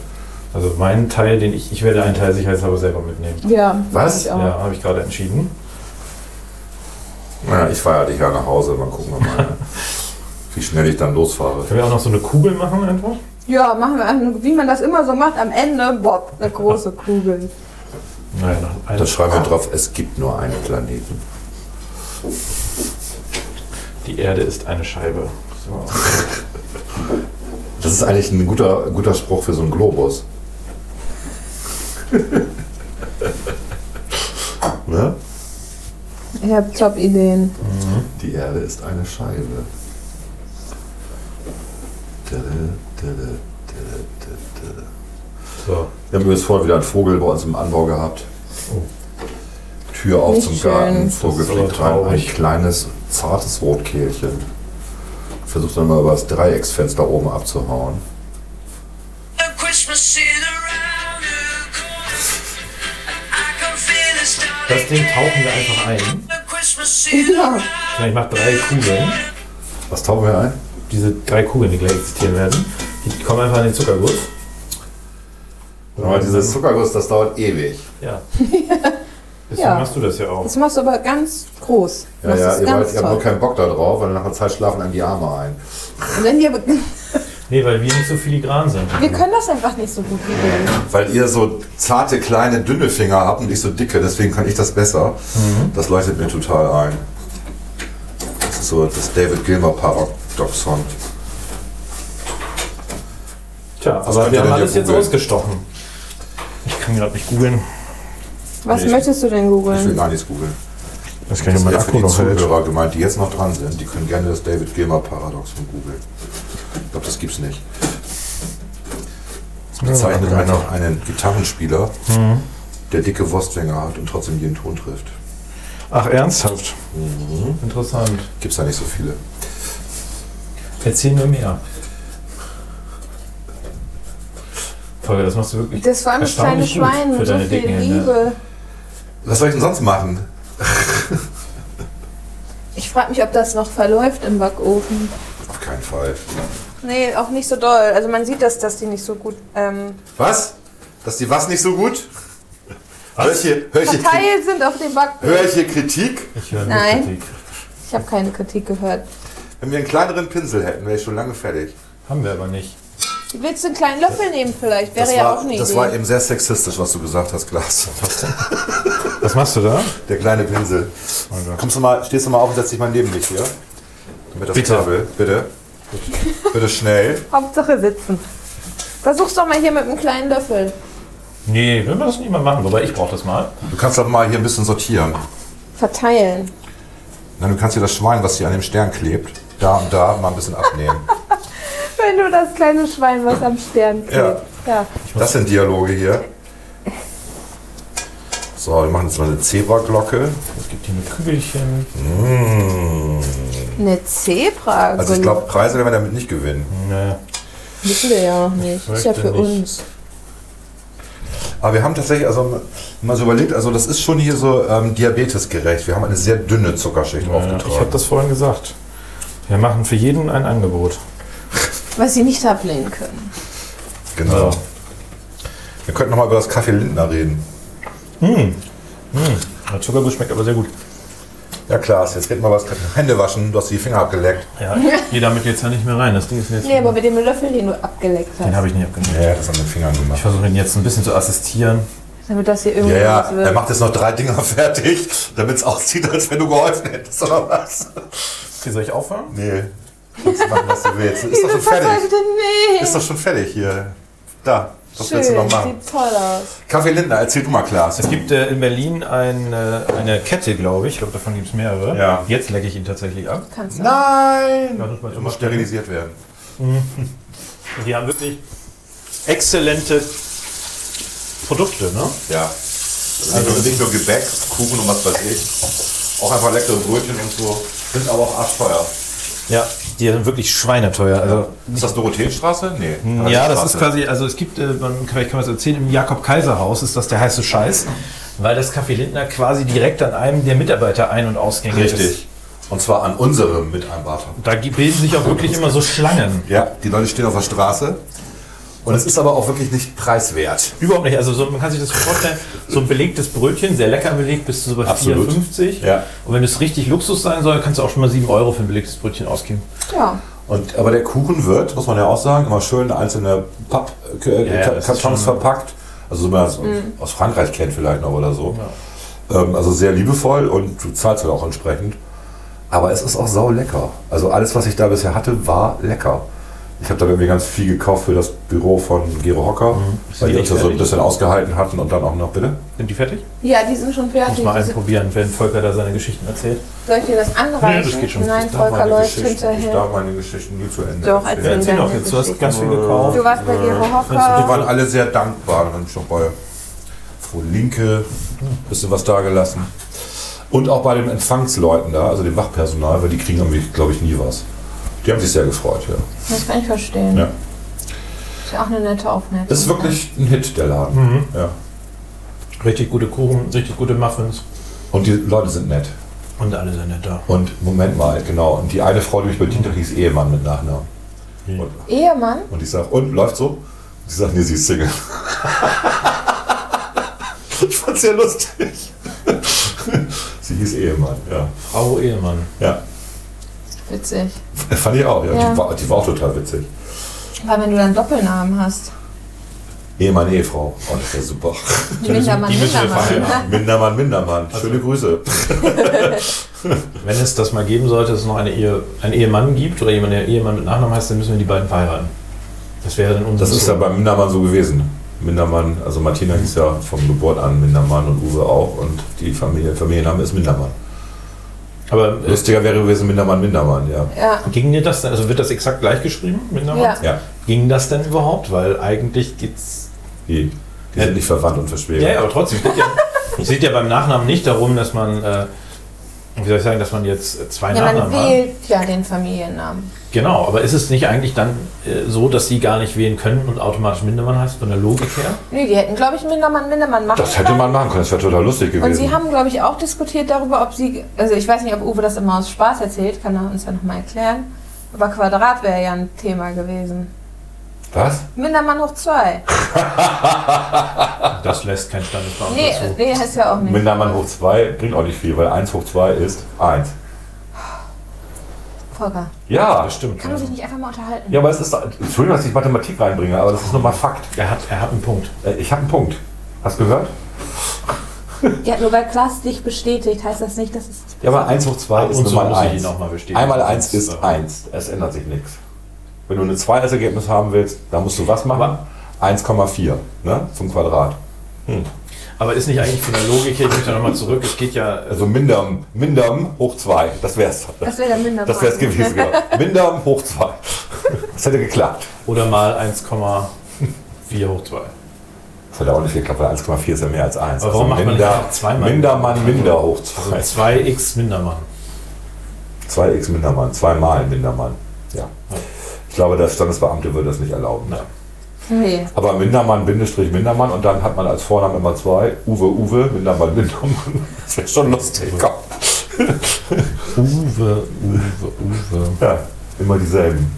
Also meinen Teil, den ich. Ich werde einen Teil sicherheitshalber selber mitnehmen. Ja, Was? ich auch. Ja, habe ich gerade entschieden. Na, ich fahre dich ja nach Hause. Mal gucken wir mal, wie schnell ich dann losfahre. Können wir auch noch so eine Kugel machen einfach? Ja, machen wir, an- wie man das immer so macht, am Ende, bob, eine große Kugel. Naja, noch eine. Da schreiben wir drauf, es gibt nur einen Planeten. Die Erde ist eine Scheibe. So. Das ist eigentlich ein guter, guter Spruch für so einen Globus. ne? Ich hab Top-Ideen. Die Erde ist eine Scheibe. Dille, dille, dille, dille, dille. so. Wir haben übrigens vorhin wieder einen Vogel bei uns im Anbau gehabt. Tür auf Oh. Nicht zum schön. Garten, Vogel Das ist aber fliegt rein. Ein traurig. kleines, zartes Rotkehlchen. Versucht dann mal über das Dreiecksfenster oben abzuhauen. A Christmas is around the corner. I can feel it starting Das Ding tauchen wir einfach ein. A Christmas is around Ich mache drei Kugeln. Was tauchen wir ein? Diese drei Kugeln, die gleich existieren werden. Die kommen einfach in den Zuckerguss. Aber dieses Zuckerguss, das dauert ewig. Ja. Deswegen Ja. machst du das ja auch. Das machst du aber ganz groß. Du Ja, machst ja, das ihr, ganz wollt, ihr habt toll. nur keinen Bock da drauf, weil nach einer Zeit schlafen einem die Arme ein. Und wenn wir, Nee, weil wir nicht so filigran sind. wir können das einfach nicht so gut regeln. Weil ihr so zarte, kleine, dünne Finger habt und ich so dicke, deswegen kann ich das besser. Das leuchtet mir total ein. Das ist so das David Gilmer Paradoxon. Tja, Was aber könnt wir ihr haben denn alles hier jetzt googeln? ausgestochen. Ich kann gerade nicht googeln. Was möchtest du Ich denn will googeln? gar nichts googeln. Das kann Das ich ist mal eher für Akku die noch hält. Zuhörer gemeint, die jetzt noch dran sind. Die können gerne das David Gilmer Paradoxon googeln. Ich glaube, das gibt's nicht. genau. Mhm. Das bezeichnet einfach einen Gitarrenspieler, der dicke Wurstfänger hat und trotzdem jeden Ton trifft. Ach, ernsthaft? Mhm. Interessant. Gibt's da nicht so viele. Erzähl mir mehr. Folge, das machst du wirklich. Das war das kleine Erstaunlich gut Schwein für mit so deine viel dicken Hände. Liebe. Was soll ich denn sonst machen? Ich frage mich, ob das noch verläuft im Backofen. Auf keinen Fall. Nee, auch nicht so doll. Also man sieht, dass, dass die nicht so gut ähm, Was? Dass die was nicht so gut? Hör ich hier, hör ich hier, Kri- verteilt sind auf dem hör Backblech. ich hier Kritik? Ich höre nur Nein. Kritik. Ich habe keine Kritik gehört. Wenn wir einen kleineren Pinsel hätten, wäre ich schon lange fertig. Haben wir aber nicht. Willst du einen kleinen Löffel nehmen vielleicht? Wäre das ja war, auch nicht. das war eben sehr sexistisch, was du gesagt hast, Glas. Was machst du da? Der kleine Pinsel. Kommst du mal, stehst du mal auf und setz dich mal neben mich hier. Damit das Bitte. Kabel, bitte. bitte schnell. Hauptsache sitzen. Versuch's doch mal hier mit einem kleinen Löffel. Nee, will man das nicht mal machen, wobei ich brauche das mal. Du kannst doch mal hier ein bisschen sortieren. Verteilen. Na, du kannst dir das Schwein, was hier an dem Stern klebt, da und da mal ein bisschen abnehmen. Wenn du das kleine Schwein, was am Stern klebt. Ja. Das sind Dialoge hier. So, wir machen jetzt mal eine Zebraglocke. Es gibt hier ein Kügelchen. Eine Zebra. Also ich glaube, Preise werden wir damit nicht gewinnen. Nee. Wissen wir ja auch nicht. Ist ja möchte für nicht. uns. Aber wir haben tatsächlich, also mal so überlegt, also das ist schon hier so ähm, diabetesgerecht. Wir haben eine sehr dünne Zuckerschicht Ja, ich habe aufgetragen. das vorhin gesagt. Wir machen für jeden ein Angebot. Was sie nicht ablehnen können. Genau. Wir könnten nochmal über das Kaffee Lindner reden. Hm, Der Zuckerguss schmeckt aber sehr gut. Ja, Klaas, jetzt reden wir über das Kaffee. Hände waschen, du hast die Finger abgeleckt. Ja, ich damit jetzt ja nicht mehr rein. Das Ding ist jetzt. Nee, aber mit dem Löffel, den du abgeleckt hast. den habe ich nicht abgenommen. Ja, das an den Fingern Ich gemacht. versuche ihn jetzt ein bisschen zu assistieren. Damit das hier irgendwie Ja, ja, was er wird. macht jetzt noch drei Dinger fertig, damit es aussieht, als wenn du geholfen hättest, oder was? Wie soll ich aufhören? Nee. Kannst machen, was du willst. Ist doch schon fertig. verfallte Nähe. Ist doch schon fertig hier. Da, was willst du Schön, noch machen? sieht toll aus. Kaffee Lindner, erzähl du mal, Klaas. Es gibt äh, in Berlin ein, äh, eine Kette, glaube ich. Ich glaube, davon gibt es mehrere. Ja. Jetzt lecke ich ihn tatsächlich ab. Kannst du. Nein! muss man Du so musst machen. sterilisiert werden. Die haben wirklich exzellente Produkte, ne? Ja. Also nicht, nur Gebäck, Kuchen und was weiß ich. Auch einfach leckere Brötchen und so. Sind aber auch arschteuer. Ja, die sind wirklich schweineteuer. Also Ist das Dorotheenstraße? Nee. Hm, Ja, das Straße. ist quasi, also es gibt, äh, man, vielleicht kann man es erzählen, im Jakob-Kaiser-Haus ist das der heiße Scheiß, weil das Café Lindner quasi direkt an einem der Mitarbeiter ein- und ausgänge ist. Richtig. Und zwar an unserem Mitarbeiter. Da ge- bilden sich auch wirklich immer so Schlangen. Ja, die Leute stehen auf der Straße. Und es ist aber auch wirklich nicht preiswert. Überhaupt nicht, also so, man kann sich das vorstellen, so ein belegtes Brötchen, sehr lecker belegt, bist du so bei Absolut. 4,50. Ja. Und wenn es richtig Luxus sein soll, kannst du auch schon mal 7 Euro für ein belegtes Brötchen ausgeben. Ja. Und, aber der Kuchen wird, muss man ja auch sagen, immer schön in einzelne Pappkartons Ja, ja, das ist schon- verpackt. Also so wie man es Mhm. aus Frankreich kennt vielleicht noch oder so. Ähm, also sehr liebevoll und du zahlst halt auch entsprechend. Aber es ist auch sau lecker. Also alles, was ich da bisher hatte, war lecker. Ich habe da irgendwie ganz viel gekauft für das Büro von Gero Hocker, weil die die uns da so ein fertig? bisschen ausgehalten hatten und dann auch noch, bitte? Sind die fertig? ja, die sind schon Muss fertig. mal einen Die sind- probieren, wenn Volker da seine Geschichten erzählt. Soll ich dir das anreichen? Nee, das geht schon. Nein, Ich darf Volker meine läuft Geschichten- Ich hinterher. darf meine Geschichten nie zu Ende. Doch, erzählen. erzähl Erzähl deine doch jetzt, du hast Geschichte. ganz viel gekauft. Du warst bei Äh, Gero Die waren Hocker. alle sehr dankbar. Dann schon bei Frau Linke ein bisschen was dagelassen. Und auch bei den Empfangsleuten da, also dem Wachpersonal, weil die kriegen irgendwie, glaube ich, nie was. Die haben sich sehr gefreut, ja. Das kann ich verstehen. Ja. Ist ja auch eine nette Aufmerksamkeit. Ist wirklich ein Hit, der Laden. Ja. Richtig gute Kuchen, richtig gute Muffins. Und die Leute sind nett. Und alle sind nett da. Und Moment mal, genau. Und die eine Frau, die mich bedient hat, hieß Ehemann mit Nachnamen. Und, Ehemann? und ich sage, und läuft so? Und sie sagt, nee, sie ist Single. ich fand's sehr lustig. sie hieß Ehemann, ja. Frau Ehemann. ja. Witzig. Fand ich auch, ja. Ja. Die, war, die war auch total witzig. Weil wenn du dann Doppelnamen hast. Ehemann, Ehefrau. Oh, das ist ja super. Mindermann, die müssen wir Also. Mindermann. Mindermann, Mindermann. Schöne Grüße. Wenn es das mal geben sollte, dass es noch eine Ehe, einen Ehemann gibt oder jemand, der Ehemann mit Nachnamen heißt, dann müssen wir die beiden verheiraten. Das wäre dann unser Das ist ja Zug. beim Mindermann so gewesen. Mindermann, also Martina hieß ja von Geburt an Mindermann und Uwe auch. Und die Familie, Familienname ist Mindermann. Aber äh, Lustiger wäre gewesen Mindermann, Mindermann, ja. Ja. ging dir das denn, also wird das exakt gleich geschrieben mit Nachnamen? Ja. Ja. Ging das denn überhaupt? Weil eigentlich geht's, Die. Die sind nicht verwandt und verschwägert. Ja, ja, aber trotzdem steht ja, steht ja beim Nachnamen nicht darum, dass man, äh, wie soll ich sagen, dass man jetzt äh, zwei Ja, man Nachnamen hat. wählt ja den Familiennamen. Genau, aber ist es nicht eigentlich dann äh, so, dass sie gar nicht wählen können und automatisch Mindermann heißt von der Logik her? Nee, die hätten, glaube ich, Mindermann, Mindermann machen Das hätte können. man machen können, das wäre total lustig gewesen. Und sie haben, glaube ich, auch diskutiert darüber, ob sie, also ich weiß nicht, ob Uwe das immer aus Spaß erzählt, kann er uns ja nochmal erklären. Aber Quadrat wäre ja ein Thema gewesen. Was? Mindermann hoch zwei. Das lässt kein Standesbeamter Nee, äh, äh, zu. nee, heißt ja auch nicht. Mindermann hoch 2 bringt auch nicht viel, weil 1 hoch 2 ist 1. Volker, Ja. Das stimmt. kann man sich nicht einfach mal unterhalten? Ja, aber es ist. doch- Entschuldigung, dass ich Mathematik reinbringe, aber das ist nun mal Fakt. Er hat, er hat einen Punkt. Äh, Ich habe einen Punkt. Hast du gehört? Ja, nur weil Klaas dich bestätigt, heißt das nicht, dass es. Ja, aber 1 hoch 2 Ab ist und zu nun mal muss ich ihn 1. noch mal bestätigen. Einmal 1 Das, ist äh, 1. Es ändert sich nichts. Wenn du ein 2 als Ergebnis haben willst, dann musst du was machen? 1,4 ne? zum Quadrat. Aber ist nicht eigentlich von der Logik her, ich möchte nochmal zurück, es geht ja, also, Also minderm, minderm hoch 2. Das wär's. Das wäre der Mindermann. Das wär's gewesen, genau. Minderm hoch 2. Das hätte geklappt. oder mal 1,4 hoch 2. Das hat ja auch nicht geklappt, weil 1,4 ist ja mehr als 1. Aber warum macht man minder, nicht einfach zweimal? Also Mindermann, minder hoch 2. 2x Mindermann. 2x Mindermann, zweimal Mindermann. Ja. Ich glaube, der Standesbeamte würde das nicht erlauben. Nein. Nee. Aber Mindermann, Bindestrich, Mindermann und dann hat man als Vornamen immer zwei. Uwe, Uwe, Mindermann, Mindermann. Das wäre schon lustig. Komm. Uwe, Uwe, Uwe. Ja, immer dieselben.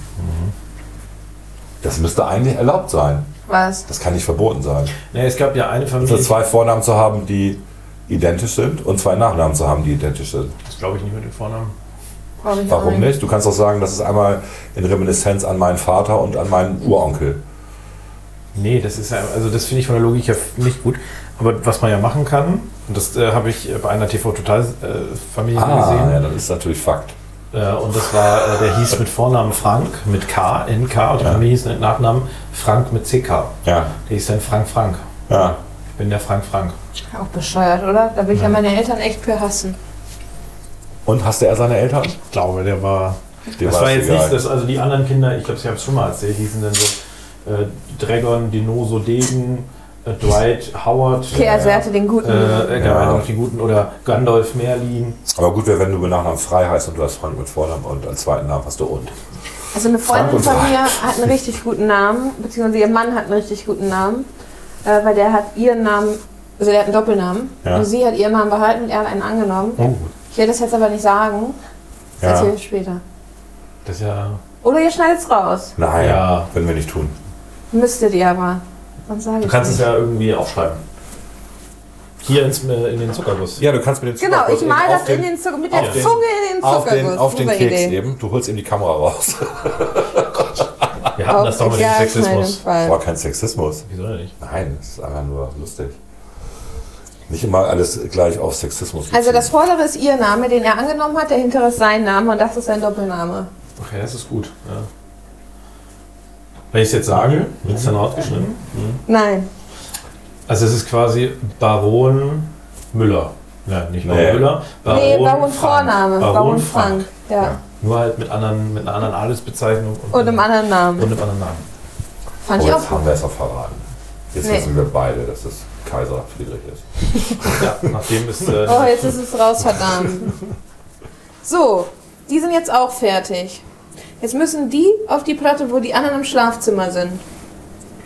Das müsste eigentlich erlaubt sein. Was? Das kann nicht verboten sein. Ne, es gab ja eine Familie, Also zwei Vornamen zu haben, die identisch sind und zwei Nachnamen zu haben, die identisch sind. das glaube ich nicht mit dem Vornamen. Glaub ich auch Warum nicht? Du kannst auch sagen, das ist einmal in Reminiszenz an meinen Vater und an meinen Uronkel. Nee, das ist ja, also das finde ich von der Logik her nicht gut. Aber was man ja machen kann, und das äh, habe ich äh, bei einer TV-Total-Familie äh, gesehen, Ah, ja, das ist natürlich Fakt. Äh, und das war, äh, der hieß mit Vornamen Frank, mit K, NK, und die Familie hieß mit Nachnamen Frank mit CK. Ja, Der hieß dann Frank Frank. ja. Ich bin der Frank Frank. Auch bescheuert, oder? Da will ich ja meine Eltern echt für hassen. Und hasste er seine Eltern? Ich glaube, der war. Dem das war's war jetzt egal. nicht, dass also die anderen Kinder, ich glaube, ich habe es schon mal erzählt, die hießen dann so äh, Dragon, Dinoso Degen, äh, Dwight Howard. Okay, also er hatte den äh, guten. äh, Ja. ja. noch die guten oder Gandalf Merlin. Aber gut wäre, wenn du mit Nachnamen frei heißt und du hast Frank mit Vornamen und als zweiten Namen hast du und. Also eine Freundin Frank von und mir hat einen richtig guten Namen, beziehungsweise ihr Mann hat einen richtig guten Namen, äh, weil der hat ihren Namen, also der hat einen Doppelnamen. Ja. Oh, Und sie hat ihren Namen behalten und er hat einen angenommen. Ich werde das jetzt aber nicht sagen, das Ja. erzähle ich später. Das ist ja. Oder ihr schneidet es raus. Nein, Ja. würden wir nicht tun. Müsstet ihr aber. Sonst sage ich Du kannst es nicht. ja irgendwie aufschreiben. Hier ins, äh, in den Zuckerguss. Ja, du kannst mit den Genau, Zuckerguss ich eben mal auf das in den- den Zucker, mit auf der den- Zunge in den auf den, Zuckerguss. auf den Super Keks Idee. eben. Du holst eben die Kamera raus. Wir hatten das doch mit dem gar Sexismus. keinen Fall. War kein Sexismus. Wieso denn nicht? Nein, es ist einfach nur lustig. Nicht immer alles gleich auf Sexismus. Also beziehen. das vordere ist ihr Name, den er angenommen hat, der hintere ist sein Name und das ist sein Doppelname. Okay, das ist gut. Ja. Wenn ich es jetzt sage, wird es dann rausgeschnitten. Nein. Also es ist quasi Baron Müller. Ja, nicht Baron Nee. Müller. Baron nee, Baron Frank. Vorname. Baron, Frank. Ja. Ja. Nur halt mit, anderen, mit einer anderen Adelsbezeichnung und, Und im anderen Namen. und einem anderen Namen. Fand Oh, ich jetzt auch haben gut. wir es auch verraten. Jetzt Nee. wissen wir beide, dass es Kaiser Friedrich ist. Ja, nachdem ist äh, Oh, jetzt ist es raus, verdammt. So, die sind jetzt auch fertig. Jetzt müssen die auf die Platte, wo die anderen im Schlafzimmer sind.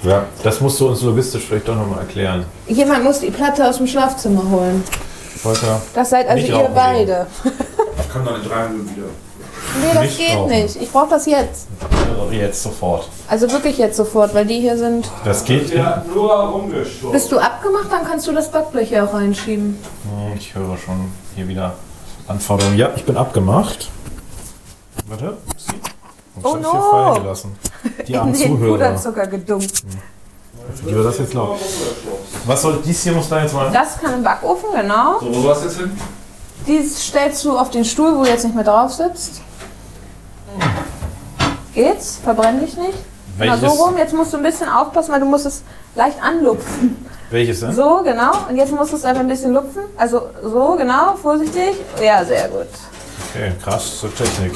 Ja. das musst du uns logistisch vielleicht doch nochmal erklären. Jemand muss die Platte aus dem Schlafzimmer holen. Volker. Das seid also Nicht ihr rauchen beide. Ich kann dann in drei Minuten wieder. Nee, das Nicht geht rauchen. nicht. Ich brauche das jetzt. Jetzt sofort. Also wirklich jetzt sofort, weil die hier sind. Das geht. hat nur rumgeschoben. Bist du abgemacht, dann kannst du das Backblech hier auch reinschieben. Hm, Ich höre schon hier wieder Anforderungen. Ja, ich bin abgemacht. Warte. Sie. Ich Oh hab's no. hier fallen gelassen. Die armen In den Zuhörer. Puderzucker gedumpt. Wie war das jetzt laut? Was soll dies hier muss da jetzt mal? Das kann im Backofen, genau. So, wo warst du jetzt hin? Dies stellst du auf den Stuhl, wo du jetzt nicht mehr drauf sitzt. Geht's? Verbrenn dich nicht? Genau so rum. Jetzt musst du ein bisschen aufpassen, weil du musst es leicht anlupfen. welches ne? denn? So, genau. Und jetzt musst du es einfach ein bisschen lupfen. Also so, genau. Vorsichtig. Ja, sehr gut. Okay, krass, so Technik.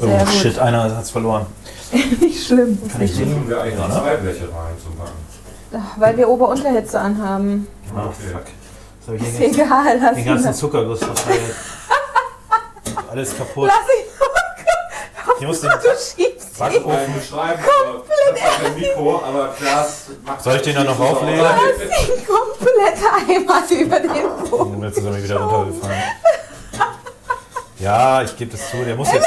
Sehr Oh gut. shit, einer hat's verloren. Nicht schlimm. ne? Kriegen wir eigentlich zwei Bleche rein zum Backen. Weil wir Ober-Unterhitze anhaben. Ah, fuck. Jetzt habe ich Ist den ganzen, egal, lass den ihn. ganzen Zuckerguss verteilt. Alles kaputt. Lass ihn. Ich muss den, Du schiebst ihn. Backofen beschreiben. Komplett das ist Mikro, aber Klaas macht soll ich den dann noch auflegen? Lass ihn komplett einmal über den Boden. Und jetzt ist er mir wieder runtergefallen. Ja, ich gebe das zu, der muss jetzt.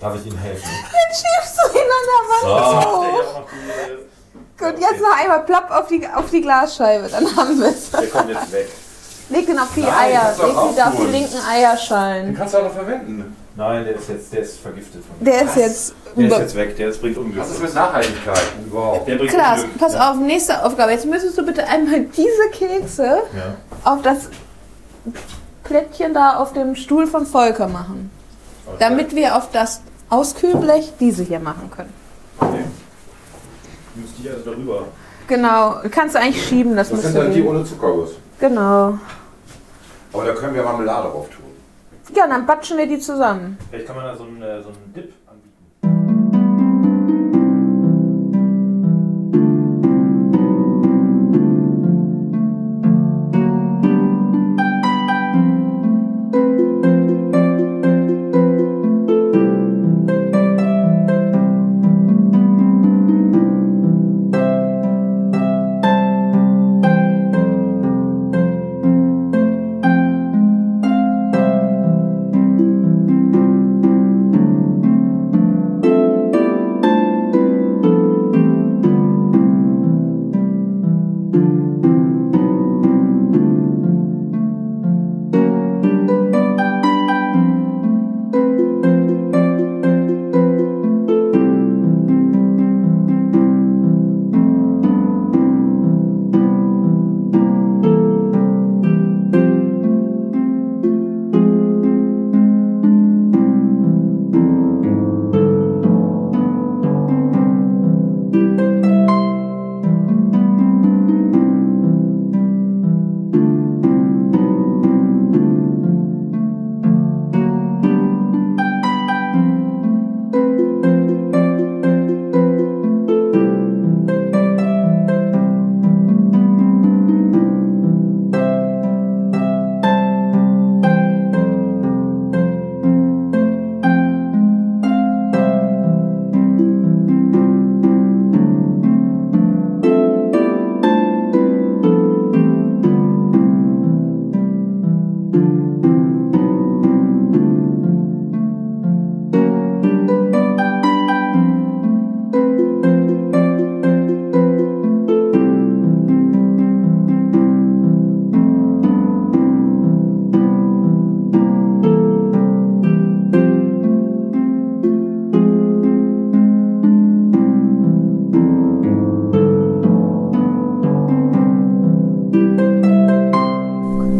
Darf ich Ihnen helfen? Jetzt schiebst du ihn Oh. an der Wand hoch. Gut, jetzt noch einmal plapp auf die, auf die Glasscheibe, dann haben wir es. Der kommt jetzt weg. Leg den auf die Nein, Eier. kannst du Leg auch sie da auf die tun. linken Eierschalen. kannst du auch noch verwenden. Nein, der ist jetzt, der ist vergiftet von Der ist jetzt. der ist jetzt weg, der ist- bringt Unglück. Was ist mit Nachhaltigkeit überhaupt? Der bringt Klaas, Unglück. pass auf, nächste Aufgabe. Jetzt müsstest du bitte einmal diese Kekse Ja. auf das Plättchen da auf dem Stuhl von Volker machen. Damit wir auf das Auskühlblech diese hier machen können. Müsste ich also darüber. Genau, kannst du eigentlich schieben, das, Das sind müsste dann die gehen. ohne Zuckerguss. Genau. Aber da können wir Marmelade drauf tun. Ja, dann batschen wir die zusammen. Vielleicht kann man da so einen, äh, so einen Dip anbieten.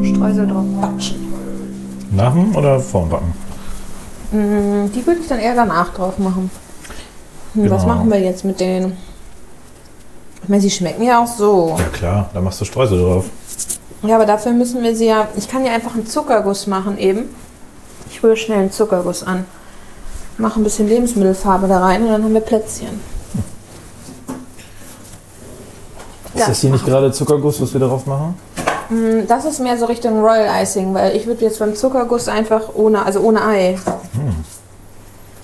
Streusel drauf batschen. Nach dem oder vorm Backen? Mm, Die würde ich dann eher danach drauf machen. Hm, Was Genau. machen wir jetzt mit denen? Ich meine, sie schmecken ja auch so. Ja klar, da machst du Streusel drauf. Ja, aber dafür müssen wir sie ja. Ich kann ja einfach einen Zuckerguss machen eben. Ich rühre schnell einen Zuckerguss an. Mache ein bisschen Lebensmittelfarbe da rein und dann haben wir Plätzchen. Ja. Ist das hier nicht gerade Zuckerguss, was wir darauf machen? Mm, Das ist mehr so Richtung Royal Icing, weil ich würde jetzt beim Zuckerguss einfach ohne, also ohne Ei.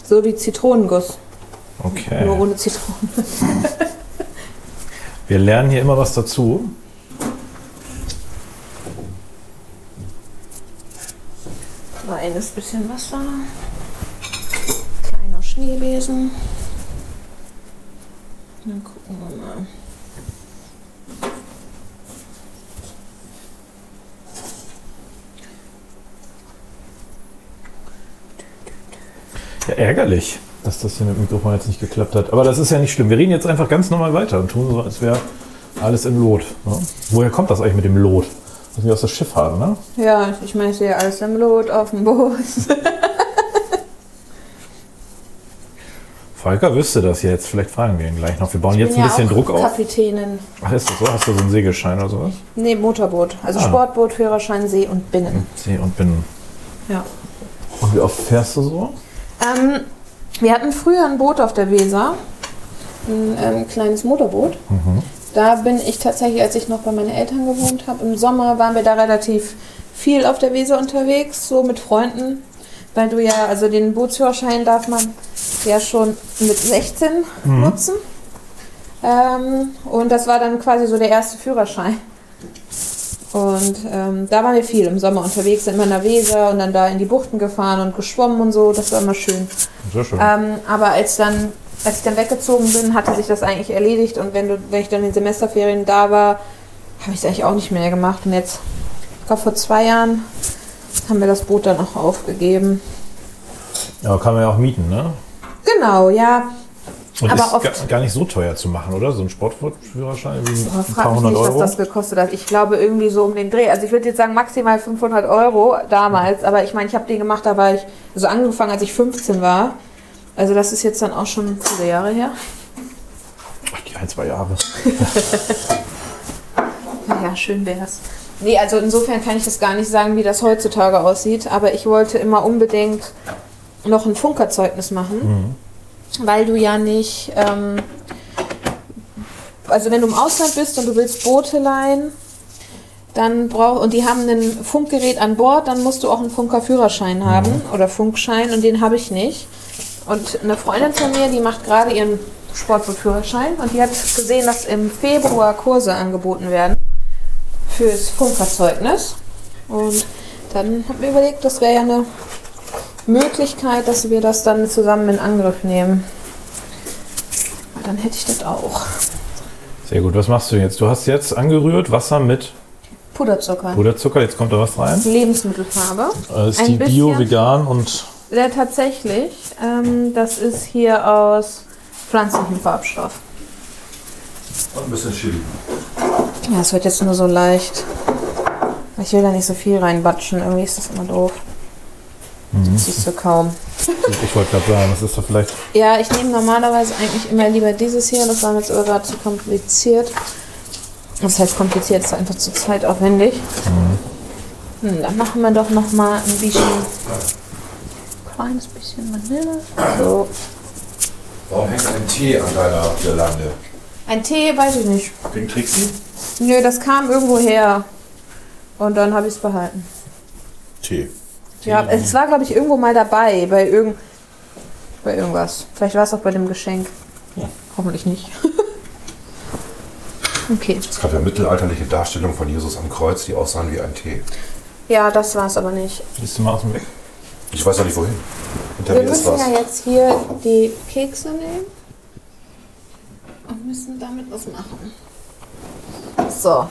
So wie Zitronenguss, nur Okay. ohne Zitronen. Wir lernen hier immer was dazu. Kleines bisschen Wasser. Kleiner Schneebesen. Dann gucken wir mal. Ja, ärgerlich, dass das hier mit dem Mikrofon jetzt nicht geklappt hat. Aber das ist ja nicht schlimm. Wir reden jetzt einfach ganz normal weiter und tun so, als wäre alles im Lot. Ne? Woher kommt das eigentlich mit dem Lot? Dass wir aus das Schiff haben, ne? Ja, ich meine, ich sehe alles im Lot, auf dem Boot. Falker wüsste das jetzt. Vielleicht fragen wir ihn gleich noch. Wir bauen Ich jetzt bin ja ein bisschen auch Druck auf. Kapitänin. Ach, ist das so? Hast du so einen Segelschein oder sowas? Nee, Motorboot. Also Ah. Sportboot, Führerschein, See und Binnen. See und bin. Ja. Und wie oft fährst du so? Ähm, wir hatten früher ein Boot auf der Weser. ein ähm, kleines Motorboot. Da bin ich tatsächlich, als ich noch bei meinen Eltern gewohnt habe, im Sommer waren wir da relativ viel auf der Weser unterwegs, so mit Freunden. Weil du ja, also den Bootsführerschein darf man ja schon mit 16 nutzen. Ähm, und das war dann quasi so der erste Führerschein. Und ähm, da waren wir viel im Sommer unterwegs, sind immer in der Weser und dann da in die Buchten gefahren und geschwommen und so. Das war immer schön. Sehr schön. Ähm, aber als, dann, als ich dann weggezogen bin, hatte sich das eigentlich erledigt. Und wenn, du, wenn ich dann in den Semesterferien da war, habe ich es eigentlich auch nicht mehr gemacht. Und jetzt, ich glaube, vor zwei Jahren haben wir das Boot dann auch aufgegeben. Aber kann man ja auch mieten, ne? Genau, ja. Und Aber ist oft- gar, gar nicht so teuer zu machen, oder? So ein Sportführerschein, irgendwie Boah, ein frag paar mich hundert nicht, Euro. was das gekostet hat. Ich glaube irgendwie so um den Dreh. Also ich würde jetzt sagen maximal 500 Euro damals. Aber ich meine, ich habe den gemacht, da war ich so angefangen, als ich 15 war. Also das ist jetzt dann auch schon viele Jahre her. Ach, die ein, zwei Jahre. Naja, schön wär's. Nee, also insofern kann ich das gar nicht sagen, wie das heutzutage aussieht, aber ich wollte immer unbedingt noch ein Funkerzeugnis machen, weil du ja nicht, ähm, also wenn du im Ausland bist und du willst Boote leihen, dann brauch, und die haben ein Funkgerät an Bord, dann musst du auch einen Funkerführerschein haben oder Funkschein und den habe ich nicht. Und eine Freundin von mir, die macht gerade ihren Sportbootführerschein und die hat gesehen, dass im Februar Kurse angeboten werden fürs Funkerzeugnis. Und dann haben wir überlegt, das wäre ja eine Möglichkeit, dass wir das dann zusammen in Angriff nehmen. Aber Dann hätte ich das auch. Sehr gut, was machst du jetzt? Du hast jetzt angerührt Wasser mit Puderzucker. Puderzucker, jetzt kommt da was rein. Lebensmittelfarbe. Das ist Ein die bisschen. Bio, vegan und Ja, tatsächlich. Ähm, das ist hier aus pflanzlichem Farbstoff. Und ein bisschen Chili. Ja, es wird jetzt nur so leicht. Ich will da nicht so viel reinbatschen. Irgendwie ist das immer doof. Das siehst du kaum. ich wollte gerade sagen, das ist doch vielleicht Ja, ich nehme normalerweise eigentlich immer lieber dieses hier. Das war mir jetzt aber gerade zu kompliziert. Das heißt kompliziert, ist einfach zu zeitaufwendig. Hm, dann machen wir doch noch mal ein bisschen, kleines bisschen Vanille. So. Warum hängt ein Tee an deiner Girlande? Ein Tee, weiß ich nicht. Wegen Trixie? Nö, das kam irgendwo her. Und dann habe ich es behalten. Tee. Ja, es war, glaube ich, irgendwo mal dabei, bei, irgend, bei irgendwas. Vielleicht war es auch bei dem Geschenk. Hoffentlich nicht. okay. Es gab ja mittelalterliche Darstellungen von Jesus am Kreuz, die aussahen wie ein Tee. Ja, das war es aber nicht. Siehst du mal aus dem Weg? Ich weiß auch nicht wohin. Hinter Wir mir ist müssen was. ja jetzt hier die Kekse nehmen und müssen damit was machen. So.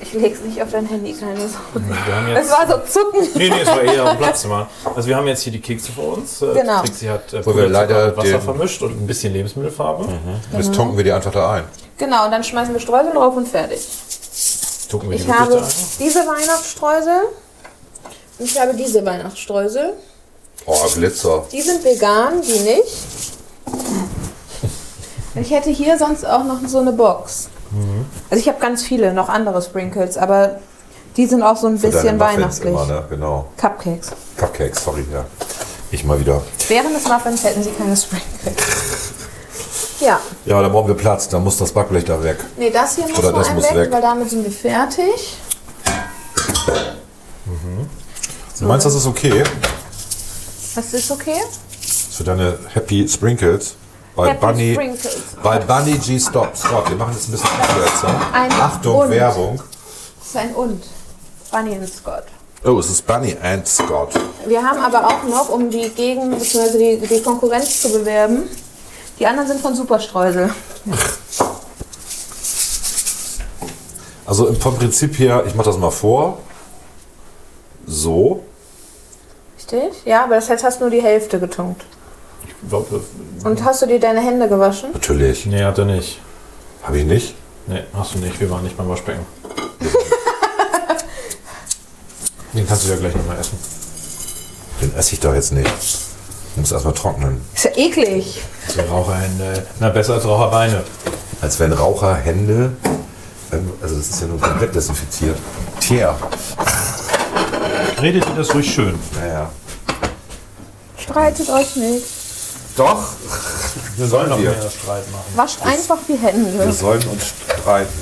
Ich leg's nicht auf dein Handy, keine Sorge. Wir haben Es jetzt. war so zucken. Nee, nee, es war eher um Platz zu machen. Also wir haben jetzt hier die Kekse vor uns. Äh, Genau. Trixie hat äh, Wo wir Puderzucker leider mit Wasser den- Mhm. vermischt und ein bisschen Lebensmittelfarbe. Jetzt tunken wir die einfach da ein. Genau, und dann schmeißen wir Streusel drauf und fertig. Gucken wir die Ich habe Gerichte an. diese Weihnachtsstreusel und ich habe diese Weihnachtsstreusel. Oh, Glitzer. Die sind vegan, die nicht. Ich hätte hier sonst auch noch so eine Box. Also ich habe ganz viele, noch andere Sprinkles, aber die sind auch so ein Für deine bisschen Muffins weihnachtlich. Immer, ne? Genau. Cupcakes. Cupcakes, sorry, ja. Ich mal wieder. Während des Muffins hätten sie keine Sprinkles. Ja, Ja, da brauchen wir Platz, da muss das Backblech da weg. nee, das hier muss Oder noch das ein muss weg, weg. weil damit sind wir fertig. Du meinst, das ist okay? Das ist okay. Äh, Für deine Happy Sprinkles. Bei Happy Bunny. Sprinkles. Bei Bunny G. Stop. Stop. Wir machen jetzt ein bisschen Abkürzung. Ein Achtung, und. Werbung. Das ist ein Und. Bunny und Scott. Oh, es ist Bunny and Scott. Wir haben aber auch noch, um die Gegen- bzw. Die, die Konkurrenz zu bewerben, die anderen sind von Superstreusel. Also im- vom Prinzip her, ich mache das mal vor. So. Richtig? Ja, aber das heißt, hast du nur die Hälfte getunkt. Ich glaub, das- Und hast du dir deine Hände gewaschen? Natürlich. Nee, hat er nicht. Habe ich nicht. Nee, hast du nicht. Wir waren nicht beim Waschbecken. Den kannst du ja gleich nochmal essen. Den esse ich doch jetzt nicht. Ich muss erstmal trocknen. Ist ja eklig. So Raucherhände. Na, besser als Raucherbeine. Als wenn Raucherhände. ähm, Also das ist ja nur komplett desinfiziert. Tja. Redet ihr das ruhig schön. Naja. Streitet euch nicht. Doch. Wir sollen noch wir? mehr Streit machen. Wascht einfach die Hände. Wir sollen uns streiten.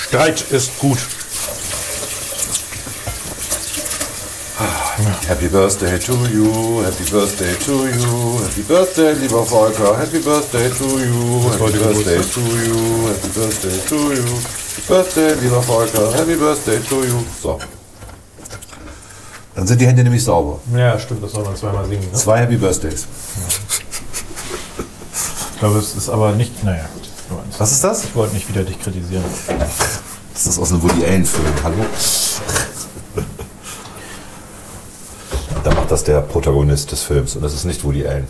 Streit ist gut. Happy Birthday to you, Happy Birthday to you, Happy Birthday, lieber Volker, Happy Birthday to you, Happy Birthday to you, Happy Birthday to you, Happy Birthday, lieber Volker, Happy Birthday to you. So. Dann sind die Hände nämlich sauber. Ja, stimmt, das soll man zweimal singen. Ne? Zwei Happy Birthdays. Ich glaube, es ist aber nicht. Naja, gut. nur eins. Was ist das? Ich wollte nicht wieder dich kritisieren. Das ist aus einem Woody Allen-Film. Hallo? Da macht das der Protagonist des Films und das ist nicht Woody Allen.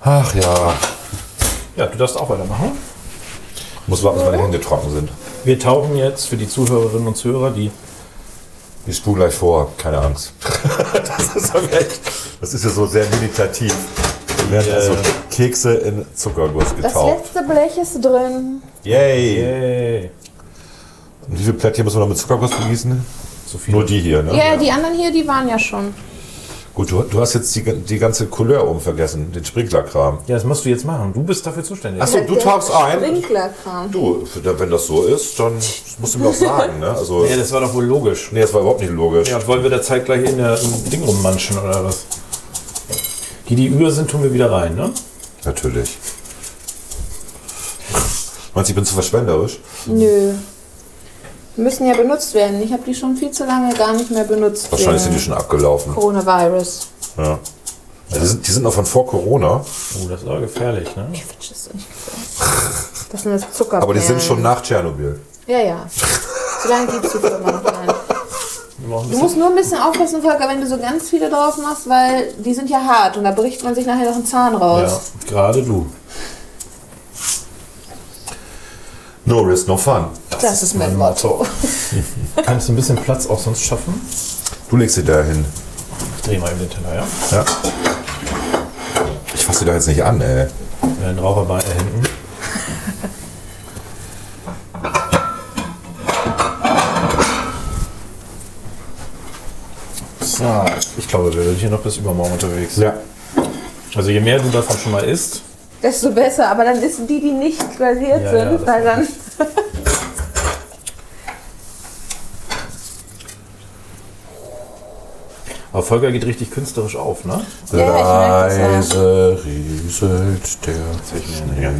Ach ja. Ja, du darfst auch weitermachen. Muss warten, bis meine Hände trocken sind. Wir tauchen jetzt für die Zuhörerinnen und Zuhörer, die. Ich spule gleich vor, keine Angst. das ist aber echt. Das ist ja so sehr meditativ. Wir werden also Kekse in Zuckerguss Das getaucht. letzte Blech ist drin. Yay! Hey. Und wie viele Plättchen müssen wir noch mit Zuckerguss begießen? So viel. Nur die hier, ne? Ja, die anderen hier, die waren ja schon. Gut, du, du hast jetzt die, die ganze Couleur oben vergessen, den Sprinklerkram. Ja, das musst du jetzt machen. Du bist dafür zuständig. Achso, du tauchst ein. Sprinklerkram. Du, wenn das so ist, dann das musst du mir auch sagen, ne? Also, Ja, nee, das war doch wohl logisch. das war überhaupt nicht logisch. Ja, wollen wir da zeitgleich in der im Ding rummanschen oder was? Die, die über sind, tun wir wieder rein, ne? Natürlich. Meinst du, ich bin zu verschwenderisch? Nö. Die müssen ja benutzt werden. Ich habe die schon viel zu lange gar nicht mehr benutzt. Wahrscheinlich sind wegen die schon abgelaufen. Coronavirus. Ja. Also die, sind, die sind noch von vor Corona, Oh, das ist aber gefährlich, ne? Quatsch, das ist nicht gefährlich. Das sind das Zuckerperlen. aber die sind schon nach Tschernobyl. Ja, ja. So lange gibt es die Firma noch gar nicht. Wir brauchen ein Du bisschen- musst nur ein bisschen aufpassen, Volker, wenn du so ganz viele drauf machst, weil die sind ja hart und da bricht man sich nachher noch einen Zahn Ja, raus. gerade du. No risk, no fun. das ist mein Motto. Kannst du ein bisschen Platz auch sonst schaffen? Du legst sie da hin. Ich dreh mal eben den Teller, ja? Ja. Ich fasse sie da jetzt nicht an, ey. Wir haben Raucher bei hinten. So, ich glaube, wir sind hier noch bis übermorgen unterwegs. Ja. Also je mehr du davon schon mal isst, Desto besser, aber dann ist die, die nicht glasiert Ja, ja, sind, das weil dann. aber Volker geht richtig künstlerisch auf, ne? Ja, ich merk das, Leise rieselt der Schnee.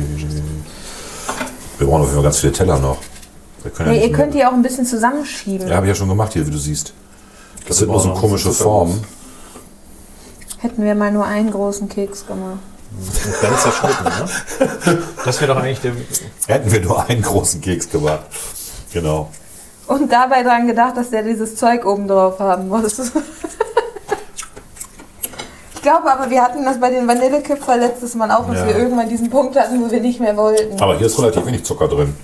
Wir brauchen auf jeden Fall ganz viele Teller noch. Wir können ja Nee, nicht ihr könnt die auch ein bisschen zusammenschieben. Ja, habe ich ja schon gemacht hier, wie du siehst. Das sind nur so brauchen komische noch- Formen. Hätten wir mal nur einen großen Keks gemacht. Und Ganz zerschnitten, ne? Das wäre doch eigentlich der. Hätten wir nur einen großen Keks gemacht. Genau. Und dabei dran gedacht, dass der dieses Zeug oben drauf haben muss. ich glaube aber, wir hatten das bei den Vanillekipferl letztes Mal auch, dass Ja. wir irgendwann diesen Punkt hatten, wo wir nicht mehr wollten. Aber hier ist relativ wenig Zucker drin.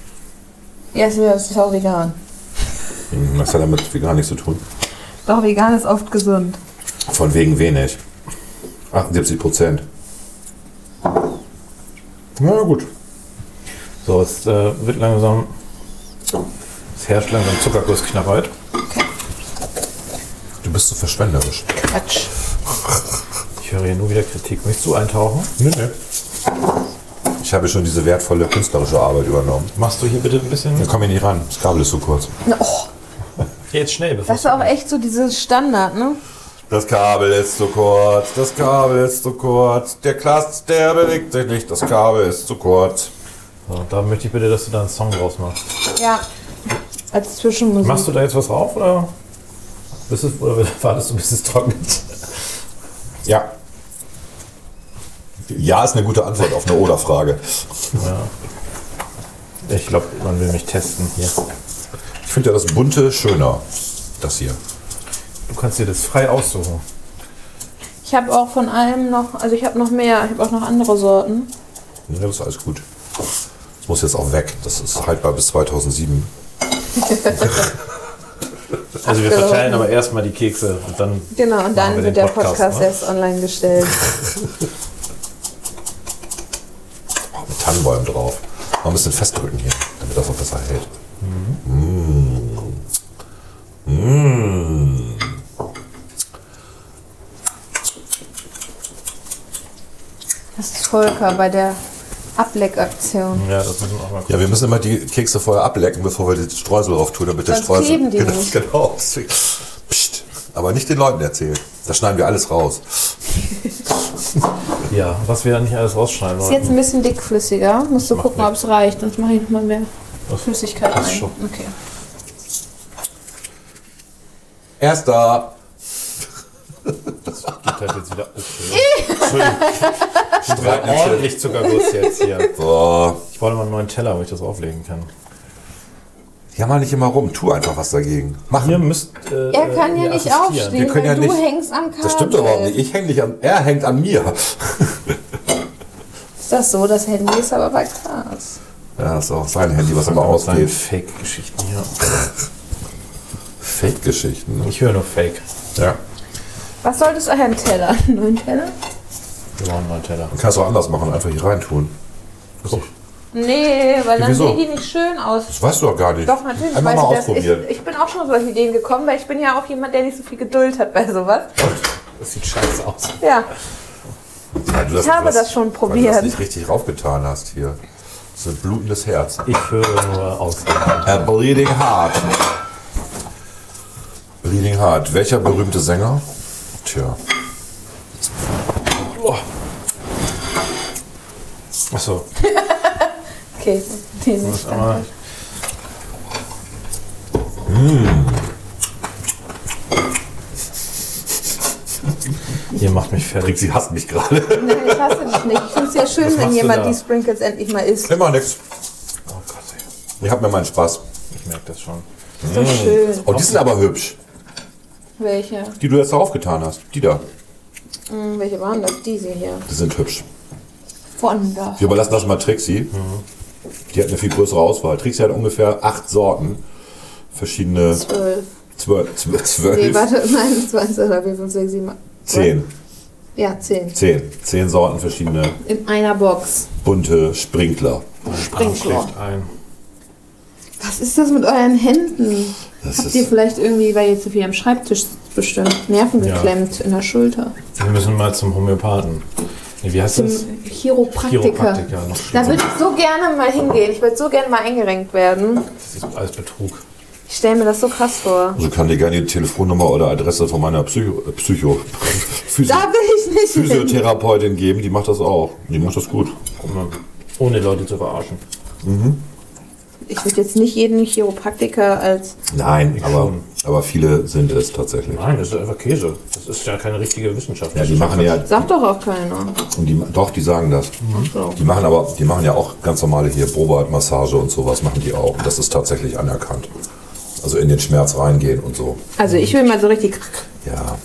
Ja, es ist auch vegan. Hm, Das hat damit vegan nichts zu tun. Doch, vegan ist oft gesund. Von wegen wenig. 78 Prozent. Na gut. So, es äh, wird langsam. Es herrscht langsam Zuckergussknappheit. Du bist so verschwenderisch. Quatsch. Ich höre hier nur wieder Kritik. Möchtest du eintauchen? Nee, nee. Ich habe schon diese wertvolle künstlerische Arbeit übernommen. Machst du hier bitte ein bisschen. Da komme ich nicht ran. Das Kabel ist zu kurz. Jetzt schnell, bevor oh, Das ist auch echt so dieses Standard, ne? Das Kabel ist zu kurz. Das Kabel ist zu kurz. Der Klast, der bewegt sich nicht. Das Kabel ist zu kurz. So, da möchte ich bitte, dass du da einen Song draus machst. Ja. Als Zwischenmusik. Machst du da jetzt was drauf oder, bist es, oder wartest du, bis es trocknet? Ja. Ja ist eine gute Antwort auf eine Oder-Frage. Ich glaube, man will mich testen hier. Ich finde ja das bunte schöner. Das hier. Du kannst dir das frei aussuchen. Ich habe auch von allem noch, also ich habe noch mehr, ich habe auch noch andere Sorten. Ja, das ist alles gut. Das muss jetzt auch weg. Das ist haltbar bis 2007. Also wir Abgelaufen. verteilen aber erstmal die Kekse und dann. Genau, und dann Machen wir wird den der Podcast, Podcast, ne? erst online gestellt. Auch mit Tannenbäumen drauf. Mal ein bisschen festdrücken hier, damit das auch besser hält. Mm. Mm. Volker bei der Ableckaktion. Ja, das müssen wir auch mal gucken. Ja, wir müssen immer die Kekse vorher ablecken, bevor wir die Streusel drauf tun, damit der Sonst Streusel. kleben die genau, nicht. genau. Deswegen- Psst. Aber nicht den Leuten erzählen. Da schneiden wir alles raus. Ja, was wir da nicht alles rausschneiden Ist jetzt wollen. ein bisschen dickflüssiger. Musst du gucken, ob es reicht. Sonst mache ich nochmal mehr Flüssigkeit rein. schon. Okay. Erster. Das geht halt jetzt wieder. Okay. Entschuldigung. Ordentlich Zuckerguss jetzt hier. So. Ich wollte mal einen neuen Teller, wo ich das auflegen kann. Jammer nicht immer rum. Tu einfach was dagegen. Machen. Ihr müsst. Äh, Er kann äh, ja mir nicht assistieren. aufstehen, Wir können ja weil du nicht- hängst am Kabel. Das stimmt doch überhaupt nicht. Ich häng nicht an. Er hängt an mir. Ist das so? Das Handy ist aber bei krass. Ja, ist auch sein Handy, was Das immer aber ausgeht. ausgeht. Fake-Geschichten hier. Fake-Geschichten. ne? Ich höre nur Fake. Ja. Was solltest du? Ach, ja, einen Teller. Einen neuen Teller? Wir brauchen einen neuen Teller. Man kann es auch anders machen, einfach hier reintun. Nee, weil dann Wieso? sehen die nicht schön aus. Das weißt du doch gar nicht. Doch, natürlich. Einmal weiß mal ich, das. ausprobieren. Ich, ich bin auch schon auf solche Ideen gekommen, weil ich bin ja auch jemand, der nicht so viel Geduld hat bei sowas. Das sieht scheiße aus. Ja, Weil du Ich habe weil du das schon weil Du probiert. das nicht richtig raufgetan hast hier. Das ist ein blutendes Herz. Ich höre nur aus. A bleeding Heart. Bleeding Heart. Welcher berühmte Sänger? Tja. Achso. okay. Den nicht Aber Hm. Ihr macht mich fertig. Sie hasst mich gerade. Nein, ich hasse dich nicht. Ich finde es ja schön, wenn machst du jemand da? die Sprinkles endlich mal isst. Immer nix. Oh Gott, ey. Ich hab mir meinen Spaß. ich merke das schon. So Hm. schön. Oh, die sind aber hübsch. Welche? Die du jetzt da aufgetan hast. Die da. Hm, welche waren das? Diese hier. Die sind hübsch. Wonder. Wir überlassen das mal Trixie. Die hat eine viel größere Auswahl. Trixie hat ungefähr acht Sorten. Verschiedene. Zwölf. Zwölf. Zwölf. Nee, zwölf warte, nein, 20, 3, 4, 5, 6, 7, 8. zehn. Ja, 10. Zehn. Zehn Sorten verschiedene In einer Box. bunte Sprinkler. Sprinkler. Ein. Was ist das mit euren Händen? Das Habt ihr ist, vielleicht irgendwie, weil ihr zu viel am Schreibtisch sitzt, bestimmt Nerven Ja. geklemmt in der Schulter? Wir müssen mal zum Homöopathen. Nee, wie heißt das? Zum Chiropraktiker. Chiropraktiker. Noch schlimmer. Da würde ich so gerne mal hingehen. Ich würde so gerne mal eingerenkt werden. das ist alles Betrug. Ich stelle mir das so krass vor. also kann dir gerne die Telefonnummer oder Adresse von meiner Psycho, äh, Psycho Physio, Da will ich nicht hin. Physiotherapeutin geben. Die macht das auch. Die macht das gut. Guck mal, Ohne Leute zu verarschen. Ich würde jetzt nicht jeden Chiropraktiker als. Nein, Ich aber, schon. aber viele sind es tatsächlich. Nein, das ist einfach Käse. Das ist ja keine richtige Wissenschaft. Ja, die machen ja, Sagt doch auch keiner. und die, doch, die sagen das. Die machen aber, die machen ja auch ganz normale hier Probeartmassage und sowas machen die auch. Und das ist tatsächlich anerkannt. Also in den Schmerz reingehen und so. Also ich will mal so richtig. Ja.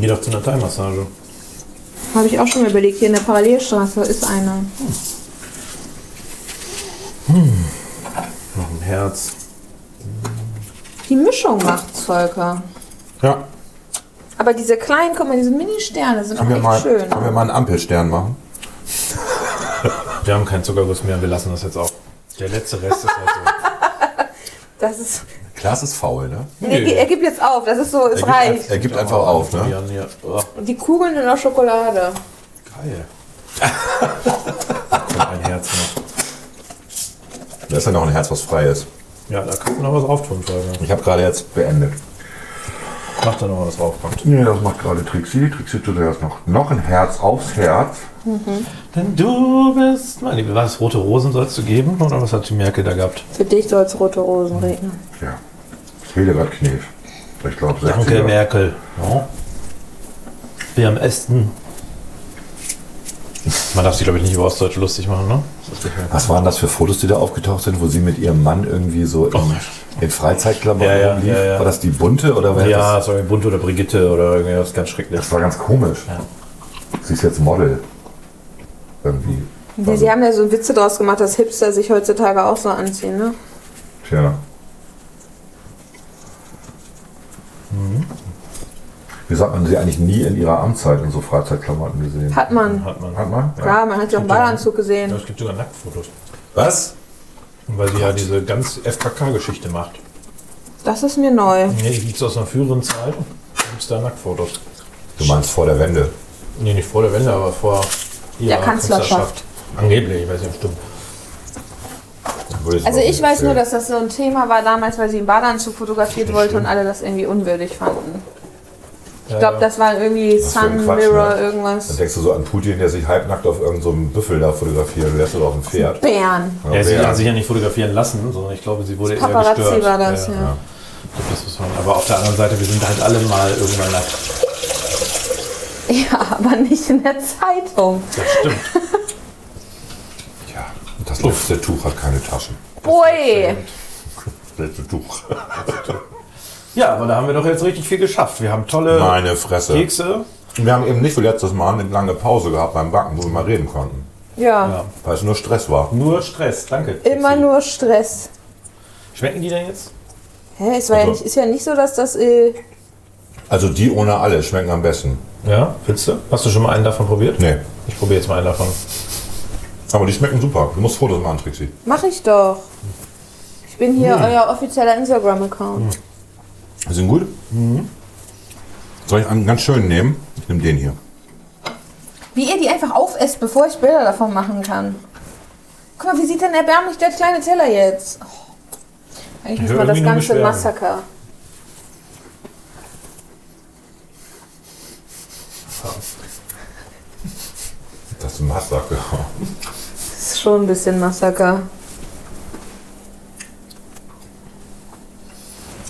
Geh doch zu einer Thai-Massage. Habe ich auch schon mal überlegt. Hier in der Parallelstraße ist eine. Noch ein Herz. Die Mischung macht's, Volker. Ja. Aber diese kleinen, guck mal, diese Mini-Sterne sind auch Können wir, echt mal, schön. können wir mal einen Ampelstern machen? Wir haben keinen Zuckerguss mehr, wir lassen das jetzt auch. Der letzte Rest ist halt Das ist. Klaas ist faul, ne? so. Er, er gibt jetzt auf, das ist so, es Er reicht. gibt, er gibt einfach auf, ne? Jan hier. Oh, Die Kugeln in der Schokolade. geil. Kommt ein Herz noch. Da ist ja noch ein Herz, was frei ist. Ja, da kannst du noch was drauf tun, Volker. Ich habe gerade jetzt beendet. Mach da noch was drauf, kommt. Nee, das macht gerade Trixie. Trixie tut erst noch, noch ein Herz aufs Herz. Denn du bist meine Liebe. Was, rote Rosen sollst du geben? Oder was hat die Merkel da gehabt? Für dich soll es rote Rosen regnen. Ja. Hildegard Knef. Ich glaube, Danke, Merkel. Ja. Wir am Esten. Man darf sich, glaube ich, nicht über Ostdeutsche lustig machen, ne? Was waren das für Fotos, die da aufgetaucht sind, wo sie mit ihrem Mann irgendwie so in, in Freizeitklamotten Ja, ja, rumlief? ja, ja. War das die bunte oder wer Ja, hat sorry, Bunt oder Brigitte oder irgendwas ganz Schreckliches. das? Das war ganz komisch. Ja. Sie ist jetzt Model. Irgendwie. Nee, sie haben ja so Witze draus gemacht, dass Hipster sich heutzutage auch so anziehen, ne? Tja. Mhm. Wieso hat man sie eigentlich nie in ihrer Amtszeit in so Freizeitklamotten gesehen? Hat man. Hat man. Hat man? Ja. Klar, man hat ja auch einen Ballanzug Ja, gesehen. Es gibt sogar Nacktfotos. Was? Weil sie ja diese ganz FKK-Geschichte macht. Das ist mir neu. Nee, die gibt's aus einer früheren Zeit. Da gibt's da Nacktfotos. Du meinst vor der Wende. Nee, nicht vor der Wende, aber vor der Kanzlerschaft. Angeblich, ich weiß nicht, ob es stimmt. Würde jetzt Also mal ich weiß nur, erzählen. dass das so ein Thema war damals, weil sie im Badeanzug fotografiert wollte und alle das irgendwie unwürdig fanden. Ich glaube, das war irgendwie für ein Sun Quatsch, Mirror ne? Dann irgendwas. denkst du so an Putin, der sich halbnackt auf irgendeinem so einem Büffel da fotografiert. Du wärst doch auf dem Pferd. Bären. Ja, sie wer- hat sich ja nicht fotografieren lassen, sondern ich glaube, sie wurde Paparazzi eher gestört. war das, ja. Ich glaub, Das muss man. Aber auf der anderen Seite, wir sind halt alle mal irgendwann nackt. Ja, aber nicht in der Zeitung. Das stimmt. Ja, und das letzte Tuch hat keine Taschen. Ui. Das letzte Tuch. Ja, aber da haben wir doch jetzt richtig viel geschafft. Wir haben tolle Meine Fresse. Kekse. Wir haben eben nicht wie letztes Mal eine lange Pause gehabt beim Backen, wo wir mal reden konnten. Ja, Weil es nur Stress war. Nur Stress, danke. immer Kekse. nur Stress. Schmecken die denn jetzt? Hä, es war ja Also- nicht, ist ja nicht so, dass das... Äh, Also die ohne alle schmecken am besten. Ja, findest du? Hast du schon mal einen davon probiert? Nee. Ich probiere jetzt mal einen davon. Aber die schmecken super. Du musst Fotos machen, Trixi. mach ich doch. Ich bin hier euer offizieller Instagram-Account. Die sind gut. Soll ich einen ganz schönen nehmen? Ich nehme den hier. Wie ihr die einfach aufesst, bevor ich Bilder davon machen kann. Guck mal, wie sieht denn erbärmlich der kleine Teller jetzt? Oh. Eigentlich muss höre man das irgendwie nur ganze Beschwerden. Massaker. Das ist ein genau. Massaker. Das ist schon ein bisschen Massaker.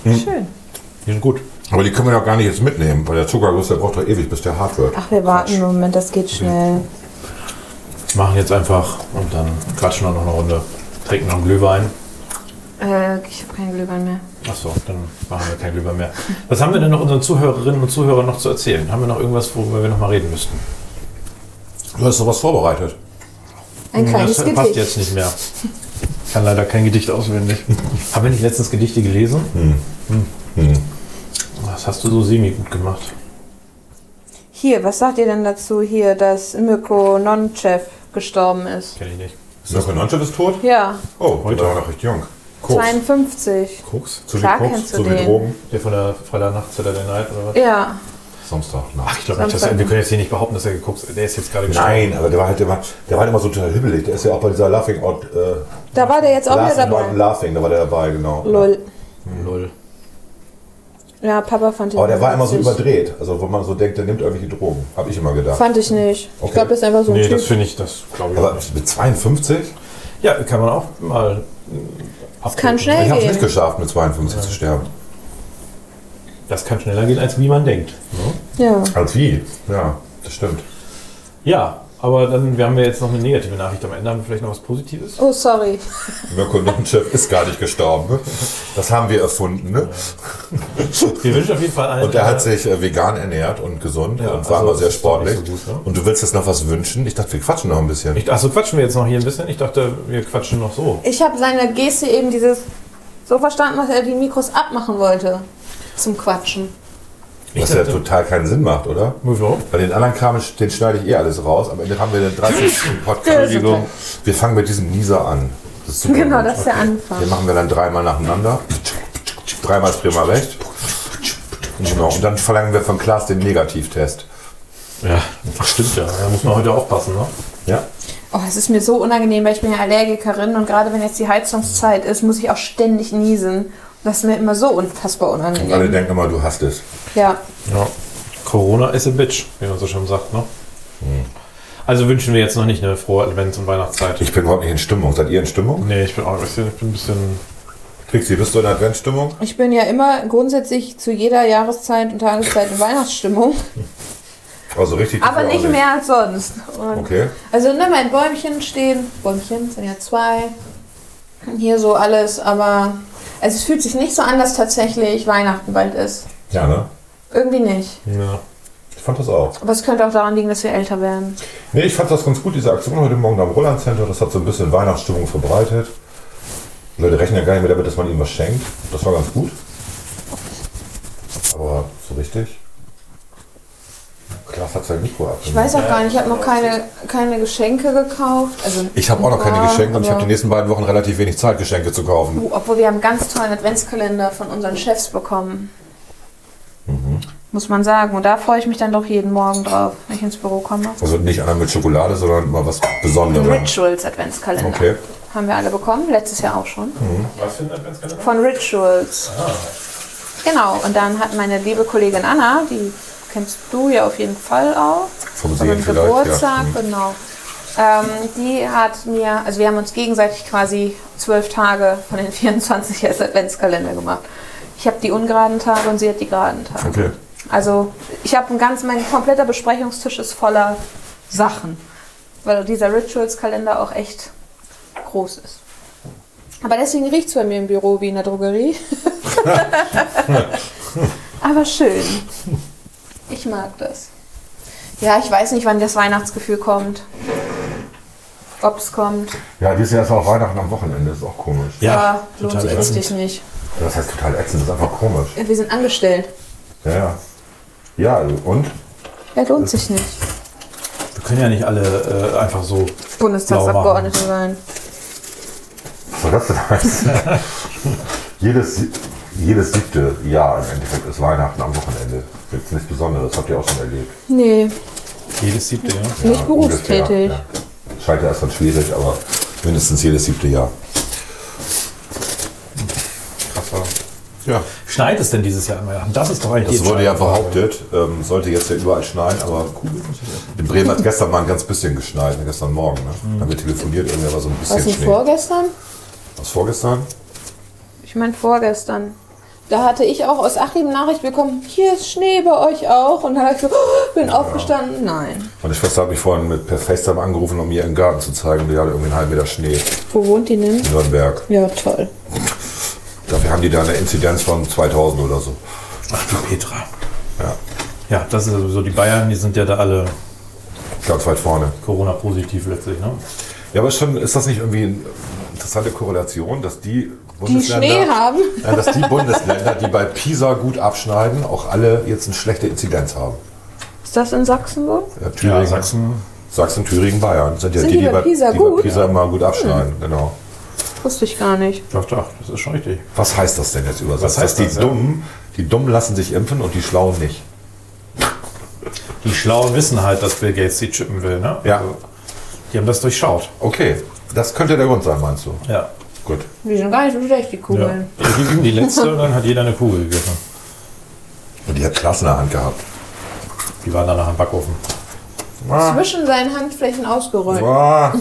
Schön. Die sind gut. Aber die können wir doch gar nicht jetzt mitnehmen, weil der Zuckerguss, der braucht doch ewig, bis der hart wird. Ach, wir warten einen Moment, das geht schnell. Machen jetzt einfach und dann quatschen wir noch eine Runde. Trinken noch einen Glühwein. Äh, ich habe keinen Glühwein mehr. Achso, dann machen wir kein Glühwein mehr. Was haben wir denn noch unseren Zuhörerinnen und Zuhörern noch zu erzählen? Haben wir noch irgendwas, worüber wir noch mal reden müssten? Du hast doch was vorbereitet. Ein kleines Mm, Das passt Gedicht. jetzt nicht mehr. Ich kann leider kein Gedicht auswendig. Haben wir nicht letztens Gedichte gelesen? Hm. Das hast du so semi-gut gemacht. Hier, was sagt ihr denn dazu hier, dass Mirko Nonchev gestorben ist? Kenn ich nicht. Mirko Nonchev ist tot? Ja, Oh, Heute. heute war er noch recht jung. Koks. 52. Koks? Zu viel Klar Koks, kennst du zu viel den. Drogen. Der von der Freitag Nacht zu der Night oder was? Ja, Samstag. Ach, ich glaube nicht, dass er, wir können jetzt hier nicht behaupten, dass er geguckt ist. Der ist jetzt gerade gestorben. Nein, aber der war halt immer, der war halt immer so total hibbelig. Der ist ja auch bei dieser Laughing Out. Äh, da war der jetzt auch wieder Laughing Out dabei. Laughing, da war der dabei, genau. Lol. Null. Ja, Papa fand ihn Aber Oh, der war immer so witzig. überdreht. Also, wo man so denkt, der nimmt irgendwelche Drogen. Hab ich immer gedacht. Fand ich nicht. Ich Okay. glaube, das ist einfach so ein Nee, das Typ. finde ich, das glaube ich Aber nicht. mit 52? Ja, kann man auch mal. hm, Das kann schnell Ich hab's gehen. nicht geschafft, mit 52 zu sterben. Das kann schneller gehen, als wie man denkt. ne? Ja. Als wie? Ja, das stimmt. Ja, aber dann wir haben wir jetzt noch eine negative Nachricht am Ende. Haben wir vielleicht noch was Positives? Oh, sorry. Mirko Nonchev ist gar nicht gestorben. ne? Das haben wir erfunden. Ne? Wir wünschen auf jeden Fall allen. Und er hat sich äh, vegan ernährt und gesund Ja, und war also immer sehr das ist doch nicht sportlich. so gut, ne? Und du willst jetzt noch was wünschen? Ich dachte, wir quatschen noch ein bisschen. Ich, achso, quatschen wir jetzt noch hier ein bisschen? Ich dachte, wir quatschen noch so. Ich habe seine Geste eben dieses so verstanden, dass er die Mikros abmachen wollte. Zum Quatschen. was ja dachte- total keinen Sinn macht, oder? Wieso? Bei den anderen Kram, den schneide ich eh alles raus. Am Ende haben wir den 30. Podcast. Entschuldigung. Wir fangen mit diesem Nieser an. Das ist super Genau, gut. das ist der Den Anfang. machen wir dann dreimal nacheinander. Dreimal Bremer recht. Genau. Und dann verlangen wir von Klaas den Negativtest. Ja, stimmt ja. Da muss man heute aufpassen, ne? Ja? Oh, es ist mir so unangenehm, weil ich bin ja Allergikerin und gerade wenn jetzt die Heizungszeit ist, muss ich auch ständig niesen. Das ist mir immer so unfassbar Und alle unangenehm. denken immer, du hast es. Ja, Ja. Corona is a bitch, wie man so schon sagt, ne? Also wünschen wir jetzt noch nicht eine frohe Advents- und Weihnachtszeit. Ich bin überhaupt nicht in Stimmung. Seid ihr in Stimmung? nee, ich bin auch ein bisschen, ich bin ein bisschen. Trixi, bist du in Adventsstimmung? ich bin ja immer grundsätzlich zu jeder Jahreszeit und Tageszeit in Weihnachtsstimmung, Also richtig. aber tut mir auch nicht mehr als sonst. Und Okay. Also ne, mein Bäumchen stehen, Bäumchen sind ja zwei, hier so alles, aber es fühlt sich nicht so an, dass tatsächlich Weihnachten bald ist. Ja, ne? Irgendwie nicht. Ja. Ich fand das auch. Aber es könnte auch daran liegen, dass wir älter werden. Nee, ich fand das ganz gut, diese Aktion heute Morgen am Roland Center. Das hat so ein bisschen Weihnachtsstimmung verbreitet. Die Leute rechnen ja gar nicht mehr damit, dass man ihnen was schenkt. Das war ganz gut. Aber so richtig. Klaas halt hat sein Mikro abgenommen. Ich weiß auch gar nicht, ich habe noch keine, keine Geschenke gekauft. Also, Ich habe auch noch keine Ja, Geschenke und ich habe aber- die nächsten beiden Wochen relativ wenig Zeit, Geschenke zu kaufen. obwohl wir haben einen ganz tollen Adventskalender von unseren Chefs bekommen. muss man sagen. Und da freue ich mich dann doch jeden Morgen drauf, wenn ich ins Büro komme. Also nicht einer mit Schokolade, sondern mal was Besonderes. Rituals Adventskalender. Okay. Haben wir alle bekommen, letztes Jahr auch schon. Mhm. Was für ein Adventskalender? Ah. Von Rituals. Genau, und dann hat meine liebe Kollegin Anna, die kennst du ja auf jeden Fall auch, Vom von Sehen meinem vielleicht. Geburtstag, Ja. Mhm. genau. Ähm, die hat mir, also wir haben uns gegenseitig quasi zwölf Tage von den 24 als Adventskalender gemacht. Ich habe die ungeraden Tage und sie hat die geraden Tage. Okay. Also ich habe ein ganz, mein kompletter Besprechungstisch ist voller Sachen, weil dieser Rituals-Kalender auch echt groß ist. Aber deswegen riecht es bei mir im Büro wie in der Drogerie. Aber schön. Ich mag das. Ja, ich weiß nicht, wann das Weihnachtsgefühl kommt. Ob es kommt. Ja, dieses Jahr ist auch Weihnachten am Wochenende, ist auch komisch. aber lohnt total sich ätzend. ätzend nicht. Das heißt total ätzend, das ist einfach komisch. Wir sind angestellt. Ja, ja. Ja, also, und? Ja, lohnt sich nicht. Wir können ja nicht alle äh, einfach so. Bundestagsabgeordnete sein. Was soll das denn heißen? jedes, jedes siebte Jahr im Endeffekt ist Weihnachten am Wochenende. Jetzt nichts Besonderes, habt ihr auch schon erlebt. Nee, Jedes siebte, ja. nicht Ungefähr, berufstätig. ja. Scheint ja erstmal schwierig, aber mindestens jedes siebte Jahr. Ja, Schneit es denn dieses Jahr an Weihnachten? Das ist doch eigentlich Das die wurde ja entscheidende behauptet, ähm, sollte jetzt ja überall schneien, aber in Bremen hat gestern mal ein ganz bisschen geschneit, ne, gestern Morgen. Ne? Da haben wir telefoniert, irgendwie war so ein Was bisschen nicht Schnee. vorgestern? Was vorgestern? Ich meine vorgestern. Da hatte ich auch aus Achim Nachricht bekommen, hier ist Schnee bei euch auch. Und da habe ich so, oh, bin aufgestanden. Nein. Meine Schwester hat mich vorhin mit per FaceTime angerufen, um mir ihren Garten zu zeigen. Die hatte irgendwie einen halben Meter Schnee Wo wohnt die denn? in Nürnberg. Ja, toll. Dafür haben die da eine Inzidenz von 2000 oder so. Ach du Petra. Ja. Ja, das ist also ja sowieso die Bayern, die sind ja da alle Ganz weit vorne. Corona-positiv letztlich, ne? Ja, aber schon, ist das nicht irgendwie eine interessante Korrelation, dass die Die Schnee haben. Ja, dass die Bundesländer, die bei PISA gut abschneiden, auch alle jetzt eine schlechte Inzidenz haben. Ist das in Sachsen so? Ja, Thüringen, Sachsen. Thüringen, Bayern sind ja Sind die, die bei PISA die gut? Hm. bei PISA immer gut abschneiden. Genau. Wusste ich gar nicht. Doch, doch, das ist schon richtig. Was heißt das denn jetzt übersetzt? Was heißt Dass das, die ja? Dummen, die Dummen lassen sich impfen und die Schlauen nicht. Die Schlauen wissen halt, dass Bill Gates sie chippen will, ne? Ja, Die haben das durchschaut. okay. Das könnte der Grund sein, meinst du? Ja. Gut. Die sind gar nicht so schlecht, die ja. Kugeln. Die geben die letzte und dann hat jeder eine Kugel gegriffen. Und die hat Klaas in der Hand gehabt. Die waren danach im Backofen. Zwischen seinen Handflächen ausgerollt. Ah,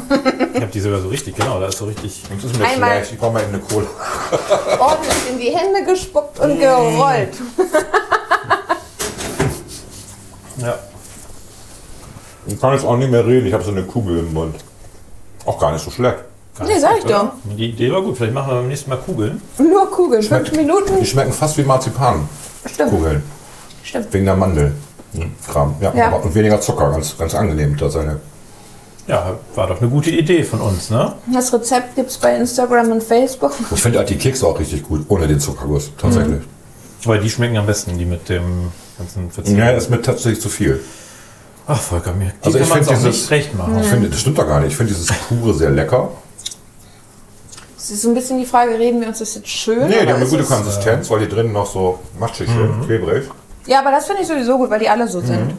Ich habe die sogar so richtig, genau, da ist so richtig. das ist mir Einmal- schlecht. Ich brauche mal eben eine Kohle. Ordentlich in die Hände gespuckt und gerollt. Ja. Ich kann jetzt auch nicht mehr reden. Ich habe so eine Kugel im Mund. Auch gar nicht so schlecht. Nee, sag ich doch. Die Idee war gut, vielleicht machen wir beim nächsten Mal Kugeln. Nur Kugeln. Fünf Die Minuten. schmecken fast wie Marzipan. Stimmt. Kugeln. Stimmt. Wegen der Mandel. Hm, Kram. Ja, Ja. aber- Und weniger Zucker, ganz, ganz angenehm da seine. Ja, war doch eine gute Idee von uns, ne? Das Rezept gibt's bei Instagram und Facebook. Ich finde halt die Kekse auch richtig gut, ohne den Zuckerguss, tatsächlich. Weil die schmecken am besten, die mit dem ganzen Mhm. Verzicht. Ja, ist mir tatsächlich zu viel. Ach, Volker, mir die Also kann ich man's find auch dieses- nicht recht machen. Ich finde, das stimmt doch gar nicht. Ich finde dieses pure sehr lecker. Es ist so ein bisschen die Frage, reden wir uns das jetzt schön? Nee, die oder haben eine ist äh, Mhm. gute es- Konsistenz, weil die drinnen noch so macht sich schön klebrig. Ja, aber das finde ich sowieso gut, weil die alle so sind.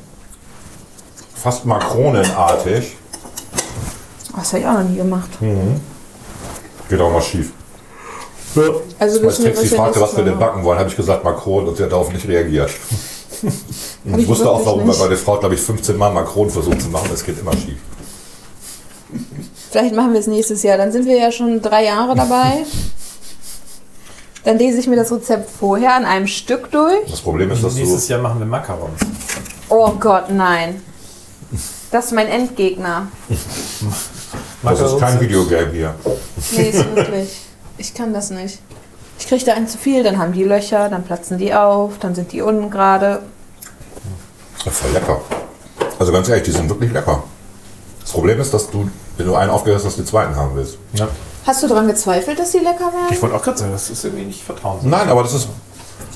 Fast makronenartig. Oh, Das habe ich auch noch nie gemacht. Geht auch mal schief. Also Als wissen wir, Trixi was wir fragte, was wir denn machen. backen wollen, habe ich gesagt Makronen und sie hat darauf nicht reagiert. Und ich ich wusste auch, wirklich warum, weil nicht. meine Frau, glaube ich, 15 Mal Makronen versucht zu machen. Es geht immer schief. Vielleicht machen wir es nächstes Jahr. Dann sind wir ja schon drei Jahre dabei. Dann lese ich mir das Rezept vorher an einem Stück durch. Das Problem ist, dass du Nächstes Jahr machen wir Macarons. Oh Gott, nein. Das ist mein Endgegner. Das ist kein sind- Videogame hier. Nee, ist wirklich. Ich kann das nicht. Ich kriege da einen zu viel, dann haben die Löcher, dann platzen die auf, dann sind die ungerade. Ja, voll lecker. Also ganz ehrlich, die sind wirklich lecker. Das Problem ist, dass du, wenn du einen aufgehört hast, dass du den zweiten haben willst. Ja. Hast du daran gezweifelt, dass die lecker werden? Ich wollte auch gerade sagen, das ist irgendwie nicht vertrauenswürdig. Nein, aber das ist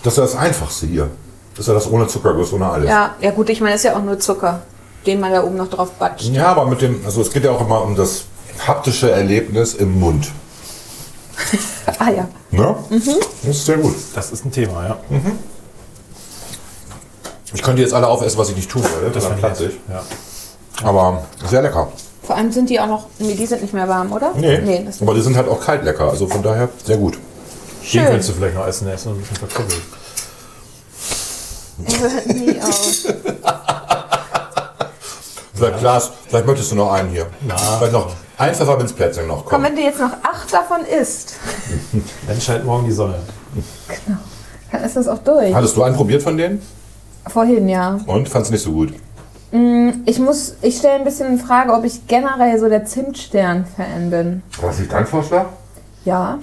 das, ist ja das Einfachste hier. Das ist ja das ohne Zuckerguss, ohne alles. Ja, ja gut, ich meine, das ist ja auch nur Zucker, den man da oben noch drauf batscht. Ja, aber mit dem, also es geht ja auch immer um das haptische Erlebnis im Mund. Ah ja. Ne? Das ist sehr gut. Das ist ein Thema, ja. Ich könnte jetzt alle aufessen, was ich nicht tun würde. Das Dann dann platze platzig. ich. Ja. Aber sehr lecker. Vor allem sind die auch noch. Nee, die sind nicht mehr warm, oder? nee das aber die sind halt auch kalt lecker. Also von daher sehr gut. Den schön. könntest du vielleicht noch essen, der ist noch ein bisschen verkrubbelt. Nie aus. Vielleicht Glas, vielleicht möchtest du noch einen hier. Vielleicht noch ein Pfefferminzplätzchen noch. Komm, Komm. wenn du jetzt noch acht davon isst, Dann scheint morgen die Sonne. dann ist das auch durch. Hattest du einen probiert von denen? Vorhin, ja. Und fandst nicht so gut? Ich muss, ich stelle ein bisschen in Frage, ob ich generell so der Zimtstern-Fan bin. Was ist dein Vorschlag? Ja.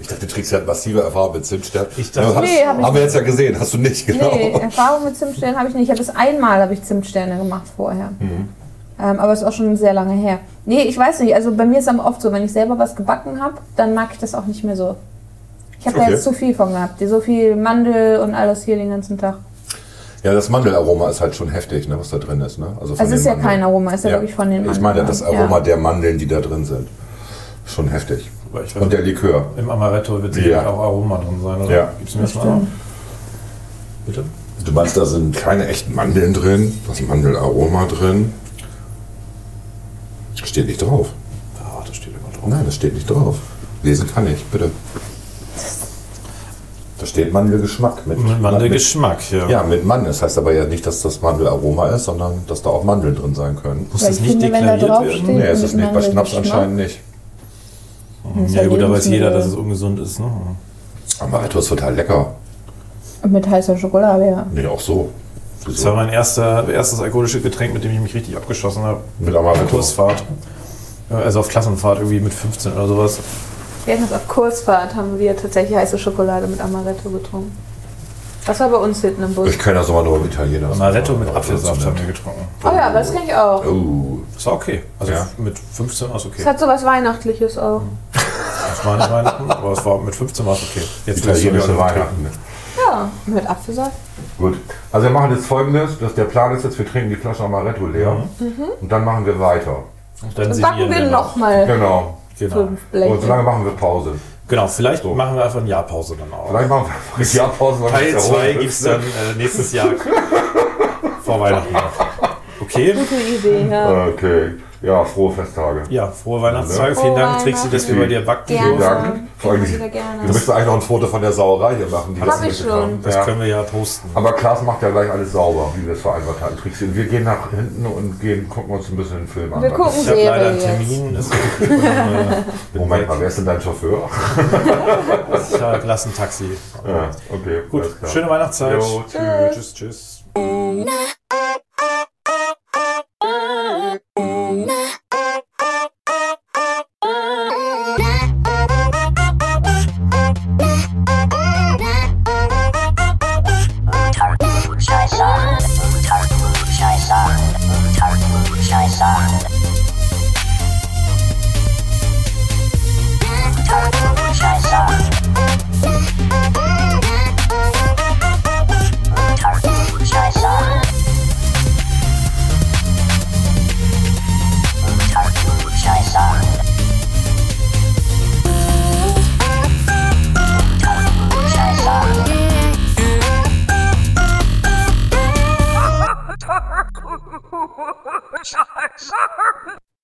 Ich dachte, du trägst ja massive Erfahrung mit Zimtstern. Ich dachte- hast, Nee, hab ich haben wir jetzt ja gesehen, hast du nicht, genau. Nee, Erfahrung mit Zimtsternen habe ich nicht. Ich habe das einmal habe ich Zimtsterne gemacht vorher. Ähm, aber ist auch schon sehr lange her. Nee, ich weiß nicht. Also bei mir ist es aber oft so, wenn ich selber was gebacken habe, dann mag ich das auch nicht mehr so. Ich habe Okay. da jetzt zu viel von gehabt. So viel Mandel und alles hier den ganzen Tag. Ja, das Mandelaroma ist halt schon heftig, ne, was da drin ist. Ne? Also von Es ist den ja Mandeln. kein Aroma, es ist ja, wirklich von den Ich meine, das Mandeln. Aroma Ja. der Mandeln, die da drin sind. Schon heftig. Wobei ich glaub, Und der Likör. Im Amaretto wird sicherlich Ja. auch Aroma drin sein, oder? Ja. Gibst du mir das mal? Bitte? Du meinst, da sind keine echten Mandeln drin, das Mandelaroma drin. Steht nicht drauf. Ah, das steht immer drauf. Nein, das steht nicht drauf. Lesen kann ich, bitte. Da steht Mandelgeschmack mit. Mit Mandelgeschmack, ja. Ja, mit Mandeln. Das heißt aber ja nicht, dass das Mandelaroma ist, sondern dass da auch Mandeln drin sein können. Muss Weil das ich nicht finde, wenn da deklariert werden? draufsteht- Nee, es mit ist nicht. Bei Mandelgeschmack? Schnaps anscheinend nicht. Ist Ja, ja gut, da weiß Lebensmittel. jeder, dass es ungesund ist. Ne? Amaretto ist total lecker. Und mit heißer Schokolade, ja. Nee, auch so. Das war mein erster, erstes alkoholisches Getränk, mit dem ich mich richtig abgeschossen habe. Mit Amaretto. Kursfahrt. Ja, Also auf Klassenfahrt irgendwie mit 15 oder sowas. Wir hatten das auf Kursfahrt, haben wir tatsächlich heiße Schokolade mit Amaretto getrunken. Das war bei uns hinten im Bus. Ich kenne das aber nur im Italiener. Amaretto mit Apfelsaft haben wir getrunken. Oh ja, aber das kenne ich auch. Oh, Das war okay. Also Ja. mit 15 war es okay. Es hat sowas Weihnachtliches auch. Das war nicht Weihnachten, aber es war mit 15 war es okay. Jetzt will ich Italienische sogar- Weihnachten. ne? Ja, mit Apfelsaft. Gut. Also wir machen jetzt folgendes, dass der Plan ist jetzt, wir trinken die Flasche Amaretto leer Mhm. und dann machen wir weiter. Und Dann Dann sinieren backen wir noch. nochmal Genau. fünf Genau. Oh, Und Bleche. solange machen wir Pause. genau, vielleicht machen wir einfach eine Jahrpause dann auch. Vielleicht machen wir einfach die Jahrpause. solange Teil es 2 erholt gibt ist, es ne? dann äh, nächstes Jahr vor Weihnachten. Okay, Gute Idee, ja. Okay. Ja, frohe Festtage. ne? ja, frohe Weihnachtstage. Frohe Vielen Dank, Trixi, dass wir bei dir backen Gerne. durften. Dank. Vor allem, Immer wieder wir gerne. müssen eigentlich noch ein Foto von der Sauerei hier machen, die wir Hab ich mitgenommen Das haben. Ja. können wir ja posten. Aber Klaas macht ja gleich alles sauber, wie wir es vereinbart hatten. Trixi. Und wir gehen nach hinten und gehen, gucken uns ein bisschen den Film Oh, an. Wir gucken Ich habe leider Serie einen jetzt. Termin. Es- Ich bin, äh, Moment mal, wer ist denn dein Chauffeur? ich habe gelassen Taxi. А, Ja, okay. Gut, alles klar. schöne Weihnachtszeit. Jo, tschüss. Tschüss, tschüss.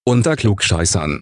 Unter Klugscheißern.